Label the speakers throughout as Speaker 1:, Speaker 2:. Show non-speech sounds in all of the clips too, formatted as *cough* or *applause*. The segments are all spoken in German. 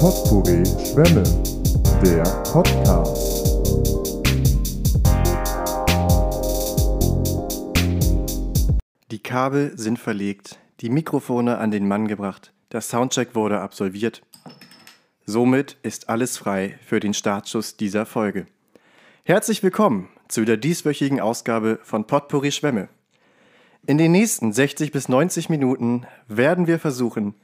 Speaker 1: Potpourri Schwämme, der Podcast.
Speaker 2: Die Kabel sind verlegt, die Mikrofone an den Mann gebracht, der Soundcheck wurde absolviert. Somit ist alles frei für den Startschuss dieser Folge. Herzlich willkommen zu der dieswöchigen Ausgabe von Potpourri Schwämme. In den nächsten 60 bis 90 Minuten werden wir versuchen,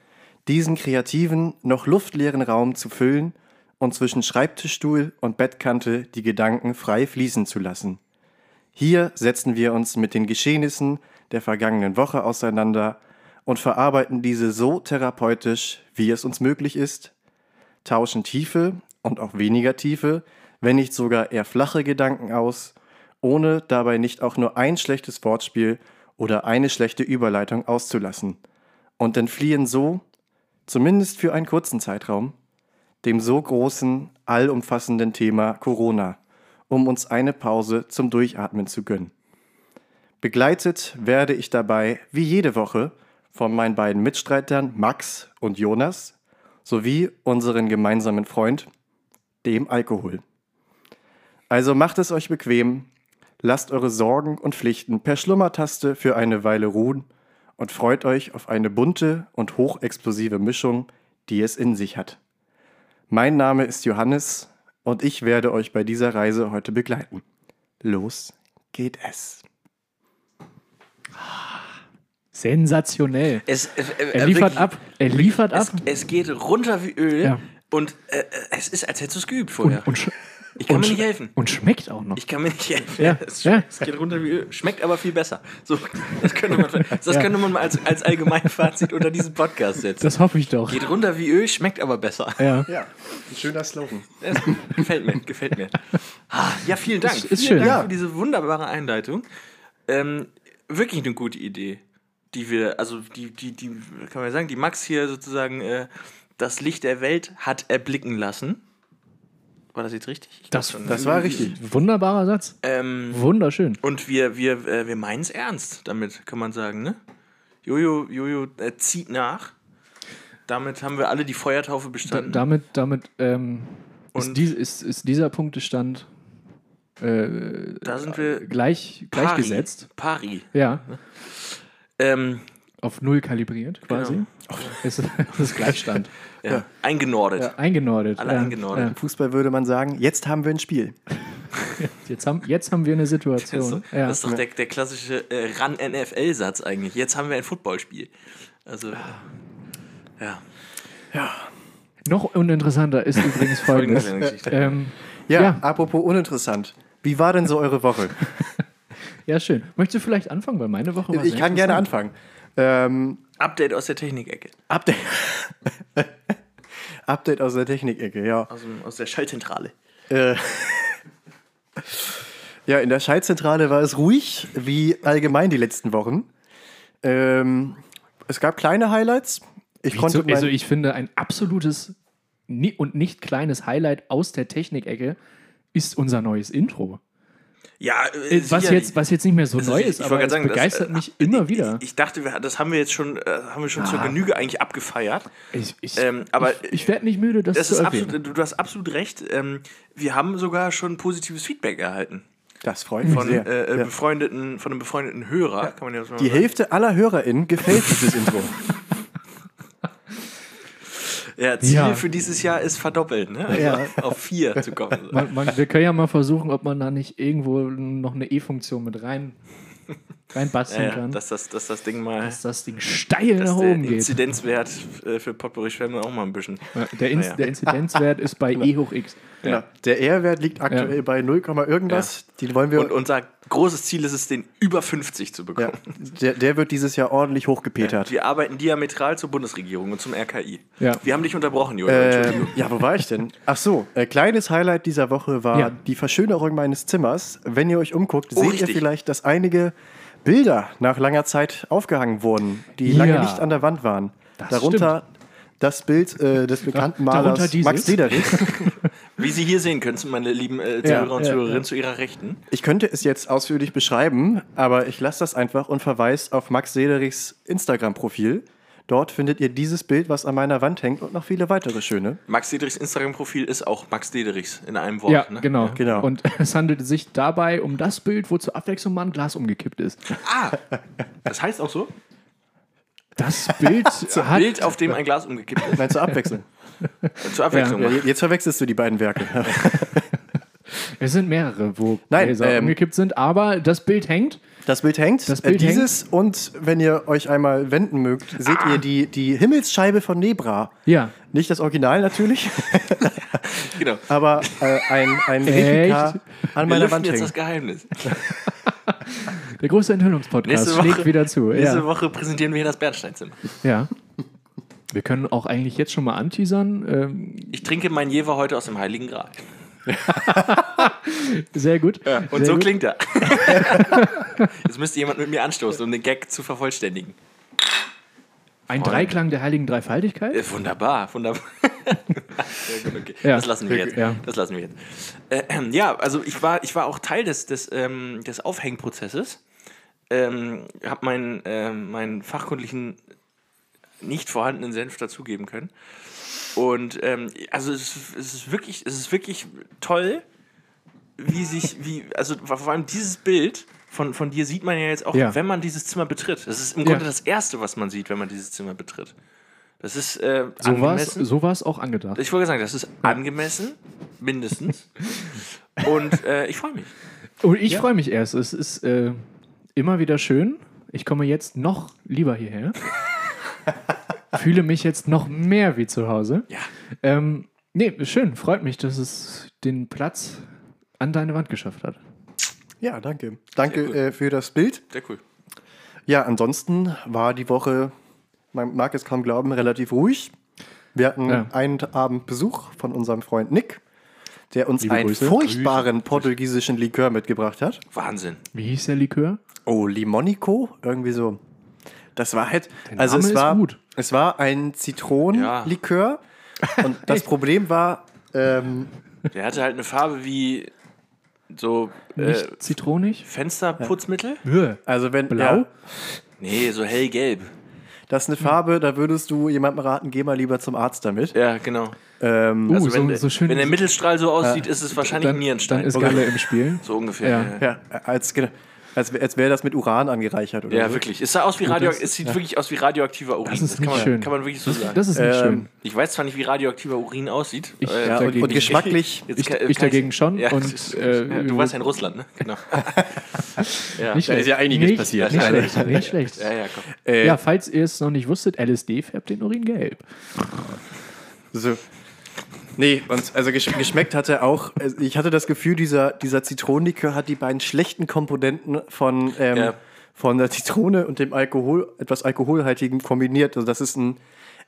Speaker 2: diesen kreativen, noch luftleeren Raum zu füllen und zwischen Schreibtischstuhl und Bettkante die Gedanken frei fließen zu lassen. Hier setzen wir uns mit den Geschehnissen der vergangenen Woche auseinander und verarbeiten diese so therapeutisch, wie es uns möglich ist, tauschen Tiefe und auch weniger Tiefe, wenn nicht sogar eher flache Gedanken aus, ohne dabei nicht auch nur ein schlechtes Wortspiel oder eine schlechte Überleitung auszulassen und entfliehen so, zumindest für einen kurzen Zeitraum, dem so großen, allumfassenden Thema Corona, um uns eine Pause zum Durchatmen zu gönnen. Begleitet werde ich dabei, wie jede Woche, von meinen beiden Mitstreitern Max und Jonas sowie unseren gemeinsamen Freund, dem Alkohol. Also macht es euch bequem, lasst eure Sorgen und Pflichten per Schlummertaste für eine Weile ruhen und freut euch auf eine bunte und hochexplosive Mischung, die es in sich hat. Mein Name ist Johannes und ich werde euch bei dieser Reise heute begleiten. Los geht es.
Speaker 3: Sensationell.
Speaker 4: Es, es, äh,
Speaker 3: Er liefert
Speaker 4: wirklich,
Speaker 3: ab. Er liefert ab.
Speaker 4: Es, es geht runter wie Öl
Speaker 3: Ja.
Speaker 4: und äh, äh, es ist, als hättest du es geübt
Speaker 3: Und,
Speaker 4: vorher.
Speaker 3: und, sch-
Speaker 4: ich kann
Speaker 3: und
Speaker 4: mir
Speaker 3: sch-
Speaker 4: nicht helfen.
Speaker 3: Und schmeckt auch noch.
Speaker 4: Ich kann mir nicht helfen.
Speaker 3: Ja,
Speaker 4: *laughs* Es,
Speaker 3: ja.
Speaker 4: es geht runter wie Öl. Schmeckt aber viel besser. So, das könnte man, das könnte man mal als, als Allgemeinfazit unter diesen Podcast setzen.
Speaker 3: Das hoffe ich doch.
Speaker 4: geht runter wie Öl, schmeckt aber besser.
Speaker 3: Ja.
Speaker 2: Ja, ein schöner Slogan.
Speaker 4: Das *laughs* gefällt mir, gefällt mir. Ah, Ja, vielen Dank.
Speaker 3: Ist- ist schön.
Speaker 4: vielen Dank
Speaker 3: Ja.
Speaker 4: für diese wunderbare Einleitung. Ähm, wirklich eine gute Idee, die wir, also die, die, die, kann man sagen, die Max hier sozusagen äh, das Licht der Welt hat erblicken lassen. War das jetzt richtig? Ich glaub ne?
Speaker 3: Das-
Speaker 2: Das war richtig.
Speaker 3: Wunderbarer Satz.
Speaker 4: Ähm,
Speaker 3: Wunderschön.
Speaker 4: und wir, wir, äh, wir meinen es ernst damit, kann man sagen, ne? Jojo, Jojo äh, zieht nach. Damit haben wir alle die Feuertaufe
Speaker 3: Da,
Speaker 4: bestanden.
Speaker 3: damit damit ähm, ist,
Speaker 4: Und-
Speaker 3: dies, ist, ist dieser Punktestand äh,
Speaker 4: Da sind wir
Speaker 3: gleich, gleichgesetzt.
Speaker 4: Pari.
Speaker 3: Ja,
Speaker 4: Ähm,
Speaker 3: auf null kalibriert quasi.
Speaker 4: Genau.
Speaker 3: Ist, *laughs* ist
Speaker 4: *laughs*
Speaker 3: Gleichstand.
Speaker 4: ja. Eingenordet.
Speaker 3: Eingenordet.
Speaker 4: Alle
Speaker 3: ja.
Speaker 4: eingenordet.
Speaker 3: Ja.
Speaker 2: Im Fußball würde man sagen, jetzt haben wir ein Spiel.
Speaker 3: Jetzt, haben, jetzt haben wir eine
Speaker 4: *laughs* Das ist,
Speaker 3: Situation.
Speaker 4: doch,
Speaker 3: ja.
Speaker 4: das ist doch der, der klassische äh, Run-NFL-Satz eigentlich. Jetzt haben wir ein Footballspiel. Also,
Speaker 3: Ah.
Speaker 4: ja.
Speaker 3: Noch uninteressanter ist übrigens
Speaker 4: *laughs* Folgende
Speaker 3: folgendes.
Speaker 4: kleine Geschichte.
Speaker 3: ähm,
Speaker 2: Ja,
Speaker 3: Ja.
Speaker 2: apropos uninteressant. Wie war denn so eure Woche?
Speaker 3: ja, schön. Möchtest du vielleicht anfangen, weil meine
Speaker 4: Äh,
Speaker 3: Woche war
Speaker 2: ich
Speaker 3: sehr
Speaker 2: kann gerne
Speaker 3: interessant.
Speaker 2: anfangen. Ähm,
Speaker 4: Update aus der Technikecke.
Speaker 2: Update. *laughs* Update aus der Technikecke, ja.
Speaker 4: Aus, dem- aus der Schallzentrale.
Speaker 2: Äh, ja, in der Schaltzentrale war es ruhig, wie allgemein die letzten Wochen. Ähm, es gab kleine Highlights. Ich
Speaker 3: Wie
Speaker 2: konnte
Speaker 3: zu, also
Speaker 2: mein-
Speaker 3: ich finde, ein absolutes ni- und nicht kleines Highlight aus der Technikecke ist unser neues Intro.
Speaker 4: Ja,
Speaker 3: Äh,
Speaker 4: äh,
Speaker 3: Was
Speaker 4: sicherlich.
Speaker 3: jetzt, was jetzt nicht mehr so
Speaker 4: Das ist-
Speaker 3: neu
Speaker 4: ich-
Speaker 3: ist,
Speaker 4: ich
Speaker 3: aber
Speaker 4: wollte
Speaker 3: es
Speaker 4: gerade sagen, das,
Speaker 3: begeistert
Speaker 4: äh,
Speaker 3: mich immer wieder.
Speaker 4: Ich, ich dachte, wir, das haben wir jetzt schon, äh, haben wir schon zur
Speaker 3: Ah.
Speaker 4: Genüge eigentlich abgefeiert.
Speaker 3: Ich, ich,
Speaker 4: ähm, aber-
Speaker 3: ich, ich werde nicht müde, das,
Speaker 4: Das
Speaker 3: zu
Speaker 4: ist
Speaker 3: erwähnen.
Speaker 4: absolut, du, du hast absolut recht. Ähm, wir haben sogar schon positives Feedback erhalten
Speaker 2: das freut mich
Speaker 4: von,
Speaker 2: sehr.
Speaker 4: äh, äh,
Speaker 2: ja.
Speaker 4: befreundeten, von einem befreundeten Hörer. Kann man ja so mal
Speaker 2: Die
Speaker 4: sagen.
Speaker 2: Hälfte aller HörerInnen gefällt
Speaker 4: *laughs*
Speaker 2: dieses Intro.
Speaker 4: Ja, Ziel
Speaker 3: Ja.
Speaker 4: für dieses Jahr ist verdoppelt, ne? Also
Speaker 3: Ja.
Speaker 4: Auf vier zu kommen.
Speaker 3: man, man, wir können ja *laughs* mal versuchen, ob man da nicht irgendwo noch eine E-Funktion mit rein, reinbasteln
Speaker 4: Ja, ja,
Speaker 3: kann.
Speaker 4: dass, das, dass das Ding mal,
Speaker 3: dass das Ding steil
Speaker 4: dass
Speaker 3: nach
Speaker 4: der
Speaker 3: oben geht.
Speaker 4: Inzidenzwert äh, für Potpourri Schwämme auch mal ein bisschen.
Speaker 3: Ja, Der, Inz
Speaker 4: Naja.
Speaker 3: der Inzidenzwert ist
Speaker 4: *laughs*
Speaker 3: bei E hoch X.
Speaker 2: Ja. Der R-Wert liegt aktuell bei 0, Komma irgendwas. Die wollen wir.
Speaker 4: Und unser großes Ziel ist es, den über 50 zu
Speaker 2: ja.
Speaker 4: bekommen.
Speaker 2: der, der wird dieses Jahr ordentlich hochgepetert.
Speaker 4: Wir arbeiten diametral zur Bundesregierung und zum RKI.
Speaker 3: Ja. Äh.
Speaker 4: Wir haben dich unterbrochen, Jojo.
Speaker 2: Ähm, ja, wo war ich denn? Ach so, äh, kleines Highlight dieser Woche war
Speaker 3: Ja.
Speaker 2: die Verschönerung meines Zimmers. Wenn ihr euch umguckt,
Speaker 4: Oh,
Speaker 2: seht ihr
Speaker 4: richtig.
Speaker 2: vielleicht, dass einige Bilder nach langer Zeit aufgehangen wurden, die
Speaker 3: Ja.
Speaker 2: lange nicht an der Wand waren.
Speaker 3: Das
Speaker 2: Darunter das Bild äh, des bekannten
Speaker 3: darunter
Speaker 2: Malers
Speaker 3: dieses.
Speaker 2: Max Lederich.
Speaker 4: Wie Sie hier sehen können, sind meine lieben äh,
Speaker 2: Ja,
Speaker 4: Zuhörer und
Speaker 3: ja,
Speaker 4: Zuhörerinnen
Speaker 3: ja.
Speaker 4: zu Ihrer Rechten.
Speaker 2: Ich könnte es jetzt ausführlich beschreiben, aber ich lasse das einfach und verweise auf Max Sederichs Instagram-Profil. Dort findet ihr dieses Bild, was an meiner Wand hängt und noch viele weitere schöne.
Speaker 4: Max Dederichs Instagram-Profil ist auch Max Dederichs in einem Wort.
Speaker 3: Ja,
Speaker 4: ne?
Speaker 3: genau.
Speaker 2: Genau.
Speaker 3: Und *laughs* es handelte sich dabei um das Bild, wo zur Abwechslung mal ein Glas umgekippt ist.
Speaker 4: Ah, das heißt auch so? *laughs*
Speaker 3: Das Bild hat.
Speaker 4: Bild, auf dem ein Glas umgekippt
Speaker 2: Nein, zur
Speaker 4: *laughs*
Speaker 2: Abwechslung.
Speaker 3: *laughs*
Speaker 4: ist. Zur Abwechslung.
Speaker 2: Ja,
Speaker 4: mal.
Speaker 2: jetzt verwechselst du die beiden Werke.
Speaker 3: Es sind mehrere, wo
Speaker 2: Nein,
Speaker 3: Gläser
Speaker 2: ähm,
Speaker 3: umgekippt sind, aber das Bild hängt.
Speaker 2: Das Bild hängt.
Speaker 3: Das Bild
Speaker 2: äh, dieses und wenn ihr euch einmal wenden mögt, seht ihr die, die Himmelsscheibe von Nebra.
Speaker 3: Ja.
Speaker 2: Nicht das Original
Speaker 4: *laughs*
Speaker 2: natürlich,
Speaker 4: Genau.
Speaker 2: aber äh, ein, ein Replika an
Speaker 4: Wir
Speaker 2: meiner
Speaker 4: lüften
Speaker 2: Wand
Speaker 4: jetzt
Speaker 2: hängt.
Speaker 4: das Geheimnis.
Speaker 3: Der große Enthüllungspodcast schlägt wieder zu.
Speaker 4: Nächste
Speaker 3: Ja.
Speaker 4: Woche präsentieren wir hier das Bernsteinzimmer.
Speaker 3: ja. Wir können auch eigentlich jetzt schon mal anteasern. Ähm,
Speaker 4: Ich trinke mein Jever heute aus dem Heiligen Gral.
Speaker 3: sehr gut.
Speaker 4: Und
Speaker 3: sehr
Speaker 4: so
Speaker 3: gut. *laughs*
Speaker 4: klingt er. jetzt müsste jemand mit mir anstoßen, um den Gag zu vervollständigen.
Speaker 3: Ein Dreiklang der heiligen Dreifaltigkeit.
Speaker 4: Äh, wunderbar, wunderbar. *laughs* ja, gut, okay.
Speaker 3: Ja.
Speaker 4: Das lassen wir jetzt.
Speaker 3: Ja.
Speaker 4: Das lassen wir jetzt. Äh, ähm, ja, also ich war, ich war auch Teil des, des, ähm, des Aufhängprozesses. Ähm, habe meinen ähm, meinen fachkundlichen nicht vorhandenen Senf dazugeben können. Und ähm, also es, ist- es ist wirklich, es ist wirklich toll, wie sich, wie, also vor allem dieses Bild von, von dir sieht man ja jetzt auch,
Speaker 3: Ja.
Speaker 4: wenn man dieses Zimmer betritt. Das ist im
Speaker 3: Ja.
Speaker 4: Grunde das Erste, was man sieht, wenn man dieses Zimmer betritt. Das ist äh,
Speaker 3: So war es
Speaker 4: angemessen.
Speaker 3: so war's auch angedacht.
Speaker 4: Ich wollte sagen, das ist angemessen,
Speaker 3: *laughs*
Speaker 4: mindestens. Und äh, ich freue mich.
Speaker 3: Und Oh, ich freue mich erst. Es ist äh, immer wieder schön. Ich komme jetzt noch lieber
Speaker 4: *laughs*
Speaker 3: hierher. Fühle mich jetzt noch mehr wie zu Hause.
Speaker 4: Ja.
Speaker 3: Ähm, nee, schön. Freut mich, dass es den Platz an deine Wand geschafft hat.
Speaker 2: Ja, danke. Danke
Speaker 4: Sehr gut.
Speaker 2: äh, für das Bild.
Speaker 4: Sehr cool.
Speaker 2: Ja, ansonsten war die Woche, man mag es kaum glauben, relativ ruhig. Wir hatten
Speaker 3: Ja.
Speaker 2: einen Abend Besuch von unserem Freund Nick, der uns
Speaker 3: Liebe
Speaker 2: einen
Speaker 3: Grüße.
Speaker 2: furchtbaren portugiesischen Likör mitgebracht hat.
Speaker 4: Wahnsinn.
Speaker 3: Wie hieß der Likör?
Speaker 2: Oh, Limonico? Irgendwie so. Das war halt. also
Speaker 3: Name
Speaker 2: es
Speaker 3: ist
Speaker 2: war,
Speaker 3: gut.
Speaker 2: es war ein Zitronenlikör. Und das Problem war, ähm,
Speaker 4: Der hatte halt eine Farbe wie so äh,
Speaker 3: Nicht zitronig?
Speaker 4: Fensterputzmittel.
Speaker 3: Bö.
Speaker 2: also wenn.
Speaker 3: Blau?
Speaker 2: Ja,
Speaker 4: Nee, so hellgelb.
Speaker 2: das ist eine Farbe, da würdest du jemandem raten, geh mal lieber zum Arzt damit.
Speaker 4: Ja, genau.
Speaker 2: Ähm,
Speaker 3: Uh,
Speaker 4: Also wenn,
Speaker 3: so,
Speaker 4: der-
Speaker 3: so schön.
Speaker 4: wenn der Mittelstrahl so aussieht, ist es wahrscheinlich
Speaker 3: dann,
Speaker 4: ein
Speaker 3: dann
Speaker 4: Nierenstein.
Speaker 3: ist Galle im Spiel.
Speaker 4: *laughs* so ungefähr.
Speaker 3: Ja.
Speaker 4: Ja.
Speaker 2: Ja, Äh, als, ge- als, wär- als wäre das mit Uran angereichert oder
Speaker 4: Ja,
Speaker 2: so.
Speaker 4: wirklich. Es sah aus wie Radio,
Speaker 3: Also das-
Speaker 4: es sieht wirklich aus wie radioaktiver Urin.
Speaker 3: Das ist
Speaker 4: kann,
Speaker 3: nicht
Speaker 4: man,
Speaker 3: schön.
Speaker 4: kann man wirklich so sagen.
Speaker 3: Das ist nicht
Speaker 2: Ähm,
Speaker 3: schön.
Speaker 4: ich weiß zwar nicht, wie radioaktiver Urin aussieht. äh,
Speaker 3: Ich-
Speaker 2: Ja, und,
Speaker 3: Dagegen-
Speaker 2: und geschmacklich,
Speaker 4: *laughs* jetzt
Speaker 3: ich-
Speaker 4: kann-
Speaker 3: ich
Speaker 4: kann
Speaker 3: dagegen schon
Speaker 4: Ja,
Speaker 3: und,
Speaker 4: das ist-
Speaker 3: äh,
Speaker 4: ja, du warst ja in Russland, ne?
Speaker 3: *laughs*
Speaker 4: Genau. ja.
Speaker 3: Nicht
Speaker 4: ja,
Speaker 3: schlecht.
Speaker 2: ja einiges
Speaker 3: nicht,
Speaker 2: passiert.
Speaker 3: Nicht
Speaker 2: *laughs*
Speaker 3: schlecht, nicht schlecht.
Speaker 4: ja, ja, komm.
Speaker 2: äh,
Speaker 3: Ja, falls ihr es noch nicht wusstet, LSD färbt den Urin gelb.
Speaker 2: so. Nee, und also gesch geschmeckt hatte auch, also ich hatte das Gefühl, dieser, dieser Zitronenlikör hat die beiden schlechten Komponenten von, ähm,
Speaker 4: Ja.
Speaker 2: von der Zitrone und dem Alkohol, etwas Alkoholhaltigen kombiniert. Also das ist ein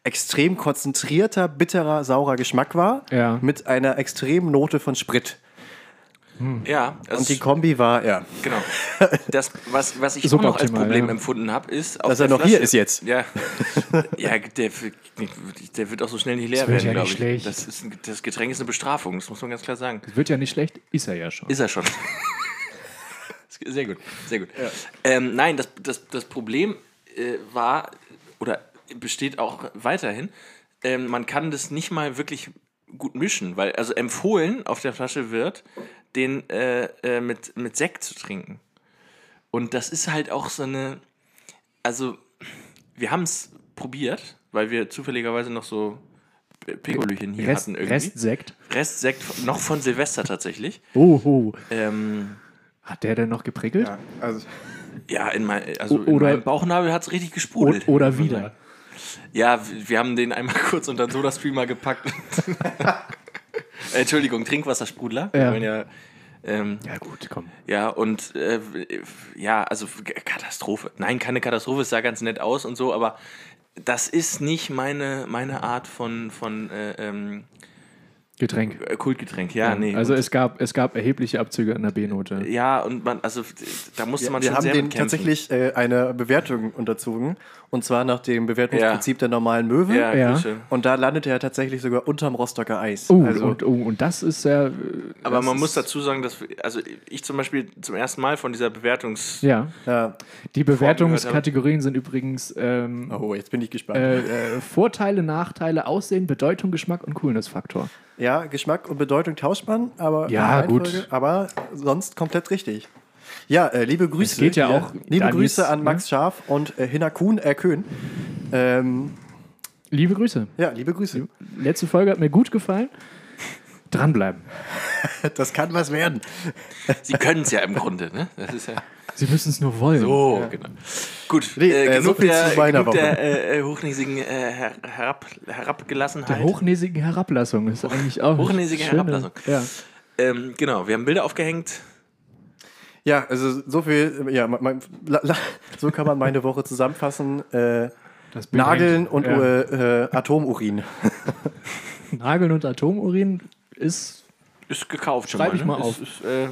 Speaker 2: extrem konzentrierter, bitterer, saurer Geschmack war,
Speaker 3: Ja.
Speaker 2: mit einer extremen Note von Sprit.
Speaker 4: ja das,
Speaker 2: Und die Kombi war, ja,
Speaker 3: *laughs*
Speaker 4: genau. Das, was, was ich auch noch als
Speaker 3: Suboptimal,
Speaker 4: Problem
Speaker 3: ja.
Speaker 4: empfunden habe, ist. auf
Speaker 2: dass er
Speaker 4: der
Speaker 2: noch hier
Speaker 4: Flasche-
Speaker 2: ist jetzt.
Speaker 3: *laughs*
Speaker 4: Ja, ja der, der wird auch so schnell nicht leer
Speaker 3: Das wird
Speaker 4: werden,
Speaker 3: ja
Speaker 4: glaube
Speaker 3: nicht
Speaker 4: ich.
Speaker 3: schlecht.
Speaker 4: Das, ist ein, das Getränk ist eine Bestrafung, das muss man ganz klar sagen.
Speaker 3: Wird ja nicht schlecht, ist er ja schon.
Speaker 4: Ist er schon. *laughs* sehr gut, sehr gut. Ähm, nein, das, das, das Problem äh, war oder besteht auch weiterhin, ähm, man kann das nicht mal wirklich gut mischen, weil also empfohlen auf der Flasche wird, den äh, äh, mit, mit Sekt zu trinken. Und das ist halt auch so eine, also wir haben es probiert, weil wir zufälligerweise noch so äh, Pikolöchen hier
Speaker 3: Rest,
Speaker 4: hatten irgendwie.
Speaker 3: Restsekt.
Speaker 4: Restsekt von- noch von Silvester tatsächlich.
Speaker 3: Oh, oh.
Speaker 4: Ähm,
Speaker 3: Hat der denn noch geprickelt?
Speaker 2: also,
Speaker 4: ja, in, mein, also in
Speaker 3: Oder-
Speaker 4: meinem Bauchnabel hat es richtig
Speaker 3: O-
Speaker 4: gesprudelt.
Speaker 3: Oder wieder?
Speaker 4: Ja, w- wir haben den einmal *laughs* kurz unter den
Speaker 3: *laughs*
Speaker 4: Soda-Streamer gepackt. Äh, Entschuldigung, Trinkwassersprudler. Wir
Speaker 3: Ja.
Speaker 4: wollen ja, ähm,
Speaker 3: Ja, gut, komm.
Speaker 4: ja, und äh, f- ja, also f- Katastrophe. Nein, keine Katastrophe, es sah ganz nett aus und so, aber das ist nicht meine, meine Art von, von äh, ähm,
Speaker 3: Getränk.
Speaker 4: Äh, Kultgetränk, ja, nee.
Speaker 3: also
Speaker 4: gut.
Speaker 3: es gab, es gab erhebliche Abzüge an der B-Note.
Speaker 4: ja, und man, also da musste man
Speaker 2: Wir
Speaker 4: schon
Speaker 2: haben
Speaker 4: sehr
Speaker 2: den
Speaker 4: mit kämpfen.
Speaker 2: tatsächlich äh, einer Bewertung unterzogen. Und zwar nach dem Bewertungsprinzip der normalen Möwe.
Speaker 4: Ja,
Speaker 3: Ja.
Speaker 4: Grüße.
Speaker 2: Und da landete er tatsächlich sogar unterm Rostocker Eis.
Speaker 3: Oh,
Speaker 2: also,
Speaker 3: und, oh, und das ist ja. äh,
Speaker 4: Aber
Speaker 3: das
Speaker 4: man
Speaker 3: ist-
Speaker 4: muss dazu sagen, dass wir, also ich zum Beispiel zum ersten Mal von dieser Bewertungs
Speaker 3: Ja.
Speaker 2: ja.
Speaker 3: Die Bewertungskategorien sind übrigens ähm,
Speaker 2: oh, jetzt bin ich gespannt.
Speaker 3: äh, äh, Vorteile, Nachteile, Aussehen, Bedeutung, Geschmack und Coolness-Faktor.
Speaker 2: Ja, Geschmack und Bedeutung tauscht man, aber
Speaker 3: Ja,
Speaker 2: in der Reihenfolge,
Speaker 3: gut.
Speaker 2: Aber sonst komplett richtig. Ja, äh, liebe Grüße.
Speaker 3: geht ja
Speaker 2: hier.
Speaker 3: auch
Speaker 2: Liebe
Speaker 3: Danis,
Speaker 2: Grüße an
Speaker 3: ne?
Speaker 2: Max Scharf und äh, Hinner Kuhn, äh, Köhn. Ähm,
Speaker 3: Liebe Grüße.
Speaker 2: ja, liebe Grüße.
Speaker 3: Letzte Folge hat mir gut gefallen. Dranbleiben.
Speaker 2: *laughs* Das kann was werden.
Speaker 4: Sie können es ja im Grunde, ne?
Speaker 2: *laughs*
Speaker 4: Das ist ja.
Speaker 3: Sie müssen es nur wollen.
Speaker 4: So, genau. Gut,
Speaker 2: Nee, äh,
Speaker 4: äh,
Speaker 2: so
Speaker 4: genug
Speaker 2: viel
Speaker 4: der,
Speaker 2: zu meiner
Speaker 4: genug
Speaker 2: Woche.
Speaker 4: der äh, äh, hochnäsigen äh, her, herab,
Speaker 3: Der
Speaker 4: Herabgelassenheit.
Speaker 3: hochnäsigen Herablassung ist eigentlich auch.
Speaker 4: hochnäsige
Speaker 3: eine schöne-
Speaker 4: Herablassung.
Speaker 3: Ja.
Speaker 4: ähm, genau, wir haben Bilder aufgehängt.
Speaker 2: Ja, also so viel, äh, ja, man, man, la, la, so kann man meine Woche zusammenfassen. Äh,
Speaker 3: Das Bild
Speaker 2: Nageln
Speaker 3: hängt.
Speaker 2: und
Speaker 3: Ja.
Speaker 2: äh, äh, Atomurin.
Speaker 3: Nageln und Atomurin ist.
Speaker 4: Ist gekauft schon
Speaker 3: Schreib ich
Speaker 4: mal.
Speaker 3: mal auf.
Speaker 4: Ist, ist, äh,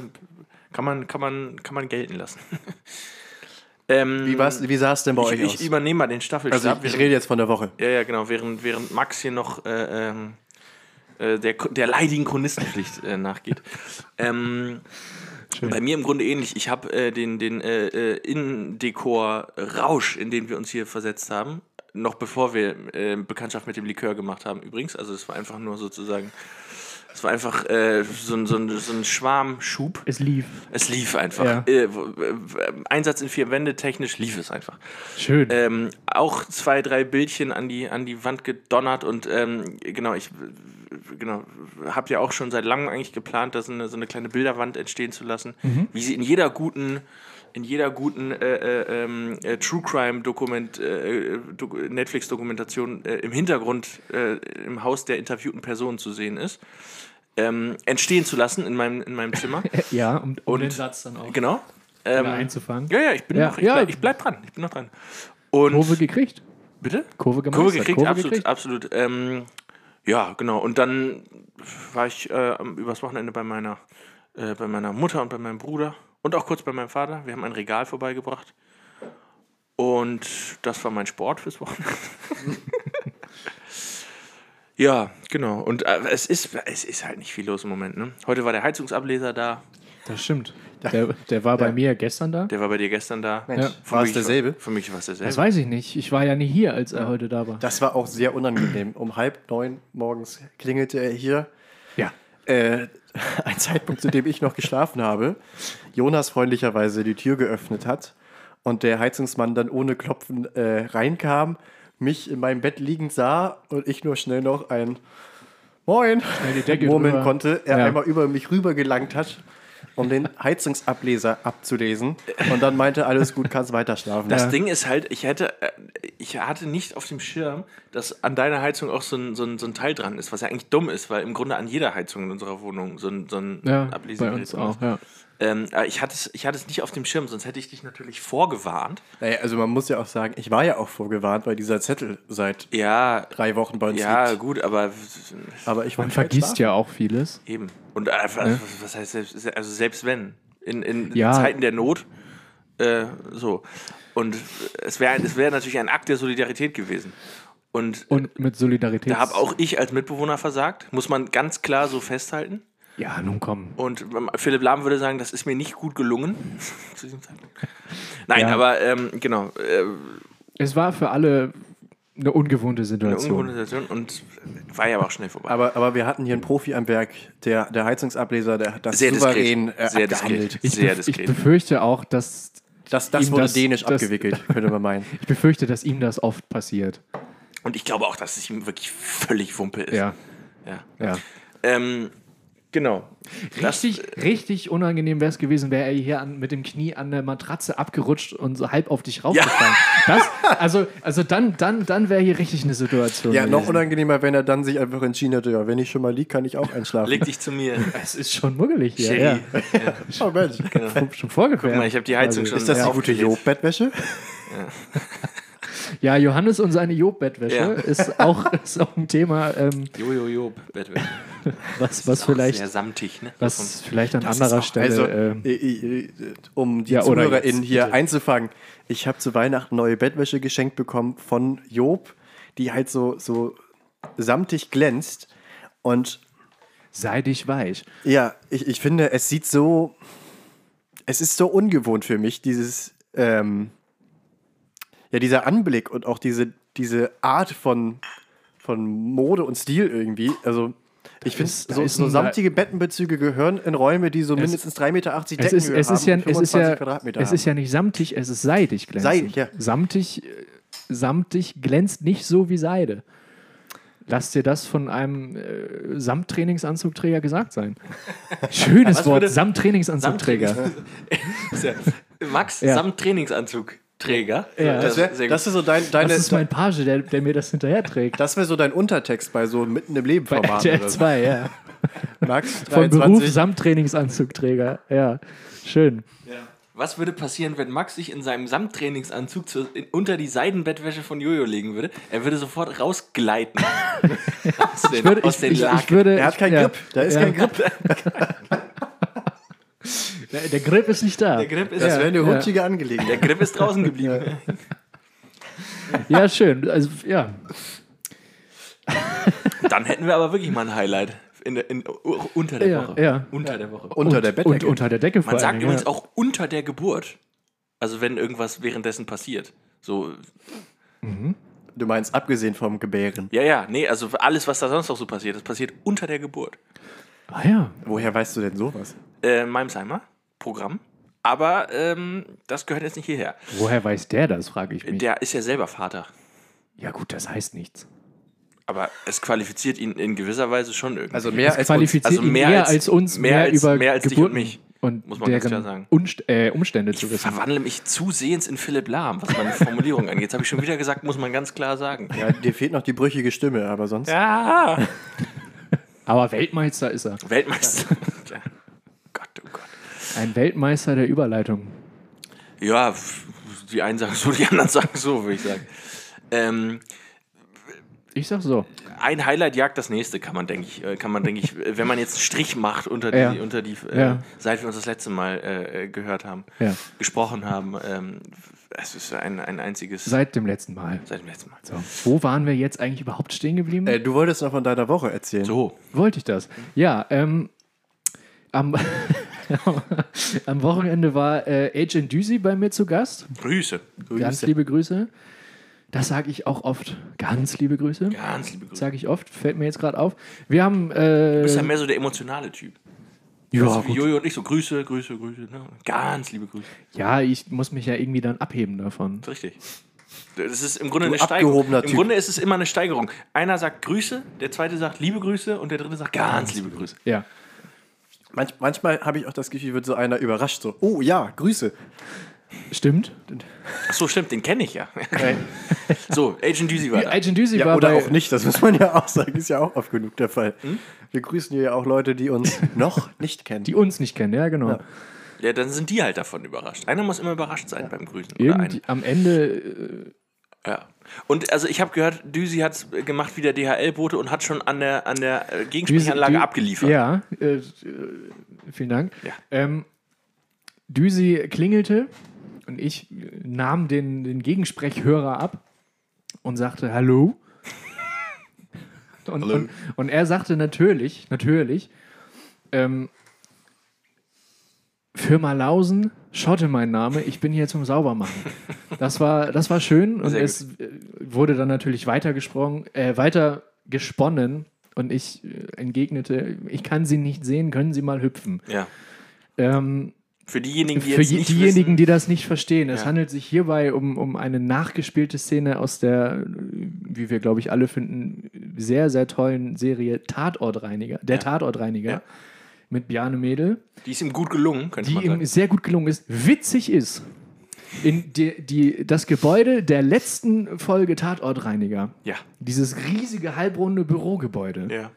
Speaker 4: kann, man, kann, man, kann man gelten lassen. *laughs* ähm,
Speaker 2: Wie, war's- wie sah es denn bei
Speaker 4: ich,
Speaker 2: euch aus?
Speaker 4: ich übernehme mal den Staffelstab.
Speaker 2: also ich, ich
Speaker 4: während-
Speaker 2: rede jetzt von der Woche.
Speaker 4: Ja, ja, genau. Während, während Max hier noch äh, ähm, äh, der, der leidigen Chronistenpflicht äh, nachgeht. Ähm, bei mir im Grunde ähnlich. Ich habe äh, den, den äh, äh, Innendekor-Rausch, in den wir uns hier versetzt haben, noch bevor wir äh, Bekanntschaft mit dem Likör gemacht haben übrigens. Also es war einfach nur sozusagen, es war einfach äh, so, ein- so, ein- so ein Schwarmschub.
Speaker 3: Es lief.
Speaker 4: Es lief einfach.
Speaker 3: Ja.
Speaker 4: Äh, w- w- Einsatz in vier Wände, technisch lief es einfach
Speaker 3: Schön.
Speaker 4: ähm, auch zwei, drei Bildchen an die, an die Wand gedonnert und ähm, genau, ich äh, genau, habe ja auch schon seit langem eigentlich geplant, da so eine, so eine kleine Bilderwand entstehen zu lassen,
Speaker 3: Mhm.
Speaker 4: wie sie in jeder guten in jeder guten äh, äh, ähm, äh, True Crime Dokument äh, äh, Doku Netflix Dokumentation äh, im Hintergrund äh, im Haus der interviewten Person zu sehen ist ähm, entstehen zu lassen in meinem in meinem
Speaker 3: *laughs*
Speaker 4: Zimmer
Speaker 3: ja, um, um
Speaker 4: und-
Speaker 3: den Satz dann auch
Speaker 4: genau
Speaker 3: wieder
Speaker 4: ähm,
Speaker 3: einzufangen.
Speaker 4: ja ja ich bin
Speaker 3: Ja,
Speaker 4: noch ich,
Speaker 3: ja.
Speaker 4: bleib, ich bleib dran ich bin noch dran und
Speaker 3: Kurve gekriegt.
Speaker 4: bitte
Speaker 3: Kurve gemacht.
Speaker 4: Kurve gekriegt, absolut, absolut. Ähm, ja, genau. Und dann war ich äh, am- übers Wochenende bei meiner, äh, bei meiner Mutter und bei meinem Bruder und auch kurz bei meinem Vater. Wir haben ein Regal vorbeigebracht. Und das war mein Sport fürs *laughs* Wochenende. ja, genau. Und äh, es, ist, es ist halt nicht viel los im Moment. Ne? Heute war der Heizungsableser da,
Speaker 3: Das stimmt. Der, der war bei mir gestern da.
Speaker 4: der war bei dir gestern da.
Speaker 2: Mensch,
Speaker 3: Ja.
Speaker 4: Für
Speaker 2: war
Speaker 4: mich
Speaker 2: es derselbe?
Speaker 4: Für mich war es derselbe.
Speaker 3: Das weiß ich nicht. Ich war ja nicht hier, als er heute da war.
Speaker 2: Das war auch sehr unangenehm. Um halb neun morgens klingelte er hier.
Speaker 3: Ja.
Speaker 2: Äh, *laughs* ein Zeitpunkt, zu dem ich noch geschlafen habe. Jonas freundlicherweise die Tür geöffnet hat und der Heizungsmann dann ohne Klopfen äh, reinkam, mich in meinem Bett liegend sah und ich nur schnell noch ein Moin
Speaker 3: die Decke
Speaker 2: murmeln
Speaker 3: drüber.
Speaker 2: konnte. Er
Speaker 3: Ja.
Speaker 2: einmal über mich rüber gelangt hat, um den Heizungsableser abzulesen und dann meinte, alles gut, kannst weiter schlafen.
Speaker 4: Das Ding ist halt, ich hätte, äh, ich hatte nicht auf dem Schirm, dass an deiner Heizung auch so ein, so, ein, so ein Teil dran ist, was ja eigentlich dumm ist, weil im Grunde an jeder Heizung in unserer Wohnung so ein, so ein
Speaker 3: Ja,
Speaker 4: Ablesegerät
Speaker 3: bei uns
Speaker 4: dran ist.
Speaker 3: auch. Ja.
Speaker 4: Ähm, aber ich, hatte es, ich hatte es nicht auf dem Schirm, sonst hätte ich dich natürlich vorgewarnt.
Speaker 2: Naja, also man muss ja auch sagen, ich war ja auch vorgewarnt, weil dieser Zettel seit
Speaker 4: Ja,
Speaker 2: drei Wochen bei uns
Speaker 4: ja,
Speaker 2: liegt.
Speaker 4: gut, aber
Speaker 2: Aber ich
Speaker 3: Man
Speaker 2: wollte halt
Speaker 3: vergisst
Speaker 2: schlafen.
Speaker 3: ja auch vieles.
Speaker 4: eben. Und einfach, was- was heißt selbst, also selbst wenn, in, in
Speaker 3: Ja.
Speaker 4: Zeiten der Not, äh, so. Und es wäre es wär natürlich ein Akt der Solidarität gewesen. Und
Speaker 3: Und mit Solidarität.
Speaker 4: Da habe auch ich als Mitbewohner versagt, muss man ganz klar so festhalten.
Speaker 3: Ja, nun komm.
Speaker 4: Und ähm, Philipp Lahm würde sagen, das ist mir nicht gut gelungen *laughs* zu diesem Zeitpunkt. Nein,
Speaker 3: Ja.
Speaker 4: aber ähm, genau, äh,
Speaker 3: Es war für alle eine ungewohnte
Speaker 4: eine
Speaker 3: Situation.
Speaker 4: ungewohnte Situation und war ja aber auch schnell vorbei.
Speaker 2: Aber, aber wir hatten hier einen Profi am Werk, der, der Heizungsableser, der hat das
Speaker 4: Sehr diskret.
Speaker 2: souverän äh,
Speaker 4: Sehr
Speaker 2: abgehandelt.
Speaker 4: diskret.
Speaker 3: ich,
Speaker 4: Sehr
Speaker 3: bef ich
Speaker 4: diskret.
Speaker 3: befürchte auch, dass.
Speaker 2: Das, das
Speaker 3: Ihm
Speaker 2: wurde
Speaker 3: das-
Speaker 2: dänisch
Speaker 3: das-
Speaker 2: abgewickelt, könnte man
Speaker 3: *laughs*
Speaker 2: meinen.
Speaker 3: Ich befürchte, dass ihm das oft passiert.
Speaker 4: Und ich glaube auch, dass es ihm wirklich völlig Wumpe ist.
Speaker 3: Ja,
Speaker 4: Ja.
Speaker 3: ja.
Speaker 4: Ähm, genau. Das-
Speaker 3: Richtig, richtig unangenehm wäre es gewesen, wäre er hier an, mit dem Knie an der Matratze abgerutscht und so halb auf dich
Speaker 4: *laughs*
Speaker 3: raufgefallen. Das, also, also dann, dann, dann wäre hier richtig eine Situation.
Speaker 2: Ja, noch
Speaker 3: gewesen.
Speaker 2: unangenehmer, wenn er dann sich einfach entschieden hätte, ja, wenn ich schon mal lieg, kann ich auch einschlafen.
Speaker 4: Leg dich zu mir.
Speaker 3: *laughs* Es ist schon muggelig hier.
Speaker 4: Sherry.
Speaker 3: Ja.
Speaker 4: Ja.
Speaker 2: oh
Speaker 4: *laughs*
Speaker 2: Mensch.
Speaker 4: Genau.
Speaker 3: Schon vorgefährdet. Also,
Speaker 4: Guck mal, ich habe die Heizung schon
Speaker 2: Ist das die
Speaker 4: aufgelegt.
Speaker 2: gute Job-Bettwäsche?
Speaker 3: Ja, Johannes und seine Job-Bettwäsche
Speaker 4: Ja.
Speaker 3: ist,
Speaker 4: *laughs*
Speaker 3: auch, ist auch ein Thema, ähm,
Speaker 4: Jojojo, Bettwäsche.
Speaker 3: was,
Speaker 4: Ist
Speaker 3: was,
Speaker 4: auch
Speaker 3: vielleicht,
Speaker 4: Sehr samtig, ne?
Speaker 3: was vielleicht an
Speaker 2: Das
Speaker 3: anderer
Speaker 2: ist auch-
Speaker 3: Stelle.
Speaker 2: Also,
Speaker 3: ähm,
Speaker 2: äh, äh, äh, um die
Speaker 3: Ja, oder
Speaker 2: ZuhörerInnen
Speaker 3: jetzt,
Speaker 2: hier
Speaker 3: bitte.
Speaker 2: einzufangen, ich habe zu Weihnachten neue Bettwäsche geschenkt bekommen von Job, die halt so, so samtig glänzt. Und
Speaker 3: sei dich weich.
Speaker 2: ja, ich, ich finde, es sieht so. Es ist so ungewohnt für mich, dieses. Ähm, ja, dieser Anblick und auch diese, diese Art von, von Mode und Stil irgendwie. Also. Ich finde,
Speaker 3: ist- da
Speaker 2: so,
Speaker 3: ist
Speaker 2: so
Speaker 3: ein-
Speaker 2: samtige Bettenbezüge gehören in Räume, die so
Speaker 3: Es-
Speaker 2: mindestens 3,80 Meter Deckenhöhe
Speaker 3: Es ist, es,
Speaker 2: haben,
Speaker 3: ist ja,
Speaker 2: und
Speaker 3: es, ist
Speaker 2: 25
Speaker 3: ja,
Speaker 2: Quadratmeter
Speaker 3: es
Speaker 2: haben.
Speaker 3: ist ja nicht samtig, es ist seidig glänzend.
Speaker 2: Seidig, ja.
Speaker 3: Samtig, äh, samtig glänzt nicht so wie Seide. Lass dir das von einem äh, Samttrainingsanzugträger
Speaker 2: *laughs*
Speaker 3: gesagt sein. Schönes
Speaker 4: Was
Speaker 3: Wort,
Speaker 4: würde-
Speaker 3: Samttrainingsanzugträger.
Speaker 4: Ist ja- Max
Speaker 3: Ja.
Speaker 4: samt Trainingsanzugträger.
Speaker 3: Ja.
Speaker 2: Das wäre
Speaker 4: sehr gut.
Speaker 2: das ist so dein, deine,
Speaker 3: Das ist mein Page, der, der mir
Speaker 2: *laughs*
Speaker 3: das hinterherträgt.
Speaker 2: das wär so dein Untertext bei so mitten im Leben
Speaker 3: Bei
Speaker 2: Format.
Speaker 3: RTL
Speaker 2: oder so. *laughs*
Speaker 3: 2, ja.
Speaker 2: Max
Speaker 3: Von Beruf
Speaker 2: 23.
Speaker 3: Samttrainingsanzugträger. Ja, schön.
Speaker 4: Was würde passieren, wenn Max sich in seinem Samttrainingsanzug zu, in, unter die Seidenbettwäsche von Jojo legen würde? Er würde sofort rausgleiten.
Speaker 3: *laughs*
Speaker 4: aus den,
Speaker 3: Ich würde,
Speaker 4: aus
Speaker 3: ich,
Speaker 4: den
Speaker 3: ich, ich
Speaker 4: Laken.
Speaker 3: würde,
Speaker 2: Er hat keinen
Speaker 3: ja.
Speaker 2: Grip. Da ist
Speaker 3: Ja.
Speaker 2: kein Grip.
Speaker 3: Der, der Grip ist nicht da.
Speaker 4: der, Grip ist,
Speaker 2: Das wäre eine
Speaker 3: ja.
Speaker 2: rutschige
Speaker 4: der
Speaker 2: Angelegenheit.
Speaker 4: Grip ist draußen geblieben.
Speaker 3: Ja, schön. Also, ja.
Speaker 4: Dann hätten wir aber wirklich mal ein Highlight. In der, in, u- unter der
Speaker 3: Ja,
Speaker 4: Woche.
Speaker 3: ja.
Speaker 4: Unter der Woche.
Speaker 2: Unter
Speaker 3: und,
Speaker 2: der Bettdecke.
Speaker 3: Und unter der Decke vor
Speaker 4: Man sagt
Speaker 3: allen
Speaker 4: übrigens
Speaker 3: Dingen,
Speaker 4: auch unter der Geburt. Also wenn irgendwas währenddessen passiert. So,
Speaker 2: Du meinst, abgesehen vom Gebären.
Speaker 4: ja, ja, nee, also alles, was da sonst noch so passiert, das passiert unter der Geburt.
Speaker 3: ja. Ah ja.
Speaker 2: Woher weißt du denn sowas?
Speaker 4: Äh, Meimsheimer Programm. Aber ähm, das gehört jetzt nicht hierher.
Speaker 3: Woher weiß der das, frage ich mich.
Speaker 4: Der ist ja selber Vater.
Speaker 3: ja gut, das heißt nichts.
Speaker 4: Aber es qualifiziert ihn in gewisser Weise schon irgendwie.
Speaker 2: Also mehr
Speaker 3: das
Speaker 2: als uns.
Speaker 3: qualifiziert
Speaker 4: also
Speaker 3: ihn
Speaker 4: mehr
Speaker 3: mehr
Speaker 4: als-
Speaker 3: als, uns,
Speaker 4: mehr
Speaker 3: mehr,
Speaker 4: als-
Speaker 3: über
Speaker 4: mehr als dich und
Speaker 3: Geburten
Speaker 4: mich,
Speaker 3: und
Speaker 4: muss man ganz
Speaker 3: deren
Speaker 4: klar sagen.
Speaker 3: Unst äh, Umstände zu
Speaker 4: ich
Speaker 3: wissen.
Speaker 4: verwandle mich zusehends in Philipp Lahm, was meine Formulierung angeht. Das habe ich schon wieder gesagt, muss man ganz klar sagen.
Speaker 2: Ja, dir fehlt noch die brüchige Stimme, aber sonst.
Speaker 4: Ja.
Speaker 3: Aber Weltmeister ist er.
Speaker 4: Weltmeister. Ja. Gott, oh Gott.
Speaker 3: Ein Weltmeister der Überleitung.
Speaker 4: Ja, f- die einen sagen so, die anderen *laughs* sagen so, würde ich sagen. Ähm,
Speaker 3: Ich sag so.
Speaker 4: ein Highlight jagt das nächste, kann man, denke ich, äh, kann man, denke ich, äh, wenn man jetzt einen Strich macht unter die,
Speaker 3: Ja.
Speaker 4: unter die äh,
Speaker 3: Ja.
Speaker 4: seit wir uns das letzte Mal äh, äh, gehört haben,
Speaker 3: Ja.
Speaker 4: gesprochen haben. Ähm, es ist ein, ein einziges.
Speaker 3: Seit dem letzten Mal.
Speaker 4: seit dem letzten Mal.
Speaker 3: So. Wo waren wir jetzt eigentlich überhaupt stehen geblieben?
Speaker 2: Äh, du wolltest noch von deiner Woche erzählen.
Speaker 4: So,
Speaker 3: Wollte ich das. Ja, ähm, am, *laughs* am Wochenende war äh, Agent Düsi bei mir zu Gast.
Speaker 4: Grüße.
Speaker 3: Ganz
Speaker 2: Grüße.
Speaker 3: liebe Grüße. Das sage ich auch oft. Ganz liebe Grüße.
Speaker 4: Ganz liebe Grüße.
Speaker 3: Sage ich oft. Fällt mir jetzt gerade auf. Wir haben. Äh,
Speaker 4: Du bist ja mehr so der emotionale Typ.
Speaker 3: ja,
Speaker 4: Also wie
Speaker 3: gut.
Speaker 4: Jojo und ich so Grüße, Grüße, Grüße. Ne? Ganz liebe Grüße.
Speaker 3: ja, ich muss mich ja irgendwie dann abheben davon.
Speaker 4: Ist Richtig. Das ist im Grunde
Speaker 2: Du
Speaker 4: eine Steigerung.
Speaker 2: abgehobener
Speaker 4: Im
Speaker 2: Typ.
Speaker 4: Grunde ist es immer eine Steigerung. Einer sagt Grüße, der zweite sagt liebe Grüße und der dritte sagt ganz liebe Grüße.
Speaker 3: Ja.
Speaker 2: Manch, manchmal habe ich auch das Gefühl, wird so einer überrascht. So, oh ja, Grüße.
Speaker 3: Stimmt.
Speaker 4: Ach so, stimmt, den kenne ich ja.
Speaker 2: Äh,
Speaker 4: *laughs* So, Agent Doozy war da.
Speaker 3: Äh, Agent Düsi
Speaker 2: ja,
Speaker 3: war
Speaker 2: oder
Speaker 3: bei,
Speaker 2: auch nicht, das muss man ja auch sagen. Ist ja auch oft genug der Fall. Wir grüßen hier ja auch Leute, die *laughs* uns noch nicht kennen.
Speaker 3: die uns nicht kennen. Ja, genau.
Speaker 4: Ja, dann sind die halt davon überrascht. Einer muss immer überrascht sein beim Grüßen. Oder
Speaker 3: Irgendwie
Speaker 4: ein,
Speaker 3: am Ende. Äh,
Speaker 4: ja. Und also ich habe gehört, Düsi hat gemacht wie der DHL-Bote und hat schon an der, an der äh, Gegensprechanlage
Speaker 3: Dü-
Speaker 4: abgeliefert.
Speaker 3: Ja, äh, äh, vielen Dank.
Speaker 4: Ja.
Speaker 3: Ähm, Düsi klingelte und ich nahm den, den Gegensprechhörer ab und sagte Hallo. und, Und, und er sagte natürlich, natürlich, ähm, Firma Lausen, Schotte mein Name, ich bin hier zum Saubermachen. Das war, das war schön und
Speaker 4: Sehr gut.
Speaker 3: es äh, wurde dann natürlich weitergesprungen, äh, weiter gesponnen und ich äh, entgegnete, ich kann sie nicht sehen, können sie mal hüpfen.
Speaker 4: Ja.
Speaker 3: Ähm,
Speaker 4: Für diejenigen, die
Speaker 3: für
Speaker 4: jetzt
Speaker 3: je-
Speaker 4: nicht
Speaker 3: diejenigen,
Speaker 4: wissen,
Speaker 3: die das nicht verstehen, es
Speaker 4: Ja.
Speaker 3: handelt sich hierbei um, um eine nachgespielte Szene aus der, äh, wie wir glaube ich alle finden, sehr, sehr tollen Serie Tatortreiniger, der
Speaker 4: Ja.
Speaker 3: Tatortreiniger
Speaker 4: Ja.
Speaker 3: mit Bjarne Mädel
Speaker 4: die ist ihm gut gelungen, könnte
Speaker 3: die
Speaker 4: man
Speaker 3: ihm
Speaker 4: sagen.
Speaker 3: sehr gut gelungen ist, witzig ist. In die, die, das Gebäude der letzten Folge Tatortreiniger,
Speaker 4: Ja.
Speaker 3: dieses riesige halbrunde Bürogebäude,
Speaker 4: ja.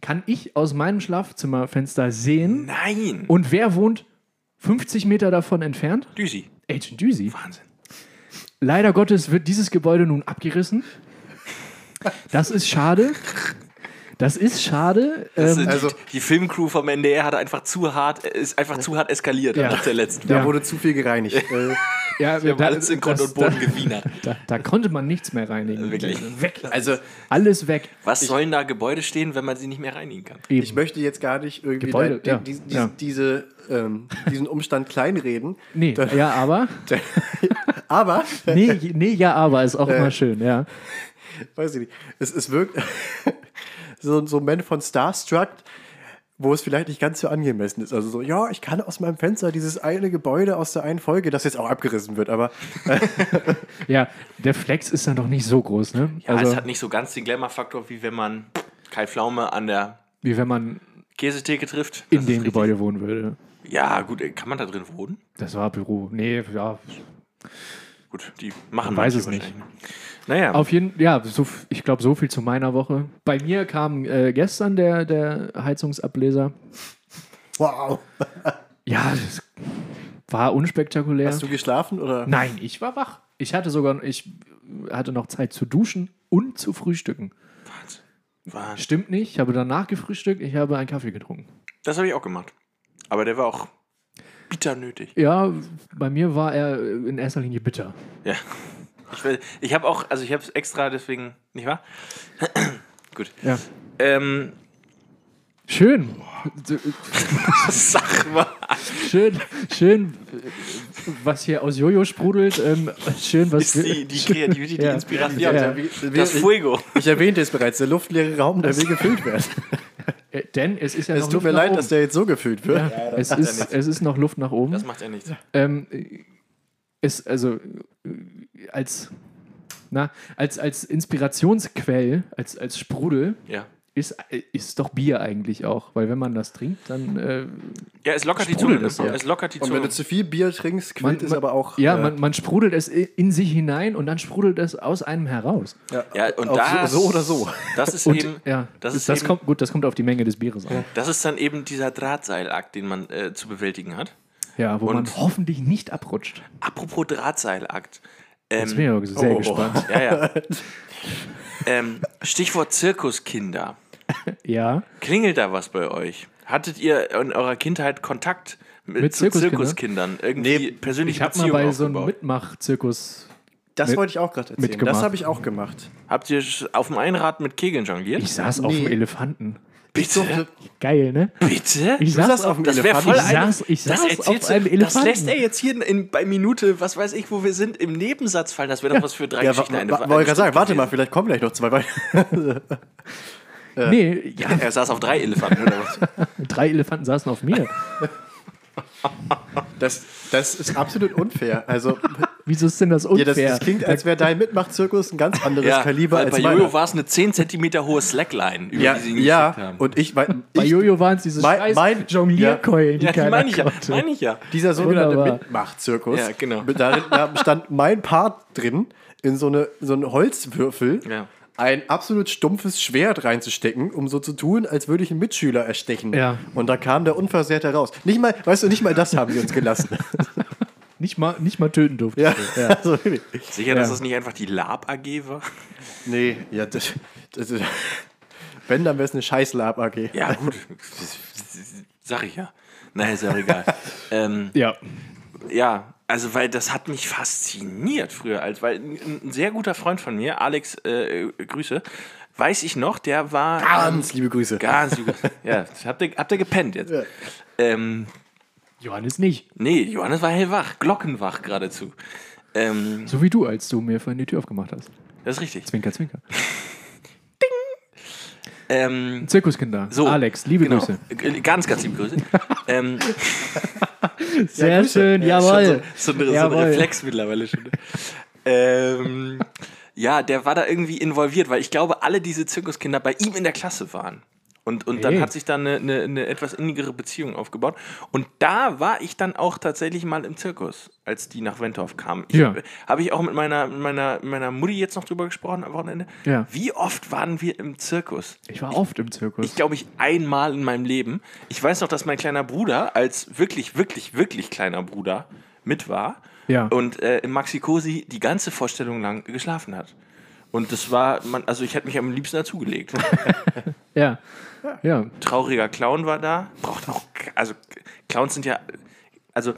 Speaker 3: kann ich aus meinem Schlafzimmerfenster sehen.
Speaker 4: Nein!
Speaker 3: Und wer wohnt 50 Meter davon entfernt?
Speaker 4: Düsi.
Speaker 3: Agent Düsi.
Speaker 4: Wahnsinn.
Speaker 3: Leider Gottes wird dieses Gebäude nun abgerissen. Das ist schade. Das ist schade.
Speaker 4: Das
Speaker 3: Ähm,
Speaker 4: ist-
Speaker 2: also-
Speaker 4: die, die Filmcrew vom NDR hat einfach zu hart, äh, ist einfach zu hart eskaliert
Speaker 3: Ja.
Speaker 4: nach der letzten.
Speaker 2: Da
Speaker 3: Ja.
Speaker 2: wurde zu viel *laughs* gereinigt. äh,
Speaker 3: ja,
Speaker 4: Wir haben alles in Grund und Boden gewienert.
Speaker 3: *laughs* da, da konnte man nichts mehr reinigen.
Speaker 4: Wirklich.
Speaker 3: Weg.
Speaker 2: also
Speaker 3: Alles weg.
Speaker 4: Was sollen da Gebäude stehen, wenn man sie nicht mehr reinigen kann?
Speaker 3: Eben.
Speaker 2: ich möchte jetzt gar nicht irgendwie
Speaker 3: Gebäude,
Speaker 2: die,
Speaker 3: ja,
Speaker 2: die, die,
Speaker 3: ja.
Speaker 2: Diese, ähm, diesen Umstand kleinreden.
Speaker 3: nee,
Speaker 2: Da-
Speaker 3: ja, aber.
Speaker 2: *laughs* Aber
Speaker 3: Nee, nee, ja, aber ist auch immer schön, ja.
Speaker 2: weiß ich nicht. Es, es wirkt *laughs* so, so ein Moment von Starstruck, wo es vielleicht nicht ganz so angemessen ist. Also so, ja, ich kann aus meinem Fenster dieses eine Gebäude aus der einen Folge, das jetzt auch abgerissen wird, aber
Speaker 3: Ja, der Flex ist dann doch nicht so groß, ne?
Speaker 4: Ja,
Speaker 3: also,
Speaker 4: es hat nicht so ganz den Glamour-Faktor, wie wenn man Kai Pflaume an der
Speaker 3: wie wenn man
Speaker 4: Käsetheke trifft. Das
Speaker 3: in
Speaker 4: ist
Speaker 3: dem
Speaker 4: richtig.
Speaker 3: Gebäude wohnen würde.
Speaker 4: Ja, gut, äh, kann man da drin wohnen?
Speaker 3: Das war Büro. Nee, ja.
Speaker 4: Gut, die machen
Speaker 3: Man weiß
Speaker 4: manche
Speaker 3: es nicht.
Speaker 4: wahrscheinlich. Naja,
Speaker 3: Auf jeden ja, so, f- ich glaube, so viel zu meiner Woche. Bei mir kam äh, gestern der, der Heizungsableser.
Speaker 2: wow.
Speaker 3: Ja, das war unspektakulär.
Speaker 2: Hast du geschlafen oder?
Speaker 3: Nein, ich war wach. Ich hatte sogar, ich hatte noch Zeit zu duschen und zu frühstücken.
Speaker 4: Wahnsinn.
Speaker 3: Stimmt nicht, ich habe danach gefrühstückt, ich habe einen Kaffee getrunken.
Speaker 4: das habe ich auch gemacht. Aber der war auch bitter nötig.
Speaker 3: Ja, bei mir war er in erster Linie bitter.
Speaker 4: Ja. Ich, will- ich habe auch, also ich habe es extra deswegen, nicht wahr? gut.
Speaker 3: Ja.
Speaker 4: Ähm,
Speaker 3: Schön. So,
Speaker 4: sag mal.
Speaker 3: Schön, schön, äh, was hier aus Jojo sprudelt. Ähm, schön, was.
Speaker 4: ist die, die Kreativität, die
Speaker 3: Ja.
Speaker 4: Inspiration.
Speaker 3: Ja, ja.
Speaker 2: Wie- wie-
Speaker 4: Das
Speaker 2: ich,
Speaker 4: Fuego.
Speaker 2: ich erwähnte es bereits, der luftleere Raum, der will gefüllt
Speaker 3: *laughs*
Speaker 2: werden.
Speaker 3: Äh, Denn es ist ja
Speaker 2: Es
Speaker 3: noch
Speaker 2: tut
Speaker 3: Luft
Speaker 2: mir
Speaker 3: nach
Speaker 2: leid,
Speaker 3: oben.
Speaker 2: dass der jetzt so gefüllt wird.
Speaker 3: Ja, es, ist, es ist noch Luft nach oben.
Speaker 4: Das macht ja nichts.
Speaker 3: ähm, ist also äh, als, na, als, als Inspirationsquell, als, als Sprudel,
Speaker 4: Ja.
Speaker 3: ist, äh, ist doch Bier eigentlich auch. Weil wenn man das trinkt, dann. Äh,
Speaker 4: Ja, es lockert die
Speaker 3: Sprudelt
Speaker 4: Zunge. ne?
Speaker 3: das so.
Speaker 4: Es lockert die
Speaker 2: Und wenn
Speaker 4: Zunge.
Speaker 2: du zu viel Bier trinkst,
Speaker 3: man,
Speaker 2: quillt es
Speaker 3: man-
Speaker 2: aber auch.
Speaker 3: Ja,
Speaker 2: äh,
Speaker 3: man, man sprudelt es i- in sich hinein und dann sprudelt es aus einem heraus.
Speaker 4: Ja, und
Speaker 2: auch
Speaker 4: das,
Speaker 2: so, so oder so.
Speaker 4: Das ist
Speaker 3: Und,
Speaker 4: eben,
Speaker 3: ja,
Speaker 4: das ist eben-
Speaker 3: kommt, gut, das kommt auf die Menge des Bieres an.
Speaker 4: das ist dann eben dieser Drahtseilakt, den man äh, zu bewältigen hat.
Speaker 3: Ja, wo
Speaker 4: Und-
Speaker 3: man hoffentlich nicht abrutscht.
Speaker 4: Apropos Drahtseilakt. Ähm,
Speaker 3: Jetzt bin ich aber sehr
Speaker 2: oh, oh.
Speaker 3: gespannt. *laughs*
Speaker 4: ja, ja. ähm, Stichwort Zirkuskinder.
Speaker 3: Ja,
Speaker 4: Klingelt da was bei euch? Hattet ihr in eurer Kindheit Kontakt mit,
Speaker 3: Mit
Speaker 4: zu
Speaker 3: Zirkuskindern?
Speaker 4: Zirkuskindern? Irgendwie
Speaker 2: Nee,
Speaker 4: persönliche
Speaker 3: ich habe mal
Speaker 4: Beziehung
Speaker 3: bei so einem
Speaker 4: aufgebaut?
Speaker 3: Mitmach-Zirkus.
Speaker 2: Das
Speaker 3: mit-
Speaker 2: wollte ich auch gerade erzählen.
Speaker 3: mitgemacht.
Speaker 2: Das habe ich auch gemacht.
Speaker 4: Habt ihr sch- auf dem Einrad mit Kegeln jongliert?
Speaker 3: Ich saß auf
Speaker 2: Nee.
Speaker 3: dem Elefanten.
Speaker 2: Bitte? Ich durfte,
Speaker 3: Geil, ne?
Speaker 4: Bitte?
Speaker 3: Ich
Speaker 2: Du saßt auf dem
Speaker 4: Das wäre
Speaker 2: Elefanten.
Speaker 4: voll
Speaker 3: Ich
Speaker 4: eine-
Speaker 3: saß- ich
Speaker 4: das
Speaker 3: saß
Speaker 4: erzählst
Speaker 3: auf
Speaker 4: du-
Speaker 3: einem
Speaker 4: Das
Speaker 3: Elefanten.
Speaker 4: lässt er jetzt hier in, bei Minute, was weiß ich, wo wir sind, im Nebensatz fallen. Das wäre doch was für drei
Speaker 2: ja, wa-
Speaker 4: Geschichten. eine-
Speaker 2: wa-
Speaker 4: eine
Speaker 2: wollte gerade sagen,
Speaker 4: Stunde
Speaker 2: warte mal,
Speaker 4: gewesen.
Speaker 2: vielleicht kommen gleich noch zwei weitere.
Speaker 3: Nee, ja,
Speaker 4: Er saß auf drei Elefanten oder was?
Speaker 3: drei Elefanten saßen
Speaker 2: *laughs*
Speaker 3: auf mir.
Speaker 2: Das, das ist absolut unfair. Also,
Speaker 3: Wieso ist denn das
Speaker 2: ja,
Speaker 3: *laughs* unfair?
Speaker 2: das, das klingt, als wäre dein Mitmachzirkus ein ganz anderes Kaliber
Speaker 4: weil
Speaker 2: als
Speaker 4: bei
Speaker 2: meiner.
Speaker 4: Jojo war es eine 10 cm hohe Slackline, über
Speaker 2: ja,
Speaker 4: die sie ihn geschickt
Speaker 2: ja
Speaker 4: haben.
Speaker 2: und ich, weil,
Speaker 3: Bei
Speaker 2: ich
Speaker 3: Jojo waren es diese
Speaker 2: Mein-
Speaker 3: scheiß
Speaker 2: mein-
Speaker 3: Jonglierkeulen, die
Speaker 4: ja, die
Speaker 3: keiner
Speaker 4: meine ich ja,
Speaker 3: konnte.
Speaker 4: meine ich ja.
Speaker 2: dieser sogenannte
Speaker 3: Wunderbar.
Speaker 2: Mitmachzirkus,
Speaker 4: Ja, genau.
Speaker 2: darin
Speaker 4: *laughs*
Speaker 2: da stand mein Part drin, in so, eine, so einen Holzwürfel
Speaker 4: Ja.
Speaker 2: ein absolut stumpfes Schwert reinzustecken, um so zu tun, als würde ich einen Mitschüler erstechen.
Speaker 3: Ja.
Speaker 2: Und da kam der unversehrt heraus. Nicht mal, weißt du, nicht mal das haben sie uns gelassen.
Speaker 3: Nicht, mal, nicht mal töten
Speaker 2: *laughs*
Speaker 3: durfte.
Speaker 2: ja. Also,
Speaker 4: Sicher, dass das nicht einfach die Lab AG war?
Speaker 2: nee, ja, das, das, ist- wenn, dann wäre es eine scheiß Lab AG.
Speaker 4: Ja, gut. *laughs* Sag ich ja. Naja, ist ja auch egal. ähm,
Speaker 3: Ja.
Speaker 4: Ja, also weil das hat mich fasziniert früher, als weil ein, ein sehr guter Freund von mir, Alex, äh, äh, Grüße, weiß ich noch, der war
Speaker 2: Ganz liebe Grüße.
Speaker 4: ganz lieb. ja, das habt ihr, habt ihr gepennt jetzt.
Speaker 2: Ja.
Speaker 4: Ähm,
Speaker 3: Johannes nicht.
Speaker 4: nee, Johannes war hellwach, glockenwach geradezu. Ähm,
Speaker 3: So wie du, als du mir vorhin die Tür aufgemacht hast.
Speaker 4: das ist richtig.
Speaker 3: Zwinker, zwinker.
Speaker 4: Ähm,
Speaker 3: Zirkuskinder.
Speaker 4: so,
Speaker 3: Alex, liebe
Speaker 4: genau.
Speaker 3: Grüße.
Speaker 4: G- Ganz, ganz liebe Grüße. ähm,
Speaker 3: Sehr schön, jawohl.
Speaker 4: so, ein- so ein
Speaker 3: Jawohl.
Speaker 4: Reflex mittlerweile schon. ne? ähm, ja, der war da irgendwie involviert, weil ich glaube, alle diese Zirkuskinder bei ihm in der Klasse waren. Und, und dann
Speaker 3: Hey.
Speaker 4: hat sich dann eine, eine, eine etwas innigere Beziehung aufgebaut. Und da war ich dann auch tatsächlich mal im Zirkus, als die nach Wentorf kamen. Ich-
Speaker 3: Ja.
Speaker 4: Habe ich auch mit meiner, mit meiner, mit meiner Mutti jetzt noch drüber gesprochen am Wochenende.
Speaker 3: Ja.
Speaker 4: Wie oft waren wir im Zirkus?
Speaker 3: Ich war oft im Zirkus.
Speaker 4: Ich glaube, ich einmal in meinem Leben. Ich weiß noch, dass mein kleiner Bruder als wirklich, wirklich, wirklich kleiner Bruder mit war
Speaker 3: Ja.
Speaker 4: und äh, im Maxi Cosi die ganze Vorstellung lang geschlafen hat. Und das war, man, also ich hätte mich am
Speaker 3: *laughs*
Speaker 4: liebsten dazugelegt.
Speaker 3: Ja. Ja.
Speaker 4: Trauriger Clown war da. Braucht auch, also Clowns sind ja, also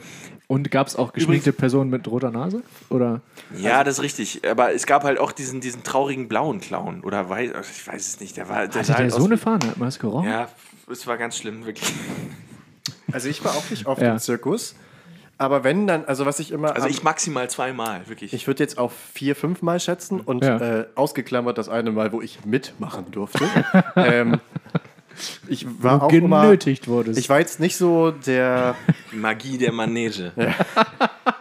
Speaker 3: Und gab es auch geschminkte Personen mit roter Nase? Oder?
Speaker 4: Ja,
Speaker 3: Also
Speaker 4: das ist richtig. Aber es gab halt auch diesen, diesen traurigen blauen Clown. Oder weiß, ich weiß es nicht. Der war der
Speaker 3: Hatte
Speaker 4: sah
Speaker 3: der
Speaker 4: halt
Speaker 3: so
Speaker 4: aus
Speaker 3: eine
Speaker 4: wie-
Speaker 3: Fahne? Hat man das gerochen?
Speaker 4: Ja, es war ganz schlimm, wirklich.
Speaker 2: Also ich war auch nicht oft
Speaker 3: Ja.
Speaker 2: im Zirkus. Aber wenn dann, also was ich immer.
Speaker 4: Also
Speaker 2: am-
Speaker 4: ich maximal zweimal, wirklich.
Speaker 2: ich würde jetzt auf vier, fünf Mal schätzen und
Speaker 3: Ja.
Speaker 2: äh, ausgeklammert das eine Mal, wo ich mitmachen *laughs* durfte. ähm, ich war auch immer.
Speaker 3: Genötigt wurde es.
Speaker 2: Ich war jetzt nicht so der.
Speaker 4: Die Magie der Manege.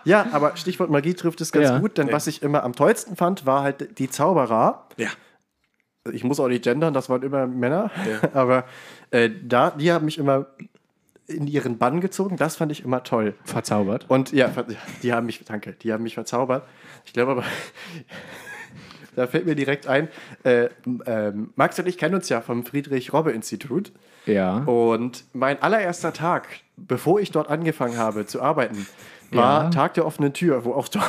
Speaker 2: Ja, aber Stichwort Magie trifft es ganz
Speaker 3: Ja.
Speaker 2: gut, denn was ich immer am tollsten fand, war halt die Zauberer.
Speaker 4: Ja.
Speaker 2: Ich muss auch nicht gendern, das waren immer Männer,
Speaker 4: Ja.
Speaker 2: *laughs* aber äh, da, die haben mich immer in ihren Bann gezogen. Das fand ich immer toll.
Speaker 3: Verzaubert.
Speaker 2: Und ja, ver- die haben mich, danke, die haben mich verzaubert. Ich glaube aber, *laughs* da fällt mir direkt ein, äh, ähm, Max und ich kennen uns ja vom Friedrich-Robbe-Institut.
Speaker 3: Ja.
Speaker 2: Oh, Und mein allererster Tag, bevor ich dort angefangen habe zu arbeiten, war
Speaker 3: Ja.
Speaker 2: Tag der offenen Tür, wo auch *laughs* dort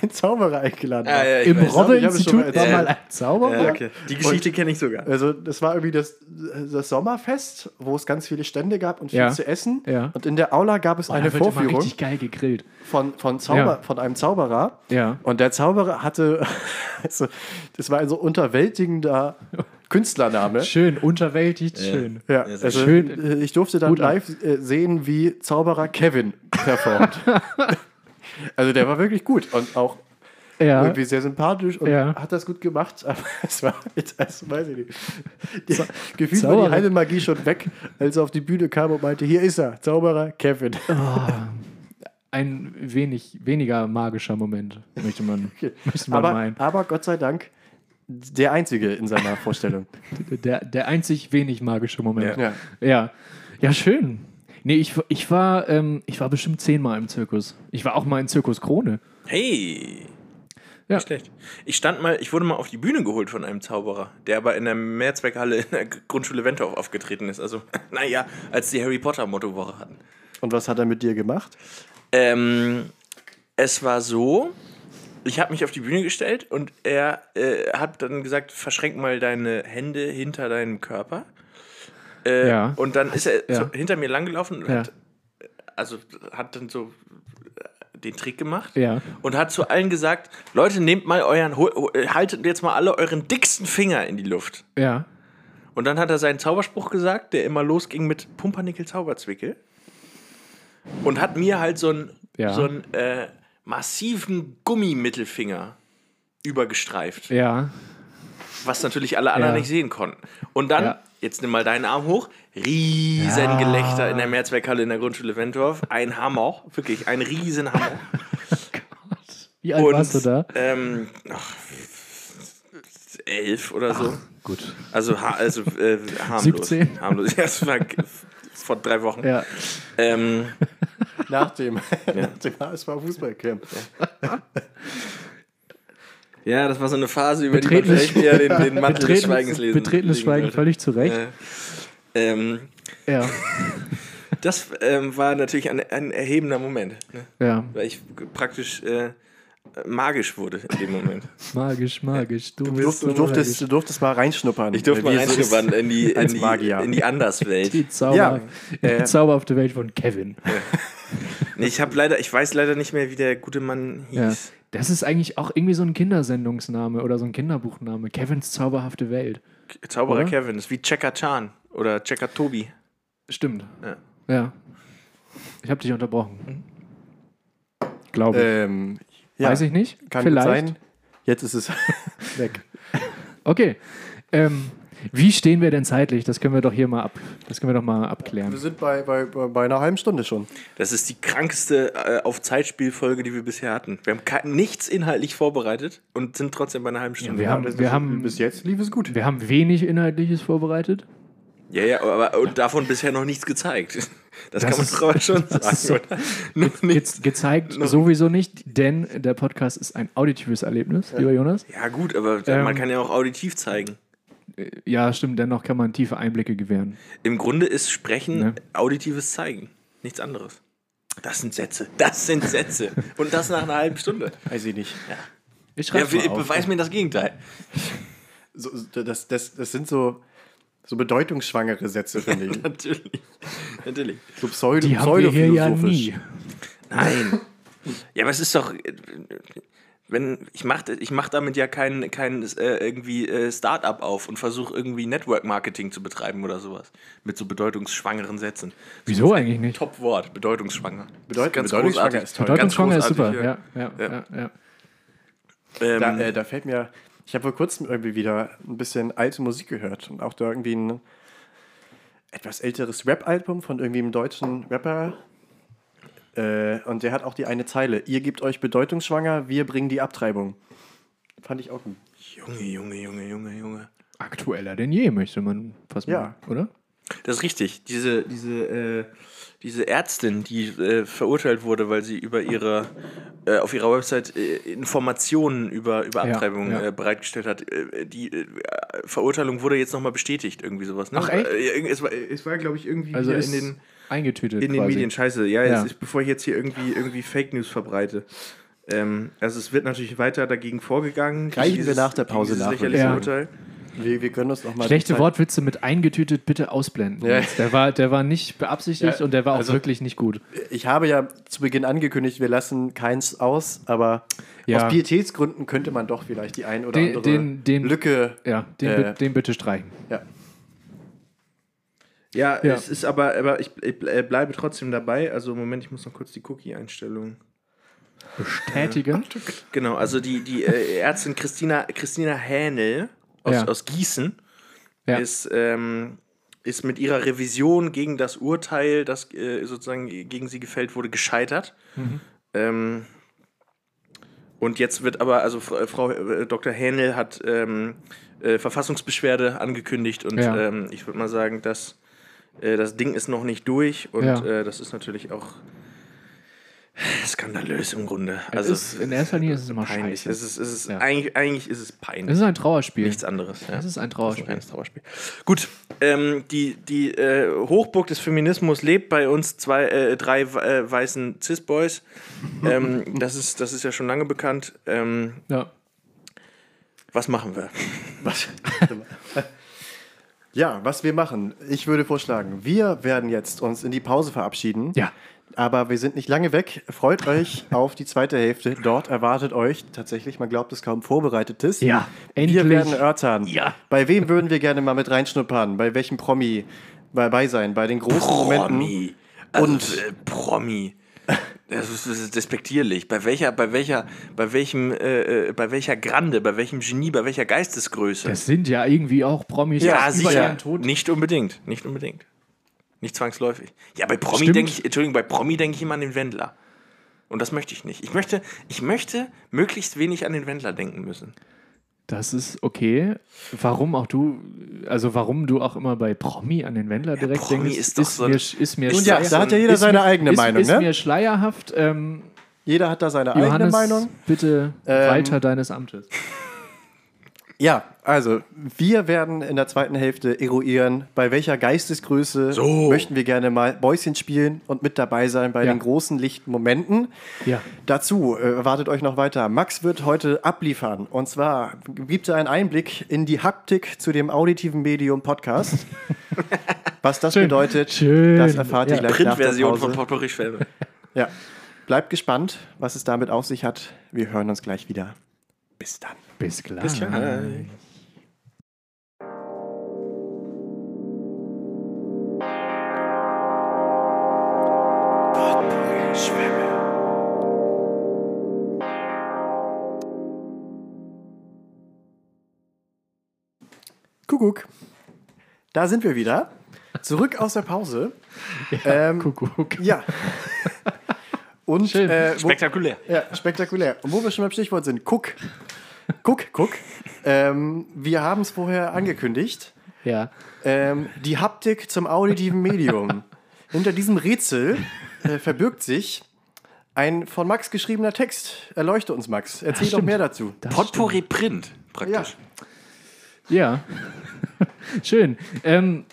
Speaker 2: ein Zauberer eingeladen
Speaker 3: Ah,
Speaker 2: war.
Speaker 4: ja,
Speaker 3: Im
Speaker 2: weiß noch, ich habe es schon mal
Speaker 3: Robbe-Institut war
Speaker 2: erzählt.
Speaker 3: mal ein Zauberer.
Speaker 4: Ja, okay. Die Geschichte kenne ich sogar.
Speaker 2: Also das war irgendwie das, das Sommerfest, wo es ganz viele Stände gab und viel
Speaker 3: Ja.
Speaker 2: zu essen.
Speaker 3: Ja.
Speaker 2: Und in der Aula gab es
Speaker 3: Boah,
Speaker 2: eine
Speaker 3: da wird immer
Speaker 2: Vorführung
Speaker 3: richtig geil gegrillt.
Speaker 2: von, von, Zauber,
Speaker 3: Ja.
Speaker 2: von einem Zauberer.
Speaker 3: Ja.
Speaker 2: Und der Zauberer hatte, *laughs* also, das war ein so
Speaker 3: *laughs*
Speaker 2: unterwältigender Künstlername.
Speaker 3: Schön, unterwältigt, schön.
Speaker 2: Ja,
Speaker 4: sehr
Speaker 2: also
Speaker 3: schön.
Speaker 2: äh, ich durfte dann
Speaker 3: Gut an.
Speaker 2: live äh, sehen, wie Zauberer Kevin
Speaker 3: *laughs*
Speaker 2: performt. also der war wirklich gut und auch
Speaker 3: Ja.
Speaker 2: irgendwie sehr sympathisch und
Speaker 3: Ja.
Speaker 2: hat das gut gemacht, *laughs* aber es war, das weiß ich nicht. Die, gefühlt war
Speaker 3: Zauberer.
Speaker 2: die halbe Magie schon weg, als er auf die Bühne kam und meinte, hier ist er, Zauberer Kevin.
Speaker 3: Ein wenig weniger magischer Moment, möchte man, möchte man
Speaker 2: aber,
Speaker 3: meinen.
Speaker 2: aber Gott sei Dank der Einzige in seiner
Speaker 4: *laughs*
Speaker 2: Vorstellung.
Speaker 3: Der, der einzig wenig magische Moment.
Speaker 2: Ja.
Speaker 3: Ja, ja schön. Nee, ich, ich, war, ähm, ich war bestimmt zehnmal im Zirkus. Ich war auch mal in Zirkus Krone.
Speaker 4: Hey.
Speaker 3: Ja.
Speaker 4: Nicht schlecht. Ich stand mal, ich wurde mal auf die Bühne geholt von einem Zauberer, der aber in der Mehrzweckhalle in der Grundschule Wentorf aufgetreten ist. Also, *laughs* naja, als die Harry Potter Mottowoche hatten.
Speaker 2: Und was hat er mit dir gemacht?
Speaker 4: Ähm, es war so, ich habe mich auf die Bühne gestellt und er äh, hat dann gesagt, verschränk mal deine Hände hinter deinem Körper. Äh,
Speaker 3: Ja.
Speaker 4: Und dann ist er
Speaker 3: Ja.
Speaker 4: so hinter mir langgelaufen und
Speaker 3: Ja.
Speaker 4: hat, also, hat dann so äh, den Trick gemacht
Speaker 3: Ja.
Speaker 4: und hat zu allen gesagt, Leute, nehmt mal euren, hol- hol- haltet jetzt mal alle euren dicksten Finger in die Luft.
Speaker 3: Ja.
Speaker 4: Und dann hat er seinen Zauberspruch gesagt, der immer losging mit Pumpernickel Zauberzwickel. Und hat mir halt so einen,
Speaker 3: Ja.
Speaker 4: so einen äh, massiven Gummimittelfinger übergestreift,
Speaker 3: Ja.
Speaker 4: was natürlich alle anderen
Speaker 3: Ja.
Speaker 4: nicht sehen konnten. Und dann,
Speaker 3: Ja.
Speaker 4: jetzt nimm mal deinen Arm hoch, riesen
Speaker 3: Ja.
Speaker 4: Gelächter in der Mehrzweckhalle in der Grundschule Wentorf, ein Hammer, wirklich ein riesen Hammer.
Speaker 3: *laughs* Wie alt warst du da?
Speaker 4: Ähm, ach, elf oder so.
Speaker 3: Gut.
Speaker 4: Also, ha also äh, harmlos.
Speaker 3: 17.
Speaker 4: Harmlos. Ja, das war g- vor drei Wochen.
Speaker 3: Ja.
Speaker 4: Ähm,
Speaker 2: Nach dem, nach *laughs* dem HSV-Fußballcamp.
Speaker 4: ja, das war so eine Phase, über
Speaker 3: Betretenes-
Speaker 4: die man vielleicht eher den, den Mantel des Schweigens
Speaker 3: Betretenes,
Speaker 4: lesen
Speaker 3: betretenes
Speaker 4: legen
Speaker 3: Schweigen,
Speaker 4: sollte.
Speaker 3: völlig zu Recht.
Speaker 4: Äh, ähm,
Speaker 3: Ja.
Speaker 4: das ähm, war natürlich ein, ein erhebender Moment, ne?
Speaker 3: Ja.
Speaker 4: weil ich g- praktisch äh, magisch wurde in
Speaker 3: *laughs*
Speaker 4: dem Moment.
Speaker 3: Magisch, magisch. Du,
Speaker 2: Äh, Du,
Speaker 3: bist
Speaker 2: durft,
Speaker 3: so
Speaker 2: du, durftest, du
Speaker 3: magisch.
Speaker 2: durftest mal reinschnuppern.
Speaker 4: Ich durfte
Speaker 2: Wie
Speaker 4: mal
Speaker 2: es so ist.
Speaker 4: reinschnuppern in die, in
Speaker 2: als
Speaker 4: die,
Speaker 2: Magier.
Speaker 4: in die
Speaker 3: *laughs*
Speaker 4: Anderswelt.
Speaker 3: Die Zauber,
Speaker 2: Ja, äh,
Speaker 3: die zauberhafte Welt von Kevin.
Speaker 4: Nee, ich habe leider, ich weiß leider nicht mehr, wie der gute Mann
Speaker 3: Ja.
Speaker 4: hieß.
Speaker 3: Das ist eigentlich auch irgendwie so ein Kindersendungsname oder so ein Kinderbuchname. Kevins zauberhafte Welt.
Speaker 4: Zauberer
Speaker 3: Oder?
Speaker 4: Kevin, das ist wie Checker Chan oder Checker Tobi.
Speaker 3: Stimmt.
Speaker 4: Ja.
Speaker 3: Ja. Ich habe dich unterbrochen. Glaube ich.
Speaker 2: Ähm, Hm. ja,
Speaker 3: Weiß ich nicht.
Speaker 2: Kann
Speaker 3: Vielleicht.
Speaker 2: sein. Jetzt ist
Speaker 3: *laughs*
Speaker 2: es weg.
Speaker 3: Okay. Ähm, wie stehen wir denn zeitlich? Das können wir doch hier mal ab. Das können wir doch mal abklären.
Speaker 2: Wir sind bei, bei, bei einer halben Stunde schon.
Speaker 4: Das ist die krankeste äh, auf Zeitspielfolge, die wir bisher hatten. Wir haben ke- nichts inhaltlich vorbereitet und sind trotzdem bei einer halben Stunde.
Speaker 3: wir haben, wir haben,
Speaker 2: Bis jetzt lief es gut.
Speaker 3: wir haben wenig Inhaltliches vorbereitet.
Speaker 4: ja, ja, aber und davon bisher noch nichts gezeigt. *laughs* Das,
Speaker 3: Das
Speaker 4: kann man
Speaker 3: ist-
Speaker 4: doch aber schon
Speaker 3: *laughs* das
Speaker 4: sagen.
Speaker 3: ist so-
Speaker 4: oder? *laughs* Nur nichts.
Speaker 3: Jetzt gezeigt sowieso nicht, denn der Podcast ist ein auditives Erlebnis, lieber Jonas.
Speaker 4: Ja, gut, aber
Speaker 3: Ähm.
Speaker 4: man kann ja auch auditiv zeigen.
Speaker 3: Ja, stimmt, dennoch kann man tiefe Einblicke gewähren.
Speaker 4: Im Grunde ist Sprechen
Speaker 3: Ne.
Speaker 4: auditives Zeigen. Nichts anderes. Das sind Sätze. Das sind Sätze. Und das nach einer halben
Speaker 3: *laughs*
Speaker 4: Stunde.
Speaker 2: Weiß ich nicht.
Speaker 3: Ich schreibe
Speaker 4: Ja,
Speaker 3: ja,
Speaker 4: wie-
Speaker 3: mal auf.
Speaker 4: beweis mir
Speaker 3: *laughs*
Speaker 4: das Gegenteil.
Speaker 2: So, das, das, das sind so, so bedeutungsschwangere Sätze, finde *laughs* ich.
Speaker 4: Natürlich. Natürlich.
Speaker 2: So pseudo,
Speaker 3: Die haben wir hier ja
Speaker 2: pseudophilosophisch.
Speaker 3: nie.
Speaker 4: Nein. Ja, aber es ist doch. äh, Wenn, ich mache ich mach damit ja kein, kein äh, irgendwie äh, Start-up auf und versuche irgendwie Network-Marketing zu betreiben oder sowas. Mit so bedeutungsschwangeren Sätzen.
Speaker 3: Wieso eigentlich nicht?
Speaker 4: Top-Wort, bedeutungsschwanger.
Speaker 2: Bedeut-
Speaker 4: Ganz
Speaker 2: bedeutungsschwanger
Speaker 4: großartig.
Speaker 2: ist toll.
Speaker 3: Bedeutungsschwanger
Speaker 4: Ganz
Speaker 3: ist super.
Speaker 4: großartig,
Speaker 3: Ja, ja, ja. ja,
Speaker 4: Ähm,
Speaker 2: Da, äh, da fällt mir, ich habe vor kurzem irgendwie wieder ein bisschen alte Musik gehört und auch da irgendwie ein etwas älteres Rap-Album von irgendwie einem deutschen Rapper. Äh, und der hat auch die eine Zeile: Ihr gebt euch bedeutungsschwanger, wir bringen die Abtreibung. Fand ich auch gut.
Speaker 4: Junge, Junge, Junge, Junge, Junge.
Speaker 3: Aktueller denn je, möchte man fast
Speaker 2: Ja.
Speaker 3: mal, oder?
Speaker 4: Das ist richtig. Diese, diese, äh, diese Ärztin, die äh, verurteilt wurde, weil sie über ihre äh, auf ihrer Website äh, Informationen über, über
Speaker 3: Ja,
Speaker 4: Abtreibungen
Speaker 3: ja.
Speaker 4: Äh, bereitgestellt hat. Äh, die äh, Verurteilung wurde jetzt nochmal bestätigt, irgendwie sowas. Ne?
Speaker 3: Ach, echt?
Speaker 4: Äh, es war, es war glaube ich, irgendwie
Speaker 3: Also
Speaker 4: wieder
Speaker 3: ist
Speaker 4: in den,
Speaker 3: eingetütet
Speaker 4: in den
Speaker 3: quasi.
Speaker 4: Medien. Scheiße, ja,
Speaker 3: Ja.
Speaker 4: Es ist, bevor ich jetzt hier irgendwie, irgendwie Fake News verbreite. Ähm, also es wird natürlich weiter dagegen vorgegangen.
Speaker 2: Greifen wir
Speaker 4: gegen
Speaker 2: nach der Pause
Speaker 4: gegen
Speaker 2: nach,
Speaker 4: dieses
Speaker 2: würde
Speaker 4: lächerliche
Speaker 3: ich sagen.
Speaker 4: Urteil.
Speaker 2: Wir, wir können uns nochmal.
Speaker 3: Schlechte Wortwitze mit eingetütet bitte ausblenden.
Speaker 2: Ja.
Speaker 3: Der, war, der war nicht beabsichtigt
Speaker 2: Ja,
Speaker 3: und der war auch
Speaker 2: also-
Speaker 3: wirklich nicht gut.
Speaker 2: Ich habe ja zu Beginn angekündigt, wir lassen keins aus, aber
Speaker 3: Ja.
Speaker 2: aus Pietätsgründen könnte man doch vielleicht die ein oder
Speaker 3: Den-
Speaker 2: andere
Speaker 3: den- den-
Speaker 2: Lücke.
Speaker 3: Ja, den,
Speaker 2: Äh.
Speaker 3: bi- den bitte streichen.
Speaker 2: Ja.
Speaker 4: Ja,
Speaker 3: Ja.
Speaker 4: es ist aber, aber ich, ich ble- äh, bleibe trotzdem dabei. Also Moment, ich muss noch kurz die Cookie-Einstellung. *laughs*
Speaker 3: Bestätigen.
Speaker 4: Genau, also die, die äh, Ärztin Christina, Christina Hähnel aus,
Speaker 3: Ja.
Speaker 4: aus Gießen
Speaker 3: Ja.
Speaker 4: ist, ähm, ist mit ihrer Revision gegen das Urteil, das äh, sozusagen gegen sie gefällt wurde, gescheitert.
Speaker 3: Mhm.
Speaker 4: Ähm, und jetzt wird aber, also Fra- Frau äh, Dr. Hähnel hat ähm, äh, Verfassungsbeschwerde angekündigt und
Speaker 3: Ja.
Speaker 4: ähm, ich würde mal sagen, dass äh, das Ding ist noch nicht durch und
Speaker 3: Ja.
Speaker 4: äh, das ist natürlich auch skandalös im Grunde.
Speaker 3: Also, ist, in erster Linie ist es immer
Speaker 4: Peinlich.
Speaker 3: scheiße.
Speaker 4: Es ist, es ist,
Speaker 3: Ja.
Speaker 4: eigentlich, eigentlich ist es
Speaker 3: Es
Speaker 4: peinlich.
Speaker 3: ist ein Trauerspiel.
Speaker 4: Nichts anderes. Ja.
Speaker 3: Es ist ein
Speaker 4: Das
Speaker 3: Trauerspiel.
Speaker 4: kleines Trauerspiel. Gut, ähm, die, die äh, Hochburg des Feminismus lebt bei uns zwei, äh, drei äh, weißen Cis-Boys. ähm, das, ist, das ist ja schon lange bekannt. Ähm,
Speaker 3: Ja.
Speaker 4: was machen wir?
Speaker 2: Was? *laughs* ja, was wir machen. Ich würde vorschlagen, wir werden jetzt uns in die Pause verabschieden.
Speaker 3: ja.
Speaker 2: Aber wir sind nicht lange weg. Freut euch *laughs* auf die zweite Hälfte. Dort erwartet euch tatsächlich, man glaubt es kaum, vorbereitetes.
Speaker 3: Ja,
Speaker 2: Wir
Speaker 3: endlich.
Speaker 2: werden erörtern.
Speaker 4: Ja.
Speaker 2: Bei wem würden wir gerne mal mit reinschnuppern? Bei welchem Promi dabei sein? Bei den großen Momenten?
Speaker 4: Promi. Also,
Speaker 2: Und-
Speaker 4: äh, Promi. Das ist, das ist despektierlich. Bei welcher, bei welcher, bei welchem, äh, äh, bei welcher Grande, bei welchem Genie, bei welcher Geistesgröße?
Speaker 3: Das sind ja irgendwie auch Promis
Speaker 4: Ja,
Speaker 3: die über
Speaker 4: sicher.
Speaker 3: ihren Tod.
Speaker 4: Nicht unbedingt, nicht unbedingt. Nicht zwangsläufig. Ja, bei Promi
Speaker 3: Stimmt.
Speaker 4: denke ich, Entschuldigung, bei Promi denke ich immer an den Wendler. Und das möchte ich nicht. Ich möchte, ich möchte möglichst wenig an den Wendler denken müssen.
Speaker 3: Das ist okay. Warum auch du, also warum du auch immer bei Promi an den Wendler direkt
Speaker 4: Promi
Speaker 3: denkst,
Speaker 4: ist doch so ein-
Speaker 3: mir, ist mir
Speaker 2: Und ja,
Speaker 3: schleierhaft.
Speaker 2: da hat ja jeder
Speaker 3: Ist
Speaker 2: seine
Speaker 3: mir-
Speaker 2: eigene
Speaker 3: ist,
Speaker 2: Meinung,
Speaker 3: ist
Speaker 2: ne?
Speaker 3: mir schleierhaft. Ähm,
Speaker 2: Jeder hat da seine eigene
Speaker 3: Johannes,
Speaker 2: Meinung.
Speaker 3: bitte
Speaker 2: Ähm,
Speaker 3: weiter deines Amtes.
Speaker 2: Ja, also wir werden in der zweiten Hälfte eruieren, bei welcher Geistesgröße
Speaker 4: So.
Speaker 2: möchten wir gerne mal Bäuschen spielen und mit dabei sein bei
Speaker 3: Ja.
Speaker 2: den großen lichten Momenten.
Speaker 3: Ja.
Speaker 2: Dazu äh, erwartet euch noch weiter. Max wird heute abliefern. Und zwar gibt er einen Einblick in die Haptik zu dem auditiven Medium
Speaker 3: *laughs*
Speaker 2: Podcast. Was das bedeutet,
Speaker 3: Schön.
Speaker 2: das erfahrt ihr
Speaker 3: Ja.
Speaker 2: gleich nach der
Speaker 4: Printversion von
Speaker 2: Pause.
Speaker 4: Potpourri Schwäbe.
Speaker 2: Ja. Bleibt gespannt, was es damit auf sich hat. Wir hören uns gleich wieder. Bis dann.
Speaker 3: Bis gleich.
Speaker 2: Kuckuck. Da sind wir wieder. Zurück aus der Pause. ähm,
Speaker 3: Kuckuck.
Speaker 2: Ja. Und
Speaker 3: Schön.
Speaker 2: äh, wo,
Speaker 4: Spektakulär.
Speaker 2: ja, spektakulär. Und wo wir schon beim Stichwort sind, guck. Guck, guck. Ähm, wir haben es vorher angekündigt.
Speaker 3: Ja.
Speaker 2: Ähm, die Haptik zum auditiven Medium. Hinter diesem Rätsel äh, verbirgt sich ein von Max geschriebener Text. Erleuchte uns, Max. Erzähl doch
Speaker 3: stimmt.
Speaker 2: mehr dazu.
Speaker 3: Das
Speaker 4: Potpourri Print,
Speaker 2: Ja.
Speaker 4: praktisch.
Speaker 3: Ja, *laughs* schön. Ähm,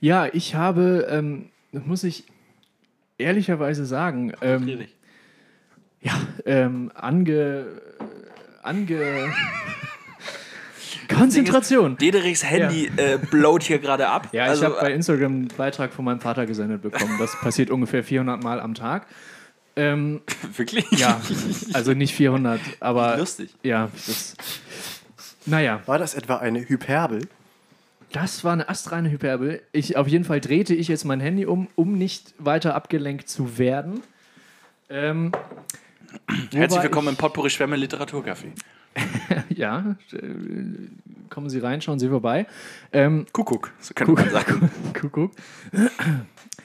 Speaker 3: ja, ich habe, ähm, muss ich ehrlicherweise sagen, ähm,
Speaker 4: Friedrich.
Speaker 3: ja, ähm, ange,
Speaker 4: *laughs*
Speaker 3: ange Konzentration.
Speaker 4: Dederichs Handy äh, blowt hier gerade ab.
Speaker 3: Ja,
Speaker 4: also,
Speaker 3: ich habe bei Instagram einen Beitrag von meinem Vater gesendet bekommen. Das passiert ungefähr 400 Mal am Tag. Ähm,
Speaker 4: äh, wirklich?
Speaker 3: ja, also nicht 400, aber
Speaker 4: Lustig.
Speaker 3: ja, das, naja.
Speaker 2: War das etwa eine Hyperbel?
Speaker 3: Das war eine astreine Hyperbel. Ich, auf jeden Fall drehte ich jetzt mein Handy um, um nicht weiter abgelenkt zu werden. Ähm,
Speaker 4: Herzlich
Speaker 3: wobei
Speaker 4: willkommen im Potpourri Schwemme Literaturcafé.
Speaker 3: Ich, *laughs* ja, äh, kommen Sie rein, schauen Sie vorbei. Ähm, *laughs*
Speaker 4: Kuckuck, so könnte man sagen.
Speaker 3: Kuckuck.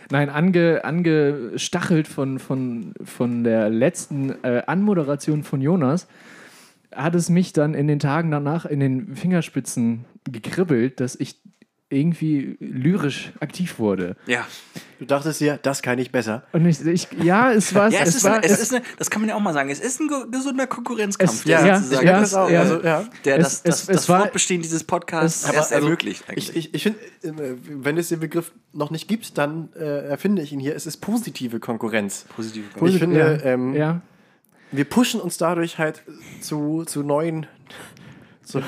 Speaker 3: Nein, ange, angestachelt von, von, von der letzten äh, Anmoderation von Jonas, hat es mich dann in den Tagen danach in den Fingerspitzen gekribbelt, dass ich irgendwie lyrisch aktiv wurde.
Speaker 4: Ja,
Speaker 2: Du dachtest dir, das kann ich besser.
Speaker 3: Und ich, ich ja, es war
Speaker 4: ja es,
Speaker 3: es,
Speaker 4: ist,
Speaker 3: war,
Speaker 4: eine, es ist eine, das kann man ja auch mal sagen, es ist ein ge- gesunder Konkurrenzkampf,
Speaker 3: Es-
Speaker 4: der
Speaker 3: ja,
Speaker 4: sozusagen
Speaker 3: ja,
Speaker 4: das,
Speaker 3: ja.
Speaker 4: äh,
Speaker 2: also, ja.
Speaker 4: der
Speaker 3: Es-
Speaker 4: das, das,
Speaker 3: es-
Speaker 4: das
Speaker 3: es war-
Speaker 4: Fortbestehen dieses Podcasts
Speaker 3: es-
Speaker 2: Aber
Speaker 4: erst
Speaker 2: also,
Speaker 4: ermöglicht. eigentlich.
Speaker 2: Ich, ich, ich finde, äh, wenn es den Begriff noch nicht gibt, dann äh, erfinde ich ihn hier. Es ist positive Konkurrenz.
Speaker 4: Positive
Speaker 2: ich finde,
Speaker 3: ja,
Speaker 2: ähm,
Speaker 3: ja.
Speaker 2: Wir pushen uns dadurch halt zu, zu neuen. *laughs* Zu,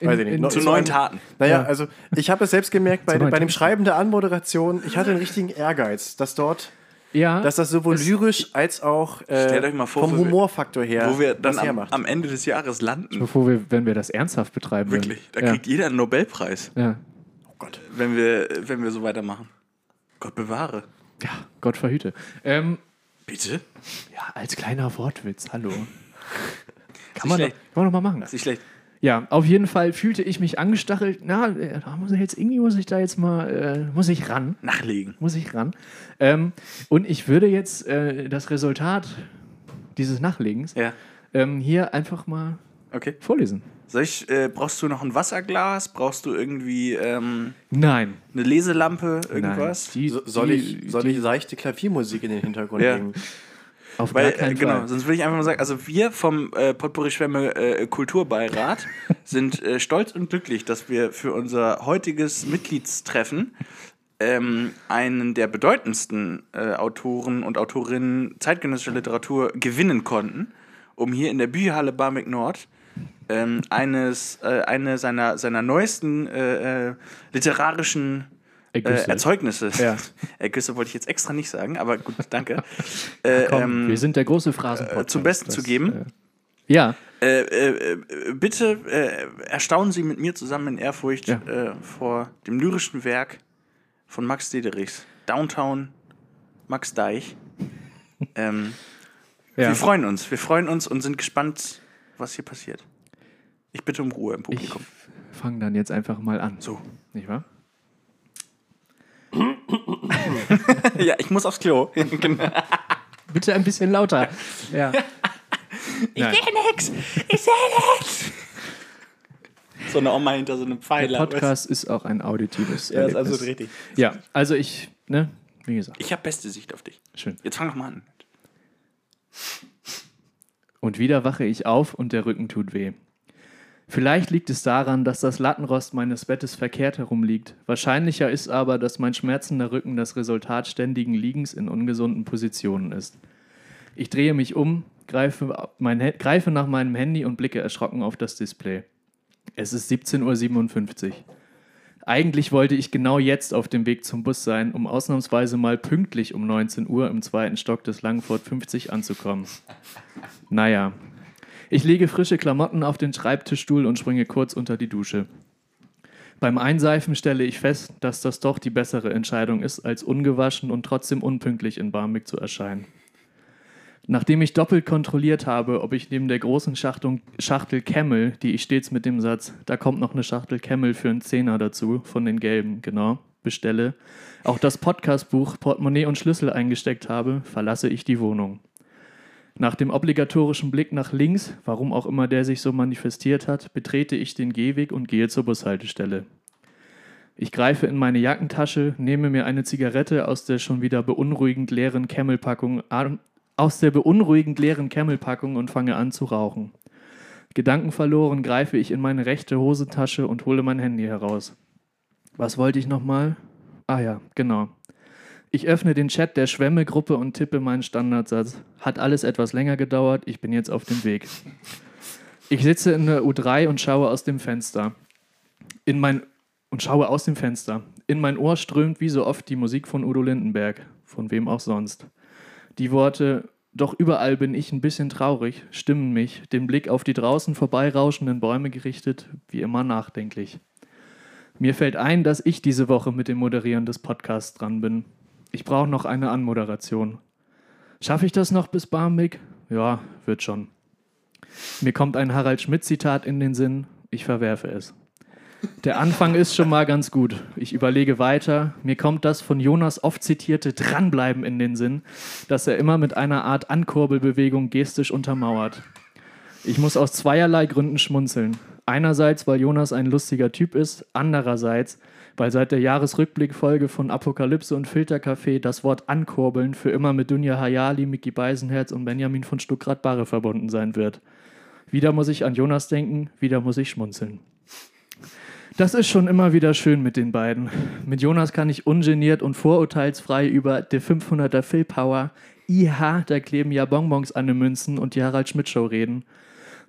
Speaker 2: weiß ich nicht,
Speaker 3: in-
Speaker 2: neu-
Speaker 4: Zu neuen
Speaker 2: einem-
Speaker 4: Taten.
Speaker 2: Naja,
Speaker 3: Ja.
Speaker 2: also ich habe es selbst gemerkt bei,
Speaker 3: *laughs* Zu neuen
Speaker 2: bei dem
Speaker 3: Taten.
Speaker 2: Schreiben der Anmoderation. Ich hatte den richtigen Ehrgeiz, dass dort,
Speaker 3: ja.
Speaker 2: dass das sowohl
Speaker 3: Es-
Speaker 2: lyrisch als auch
Speaker 4: Stellt
Speaker 2: äh,
Speaker 4: euch mal vor, wo
Speaker 2: vom
Speaker 4: wir-
Speaker 2: Humorfaktor her
Speaker 4: Wo wir dann
Speaker 2: das
Speaker 4: am,
Speaker 2: hermacht.
Speaker 4: am Ende des Jahres landen.
Speaker 3: Bevor wir, wenn wir das ernsthaft betreiben. würden.
Speaker 4: Wirklich, da
Speaker 3: ja. Oh
Speaker 4: kriegt jeder einen Nobelpreis,
Speaker 3: ja.
Speaker 4: wenn wir, wenn wir so weitermachen. Gott bewahre.
Speaker 3: ja, Gott verhüte. Ähm,
Speaker 4: Bitte?
Speaker 3: ja, als kleiner Wortwitz,
Speaker 4: *laughs*
Speaker 3: hallo.
Speaker 4: Ist
Speaker 3: Kann
Speaker 4: nicht
Speaker 3: man, doch,
Speaker 4: schlecht.
Speaker 3: kann man doch mal machen.
Speaker 4: Ist nicht schlecht.
Speaker 3: Ja, auf jeden Fall fühlte ich mich angestachelt. Na, äh, da muss ich jetzt irgendwie muss ich da jetzt mal, äh, muss ich ran,
Speaker 4: Nachlegen.
Speaker 3: muss ich ran. Ähm, und ich würde jetzt äh, das Resultat dieses Nachlegens
Speaker 4: Ja.
Speaker 3: ähm, hier einfach mal
Speaker 4: Okay.
Speaker 3: vorlesen.
Speaker 4: Soll ich, äh, brauchst du noch ein Wasserglas? Brauchst du irgendwie ähm,
Speaker 3: Nein.
Speaker 4: eine Leselampe?
Speaker 3: nein.
Speaker 4: Irgendwas?
Speaker 3: Die,
Speaker 2: So, soll
Speaker 3: die-
Speaker 2: ich, soll
Speaker 3: die-
Speaker 2: ich seichte Klaviermusik in den Hintergrund
Speaker 4: Ja.
Speaker 2: legen?
Speaker 3: Auf
Speaker 4: Weil,
Speaker 3: gar keinen
Speaker 4: äh, genau,
Speaker 3: Fall.
Speaker 4: sonst würde ich einfach mal sagen, also wir vom äh, Potpourri Schwemme
Speaker 3: *laughs*
Speaker 4: äh, Kulturbeirat sind äh, stolz und glücklich, dass wir für unser heutiges Mitgliedstreffen ähm, einen der bedeutendsten äh, Autoren und Autorinnen zeitgenössischer Literatur gewinnen konnten, um hier in der Bücherhalle Barmek Nord
Speaker 3: *laughs*
Speaker 4: ähm, eines, äh, eine seiner, seiner neuesten äh, äh, literarischen äh,
Speaker 3: Ergüsse.
Speaker 4: Erzeugnisse.
Speaker 3: Ja.
Speaker 4: *laughs* Ergüsse wollte ich jetzt extra nicht sagen, aber gut, danke. Äh,
Speaker 3: *laughs* Komm,
Speaker 4: ähm,
Speaker 3: wir sind der große Phrasenpodcast.
Speaker 4: äh, zum Besten zu geben.
Speaker 3: Äh, ja,
Speaker 4: äh, äh, äh, bitte äh, erstaunen Sie mit mir zusammen in Ehrfurcht
Speaker 3: Ja.
Speaker 4: äh, vor dem lyrischen Werk von Max Dederichs. Downtown Max Deich. ähm,
Speaker 3: ja.
Speaker 4: Wir freuen uns. Wir freuen uns und sind gespannt, was hier passiert. Ich bitte um Ruhe im
Speaker 3: ich
Speaker 4: Publikum.
Speaker 3: fange dann jetzt einfach mal an.
Speaker 4: So.
Speaker 3: Nicht wahr?
Speaker 4: *laughs* ja, ich muss aufs
Speaker 3: *laughs*
Speaker 4: Klo.
Speaker 3: Bitte ein bisschen
Speaker 4: *laughs*
Speaker 3: lauter. Ja. Nein,
Speaker 4: nix. Ich sehe nix. So eine Oma hinter so einem
Speaker 3: der
Speaker 4: Pfeiler.
Speaker 3: Podcast ist auch ein auditives
Speaker 4: Ja, ist
Speaker 3: Erlebnis.
Speaker 4: absolut richtig.
Speaker 3: Ja, also ich, ne, wie gesagt,
Speaker 4: Ich habe beste Sicht auf dich.
Speaker 3: schön.
Speaker 4: Jetzt fang doch mal an.
Speaker 3: Und wieder wache ich auf und der Rücken tut weh. Vielleicht liegt es daran, dass das Lattenrost meines Bettes verkehrt herumliegt. Wahrscheinlicher ist aber, dass mein schmerzender Rücken das Resultat ständigen Liegens in ungesunden Positionen ist. Ich drehe mich um, greife, mein, Hä- greife nach meinem Handy und blicke erschrocken auf das Display. Es ist 17.57 Uhr. Eigentlich wollte ich genau jetzt auf dem Weg zum Bus sein, um ausnahmsweise mal pünktlich um 19 Uhr im zweiten Stock des Langford 50 anzukommen. Naja. Ich lege frische Klamotten auf den Schreibtischstuhl und springe kurz unter die Dusche. Beim Einseifen stelle ich fest, dass das doch die bessere Entscheidung ist, als ungewaschen und trotzdem unpünktlich in Barmbek zu erscheinen. Nachdem ich doppelt kontrolliert habe, ob ich neben der großen Schachtung, Schachtel Camel, die ich stets mit dem Satz, da kommt noch eine Schachtel Camel für einen Zehner dazu, von den gelben, genau, bestelle, auch das Podcastbuch, Portemonnaie und Schlüssel eingesteckt habe, verlasse ich die Wohnung. Nach dem obligatorischen Blick nach links, warum auch immer der sich so manifestiert hat, betrete ich den Gehweg und gehe zur Bushaltestelle. Ich greife in meine Jackentasche, nehme mir eine Zigarette aus der schon wieder beunruhigend leeren Camelpackung an- aus der beunruhigend leeren Camelpackung und fange an zu rauchen. Gedankenverloren greife ich in meine rechte Hosentasche und hole mein Handy heraus. Was wollte ich nochmal? Ah ja, genau. Ich öffne den Chat der Schwämme-Gruppe und tippe meinen Standardsatz. Hat alles etwas länger gedauert, ich bin jetzt auf dem Weg. Ich sitze in der U3 und schaue aus dem Fenster. In mein und schaue aus dem Fenster. In mein Ohr strömt wie so oft die Musik von Udo Lindenberg, von wem auch sonst. Die Worte doch überall bin ich ein bisschen traurig, stimmen mich, den Blick auf die draußen vorbeirauschenden Bäume gerichtet, wie immer nachdenklich. Mir fällt ein, dass ich diese Woche mit dem Moderieren des Podcasts dran bin. Ich brauche noch eine Anmoderation. Schaffe ich das noch bis Barmbek? Ja, wird schon. Mir kommt ein Harald Schmidt-Zitat in den Sinn, ich verwerfe es. Der Anfang ist schon mal ganz gut. Ich überlege weiter. Mir kommt das von Jonas oft zitierte Dranbleiben in den Sinn, das er immer mit einer Art Ankurbelbewegung gestisch untermauert. Ich muss aus zweierlei Gründen schmunzeln. Einerseits, weil Jonas ein lustiger Typ ist, andererseits, weil seit der Jahresrückblickfolge von Apokalypse und Filterkaffee das Wort Ankurbeln für immer mit Dunja Hayali, Mickey Beisenherz und Benjamin von Stuckrad-Barre verbunden sein wird. Wieder muss ich an Jonas denken, wieder muss ich schmunzeln. Das ist schon immer wieder schön mit den beiden. Mit Jonas kann ich ungeniert und vorurteilsfrei über der 500er Philpower, IH, da kleben ja Bonbons an den Münzen und die Harald Schmidt Show reden.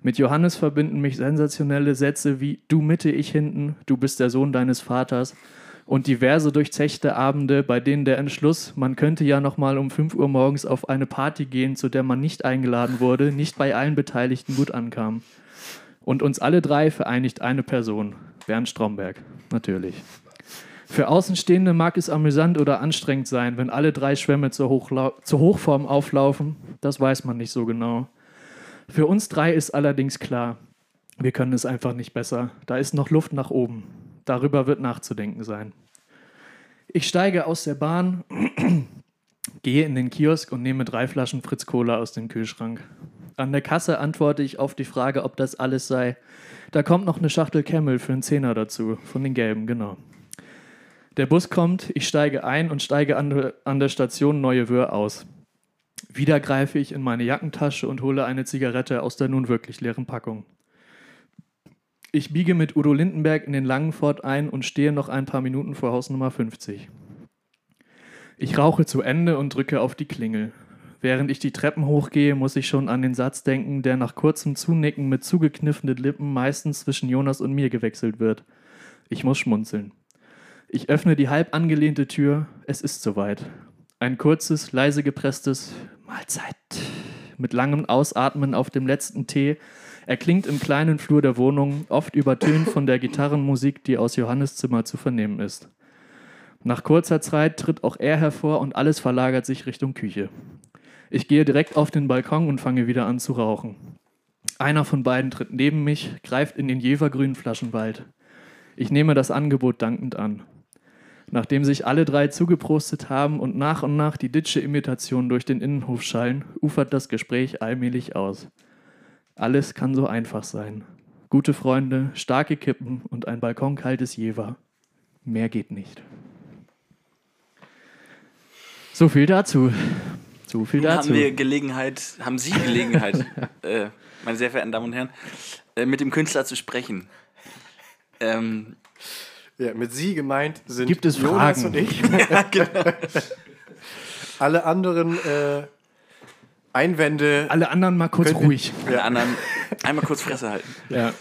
Speaker 3: Mit Johannes verbinden mich sensationelle Sätze wie Du Mitte, ich hinten, du bist der Sohn deines Vaters und diverse durchzechte Abende, bei denen der Entschluss, man könnte ja nochmal um 5 Uhr morgens auf eine Party gehen, zu der man nicht eingeladen wurde, nicht bei allen Beteiligten gut ankam. Und uns alle drei vereinigt eine Person. Bernd Stromberg, natürlich. Für Außenstehende mag es amüsant oder anstrengend sein, wenn alle drei Schwämme zur, Hochlau zur Hochform auflaufen. Das weiß man nicht so genau. Für uns drei ist allerdings klar, wir können es einfach nicht besser. Da ist noch Luft nach oben. Darüber wird nachzudenken sein. Ich steige aus der Bahn, *clears throat* gehe in den Kiosk und nehme drei Flaschen Fritz Cola aus dem Kühlschrank. An der Kasse antworte ich auf die Frage, ob das alles sei. Da kommt noch eine Schachtel Camel für einen Zehner dazu, von den gelben, genau. Der Bus kommt, ich steige ein und steige an, der- an der Station Neue Wöhr aus. Wieder greife ich in meine Jackentasche und hole eine Zigarette aus der nun wirklich leeren Packung. Ich biege mit Udo Lindenberg in den Langenfort ein und stehe noch ein paar Minuten vor Hausnummer 50. Ich rauche zu Ende und drücke auf die Klingel. Während ich die Treppen hochgehe, muss ich schon an den Satz denken, der nach kurzem Zunicken mit zugekniffenen Lippen meistens zwischen Jonas und mir gewechselt wird. Ich muss schmunzeln. Ich öffne die halb angelehnte Tür, es ist soweit. Ein kurzes, leise gepresstes Mahlzeit mit langem Ausatmen auf dem letzten Tee erklingt im kleinen Flur der Wohnung, oft übertönt von der Gitarrenmusik, die aus Johannes Zimmer zu vernehmen ist. Nach kurzer Zeit tritt auch er hervor und alles verlagert sich Richtung Küche. Ich gehe direkt auf den Balkon und fange wieder an zu rauchen. Einer von beiden tritt neben mich, greift in den jevergrünen Flaschenwald. Ich nehme das Angebot dankend an. Nachdem sich alle drei zugeprostet haben und nach und nach die ditsche Imitationen durch den Innenhof schallen, ufert das Gespräch allmählich aus. Alles kann so einfach sein. Gute Freunde, starke Kippen und ein balkonkaltes Jever. Mehr geht nicht. So viel dazu. So viel
Speaker 4: Nun
Speaker 3: dazu.
Speaker 4: haben wir Gelegenheit, haben Sie
Speaker 3: *laughs*
Speaker 4: Gelegenheit, äh, meine sehr verehrten Damen und Herren, äh, mit dem Künstler zu sprechen. Ähm,
Speaker 2: Ja, mit Sie gemeint sind
Speaker 3: Gibt es
Speaker 2: Jonas
Speaker 3: Fragen?
Speaker 2: und ich. Alle anderen äh, Einwände,
Speaker 3: Alle anderen mal kurz
Speaker 2: Könnt ihr-
Speaker 3: ruhig.
Speaker 4: alle anderen einmal kurz Fresse halten.
Speaker 3: Ja.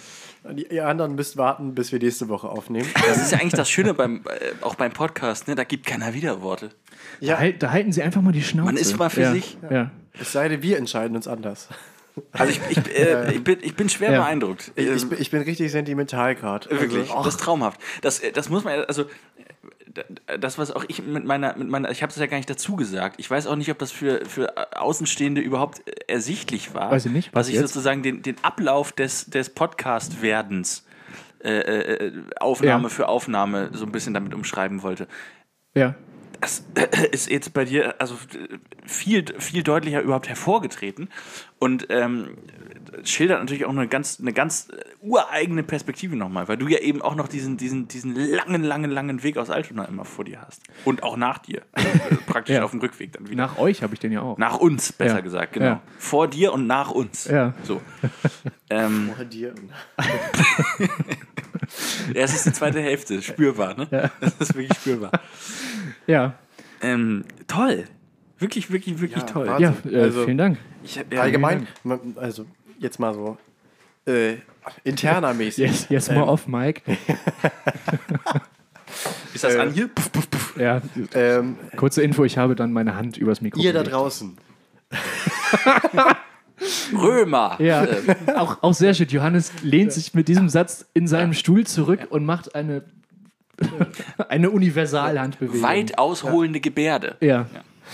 Speaker 2: die- ihr anderen müsst warten, bis wir nächste Woche aufnehmen.
Speaker 4: Das ist ja eigentlich das Schöne beim, äh, auch beim Podcast, ne? da gibt keiner Widerworte.
Speaker 3: Da, halt, da halten sie einfach mal die Schnauze.
Speaker 4: Man ist mal für
Speaker 3: ja.
Speaker 4: sich.
Speaker 3: Ja.
Speaker 2: Es sei denn, wir entscheiden uns anders.
Speaker 4: Also ich, ich, äh, ich, bin, ich bin schwer
Speaker 3: Ja.
Speaker 4: beeindruckt.
Speaker 2: Ich,
Speaker 4: Ähm,
Speaker 2: ich, bin- ich bin richtig sentimental gerade.
Speaker 4: Wirklich,
Speaker 2: Also,
Speaker 4: das ist traumhaft. Das, äh, das muss man, ja- also äh, das, was auch ich mit meiner, mit meiner ich habe es ja gar nicht dazu gesagt. Ich weiß auch nicht, ob das für, für Außenstehende überhaupt äh, ersichtlich war.
Speaker 3: Weiß ich nicht, was
Speaker 4: Was ich
Speaker 3: jetzt?
Speaker 4: sozusagen den, den Ablauf des, des Podcast-Werdens, äh, äh, äh, Aufnahme
Speaker 3: Ja.
Speaker 4: für Aufnahme, so ein bisschen damit umschreiben wollte.
Speaker 3: ja.
Speaker 4: Das *clears throat* ist jetzt bei dir also äh, viel, viel deutlicher überhaupt hervorgetreten und ähm, schildert natürlich auch eine ganz, eine ganz äh, ureigene Perspektive nochmal, weil du ja eben auch noch diesen, diesen, diesen langen, langen, langen Weg aus Altona immer vor dir hast. Und auch nach
Speaker 3: *laughs*
Speaker 4: dir. Also praktisch
Speaker 3: Ja.
Speaker 4: auf dem Rückweg dann wieder.
Speaker 3: Nach euch habe ich den ja auch.
Speaker 4: Nach uns, besser
Speaker 3: Ja.
Speaker 4: gesagt, genau.
Speaker 3: Ja.
Speaker 4: Vor dir und nach uns.
Speaker 3: Ja. *laughs*
Speaker 4: So. ähm,
Speaker 2: bei dir.
Speaker 4: *laughs* ja, es ist die zweite Hälfte, spürbar, ne? Das ist wirklich spürbar.
Speaker 3: Ja.
Speaker 4: Ähm, toll. Wirklich, wirklich, wirklich
Speaker 2: Ja,
Speaker 4: toll.
Speaker 2: Wahnsinn.
Speaker 3: Ja, äh,
Speaker 2: Also-
Speaker 3: vielen Dank.
Speaker 2: Ich, ja, allgemein, man- also jetzt mal so äh, interner mäßig.
Speaker 3: Yes, yes
Speaker 4: Ähm.
Speaker 3: more off, Mike.
Speaker 4: Ist das
Speaker 2: Äh,
Speaker 4: an hier? Puff, puff, puff.
Speaker 3: Ja,
Speaker 2: Ähm,
Speaker 3: kurze Info, ich habe dann meine Hand übers Mikro.
Speaker 2: ihr da
Speaker 3: gelegt.
Speaker 2: draußen,
Speaker 4: Römer.
Speaker 3: Ja,
Speaker 4: Ähm, *laughs*
Speaker 3: auch, auch sehr schön. Johannes lehnt sich mit diesem Satz in seinem Stuhl zurück und macht eine, *laughs* eine Universalhandbewegung.
Speaker 4: weit ausholende Gebärde.
Speaker 3: Ja.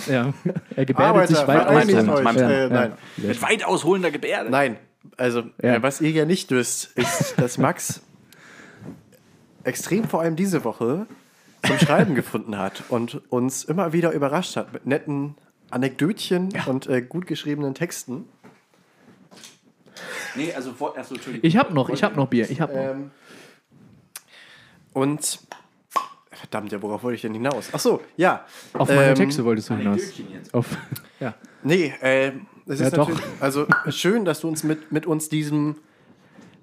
Speaker 3: ja. Er gebärdet
Speaker 2: Arbeiter,
Speaker 3: sich weit
Speaker 2: vereinigt
Speaker 3: aus.
Speaker 2: euch.
Speaker 3: Ja,
Speaker 2: Äh,
Speaker 3: ja.
Speaker 2: nein.
Speaker 4: Mit weit ausholender Gebärde.
Speaker 2: Nein, also
Speaker 3: Ja.
Speaker 2: äh, was ihr ja nicht wisst, ist, dass Max extrem vor allem diese Woche zum Schreiben gefunden hat und uns immer wieder überrascht hat mit netten Anekdötchen und äh, gut geschriebenen Texten.
Speaker 4: Nee, also vor. Achso, Entschuldigung.
Speaker 3: Ich hab noch, ich hab noch Bier. Ich hab noch.
Speaker 2: Ähm, und verdammt, ja, worauf wollte ich denn hinaus? Ach so, ja.
Speaker 3: Auf meine
Speaker 2: ähm,
Speaker 3: Texte wolltest du hinaus. Auf, *laughs* ja.
Speaker 2: Nee, ähm, es
Speaker 3: Ja,
Speaker 2: ist
Speaker 3: doch.
Speaker 2: natürlich,
Speaker 3: *laughs*
Speaker 2: also schön, dass du uns mit, mit uns diesem,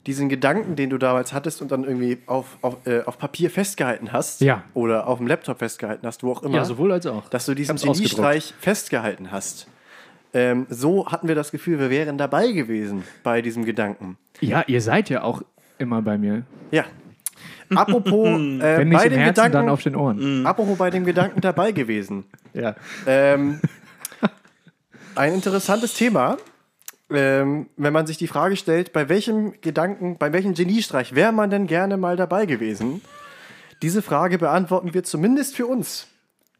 Speaker 2: diesen Gedanken, den du damals hattest und dann irgendwie auf, auf, äh, auf Papier festgehalten hast
Speaker 3: Ja.
Speaker 2: oder auf dem Laptop festgehalten hast, wo auch immer,
Speaker 3: ja, sowohl als auch.
Speaker 2: dass du diesen
Speaker 3: Ich hab's ausgedruckt.
Speaker 2: Geniestreich festgehalten hast. Ähm, so hatten wir das Gefühl, wir wären dabei gewesen bei diesem Gedanken.
Speaker 3: Ja, ihr seid ja auch immer bei mir.
Speaker 2: Ja.
Speaker 3: *laughs*
Speaker 2: Apropos, äh,
Speaker 3: Wenn nicht
Speaker 2: bei
Speaker 3: im
Speaker 2: dem
Speaker 3: Herzen,
Speaker 2: Gedanken,
Speaker 3: dann auf den
Speaker 4: Mhm.
Speaker 3: Ohren.
Speaker 2: apropos bei dem Gedanken dabei gewesen.
Speaker 3: Ja.
Speaker 2: Ähm, ein interessantes Thema, ähm, wenn man sich die Frage stellt, bei welchem Gedanken, bei welchem Geniestreich wäre man denn gerne mal dabei gewesen? Diese Frage beantworten wir zumindest für uns.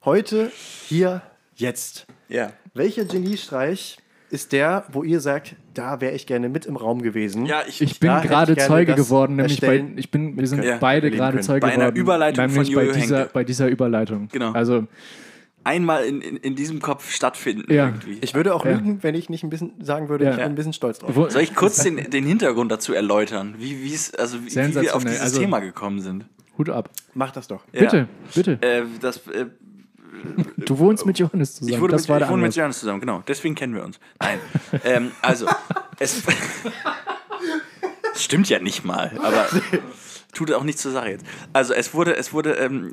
Speaker 2: Heute, hier, jetzt.
Speaker 4: Ja.
Speaker 2: Welcher Geniestreich ist der, wo ihr sagt, da wäre ich gerne mit im Raum gewesen?
Speaker 4: Ja, ich,
Speaker 3: Ich bin
Speaker 2: Da hätte ich
Speaker 3: gerade
Speaker 2: gerne
Speaker 3: Zeuge
Speaker 2: das
Speaker 3: geworden, nämlich bei,
Speaker 2: erstellen
Speaker 3: ich bin, wir sind
Speaker 4: Ja,
Speaker 3: beide
Speaker 2: erleben
Speaker 3: gerade
Speaker 2: können.
Speaker 3: Zeuge
Speaker 4: Bei einer
Speaker 3: geworden,
Speaker 4: Überleitung
Speaker 3: nämlich
Speaker 4: von
Speaker 3: bei
Speaker 4: Jojo
Speaker 3: dieser,
Speaker 4: Henke.
Speaker 3: bei dieser Überleitung.
Speaker 4: Genau.
Speaker 3: Also
Speaker 4: einmal in, in, in diesem Kopf stattfinden.
Speaker 3: Ja.
Speaker 4: Irgendwie.
Speaker 2: Ich würde auch
Speaker 3: Ja.
Speaker 2: lügen, wenn ich nicht ein bisschen sagen würde,
Speaker 3: Ja.
Speaker 2: ich bin ein bisschen stolz drauf.
Speaker 3: wo,
Speaker 4: Soll ich kurz den, den Hintergrund dazu erläutern, wie, wie es- also wie, wie wir auf
Speaker 3: Sensationell,
Speaker 4: dieses
Speaker 3: also-
Speaker 4: Thema gekommen sind?
Speaker 3: Hut ab.
Speaker 2: Mach das doch.
Speaker 4: Ja.
Speaker 3: Bitte, bitte.
Speaker 4: Äh, das, äh,
Speaker 3: Du wohnst mit Johannes zusammen.
Speaker 4: ich wurde
Speaker 3: das
Speaker 4: mit,
Speaker 3: war
Speaker 4: ich
Speaker 3: der
Speaker 4: wohne mit
Speaker 3: Anlass.
Speaker 4: Johannes zusammen, genau. Deswegen kennen wir uns. Nein. ähm, also, es *laughs* stimmt ja nicht mal, aber tut auch nichts zur Sache jetzt. Also, es wurde, es wurde ähm,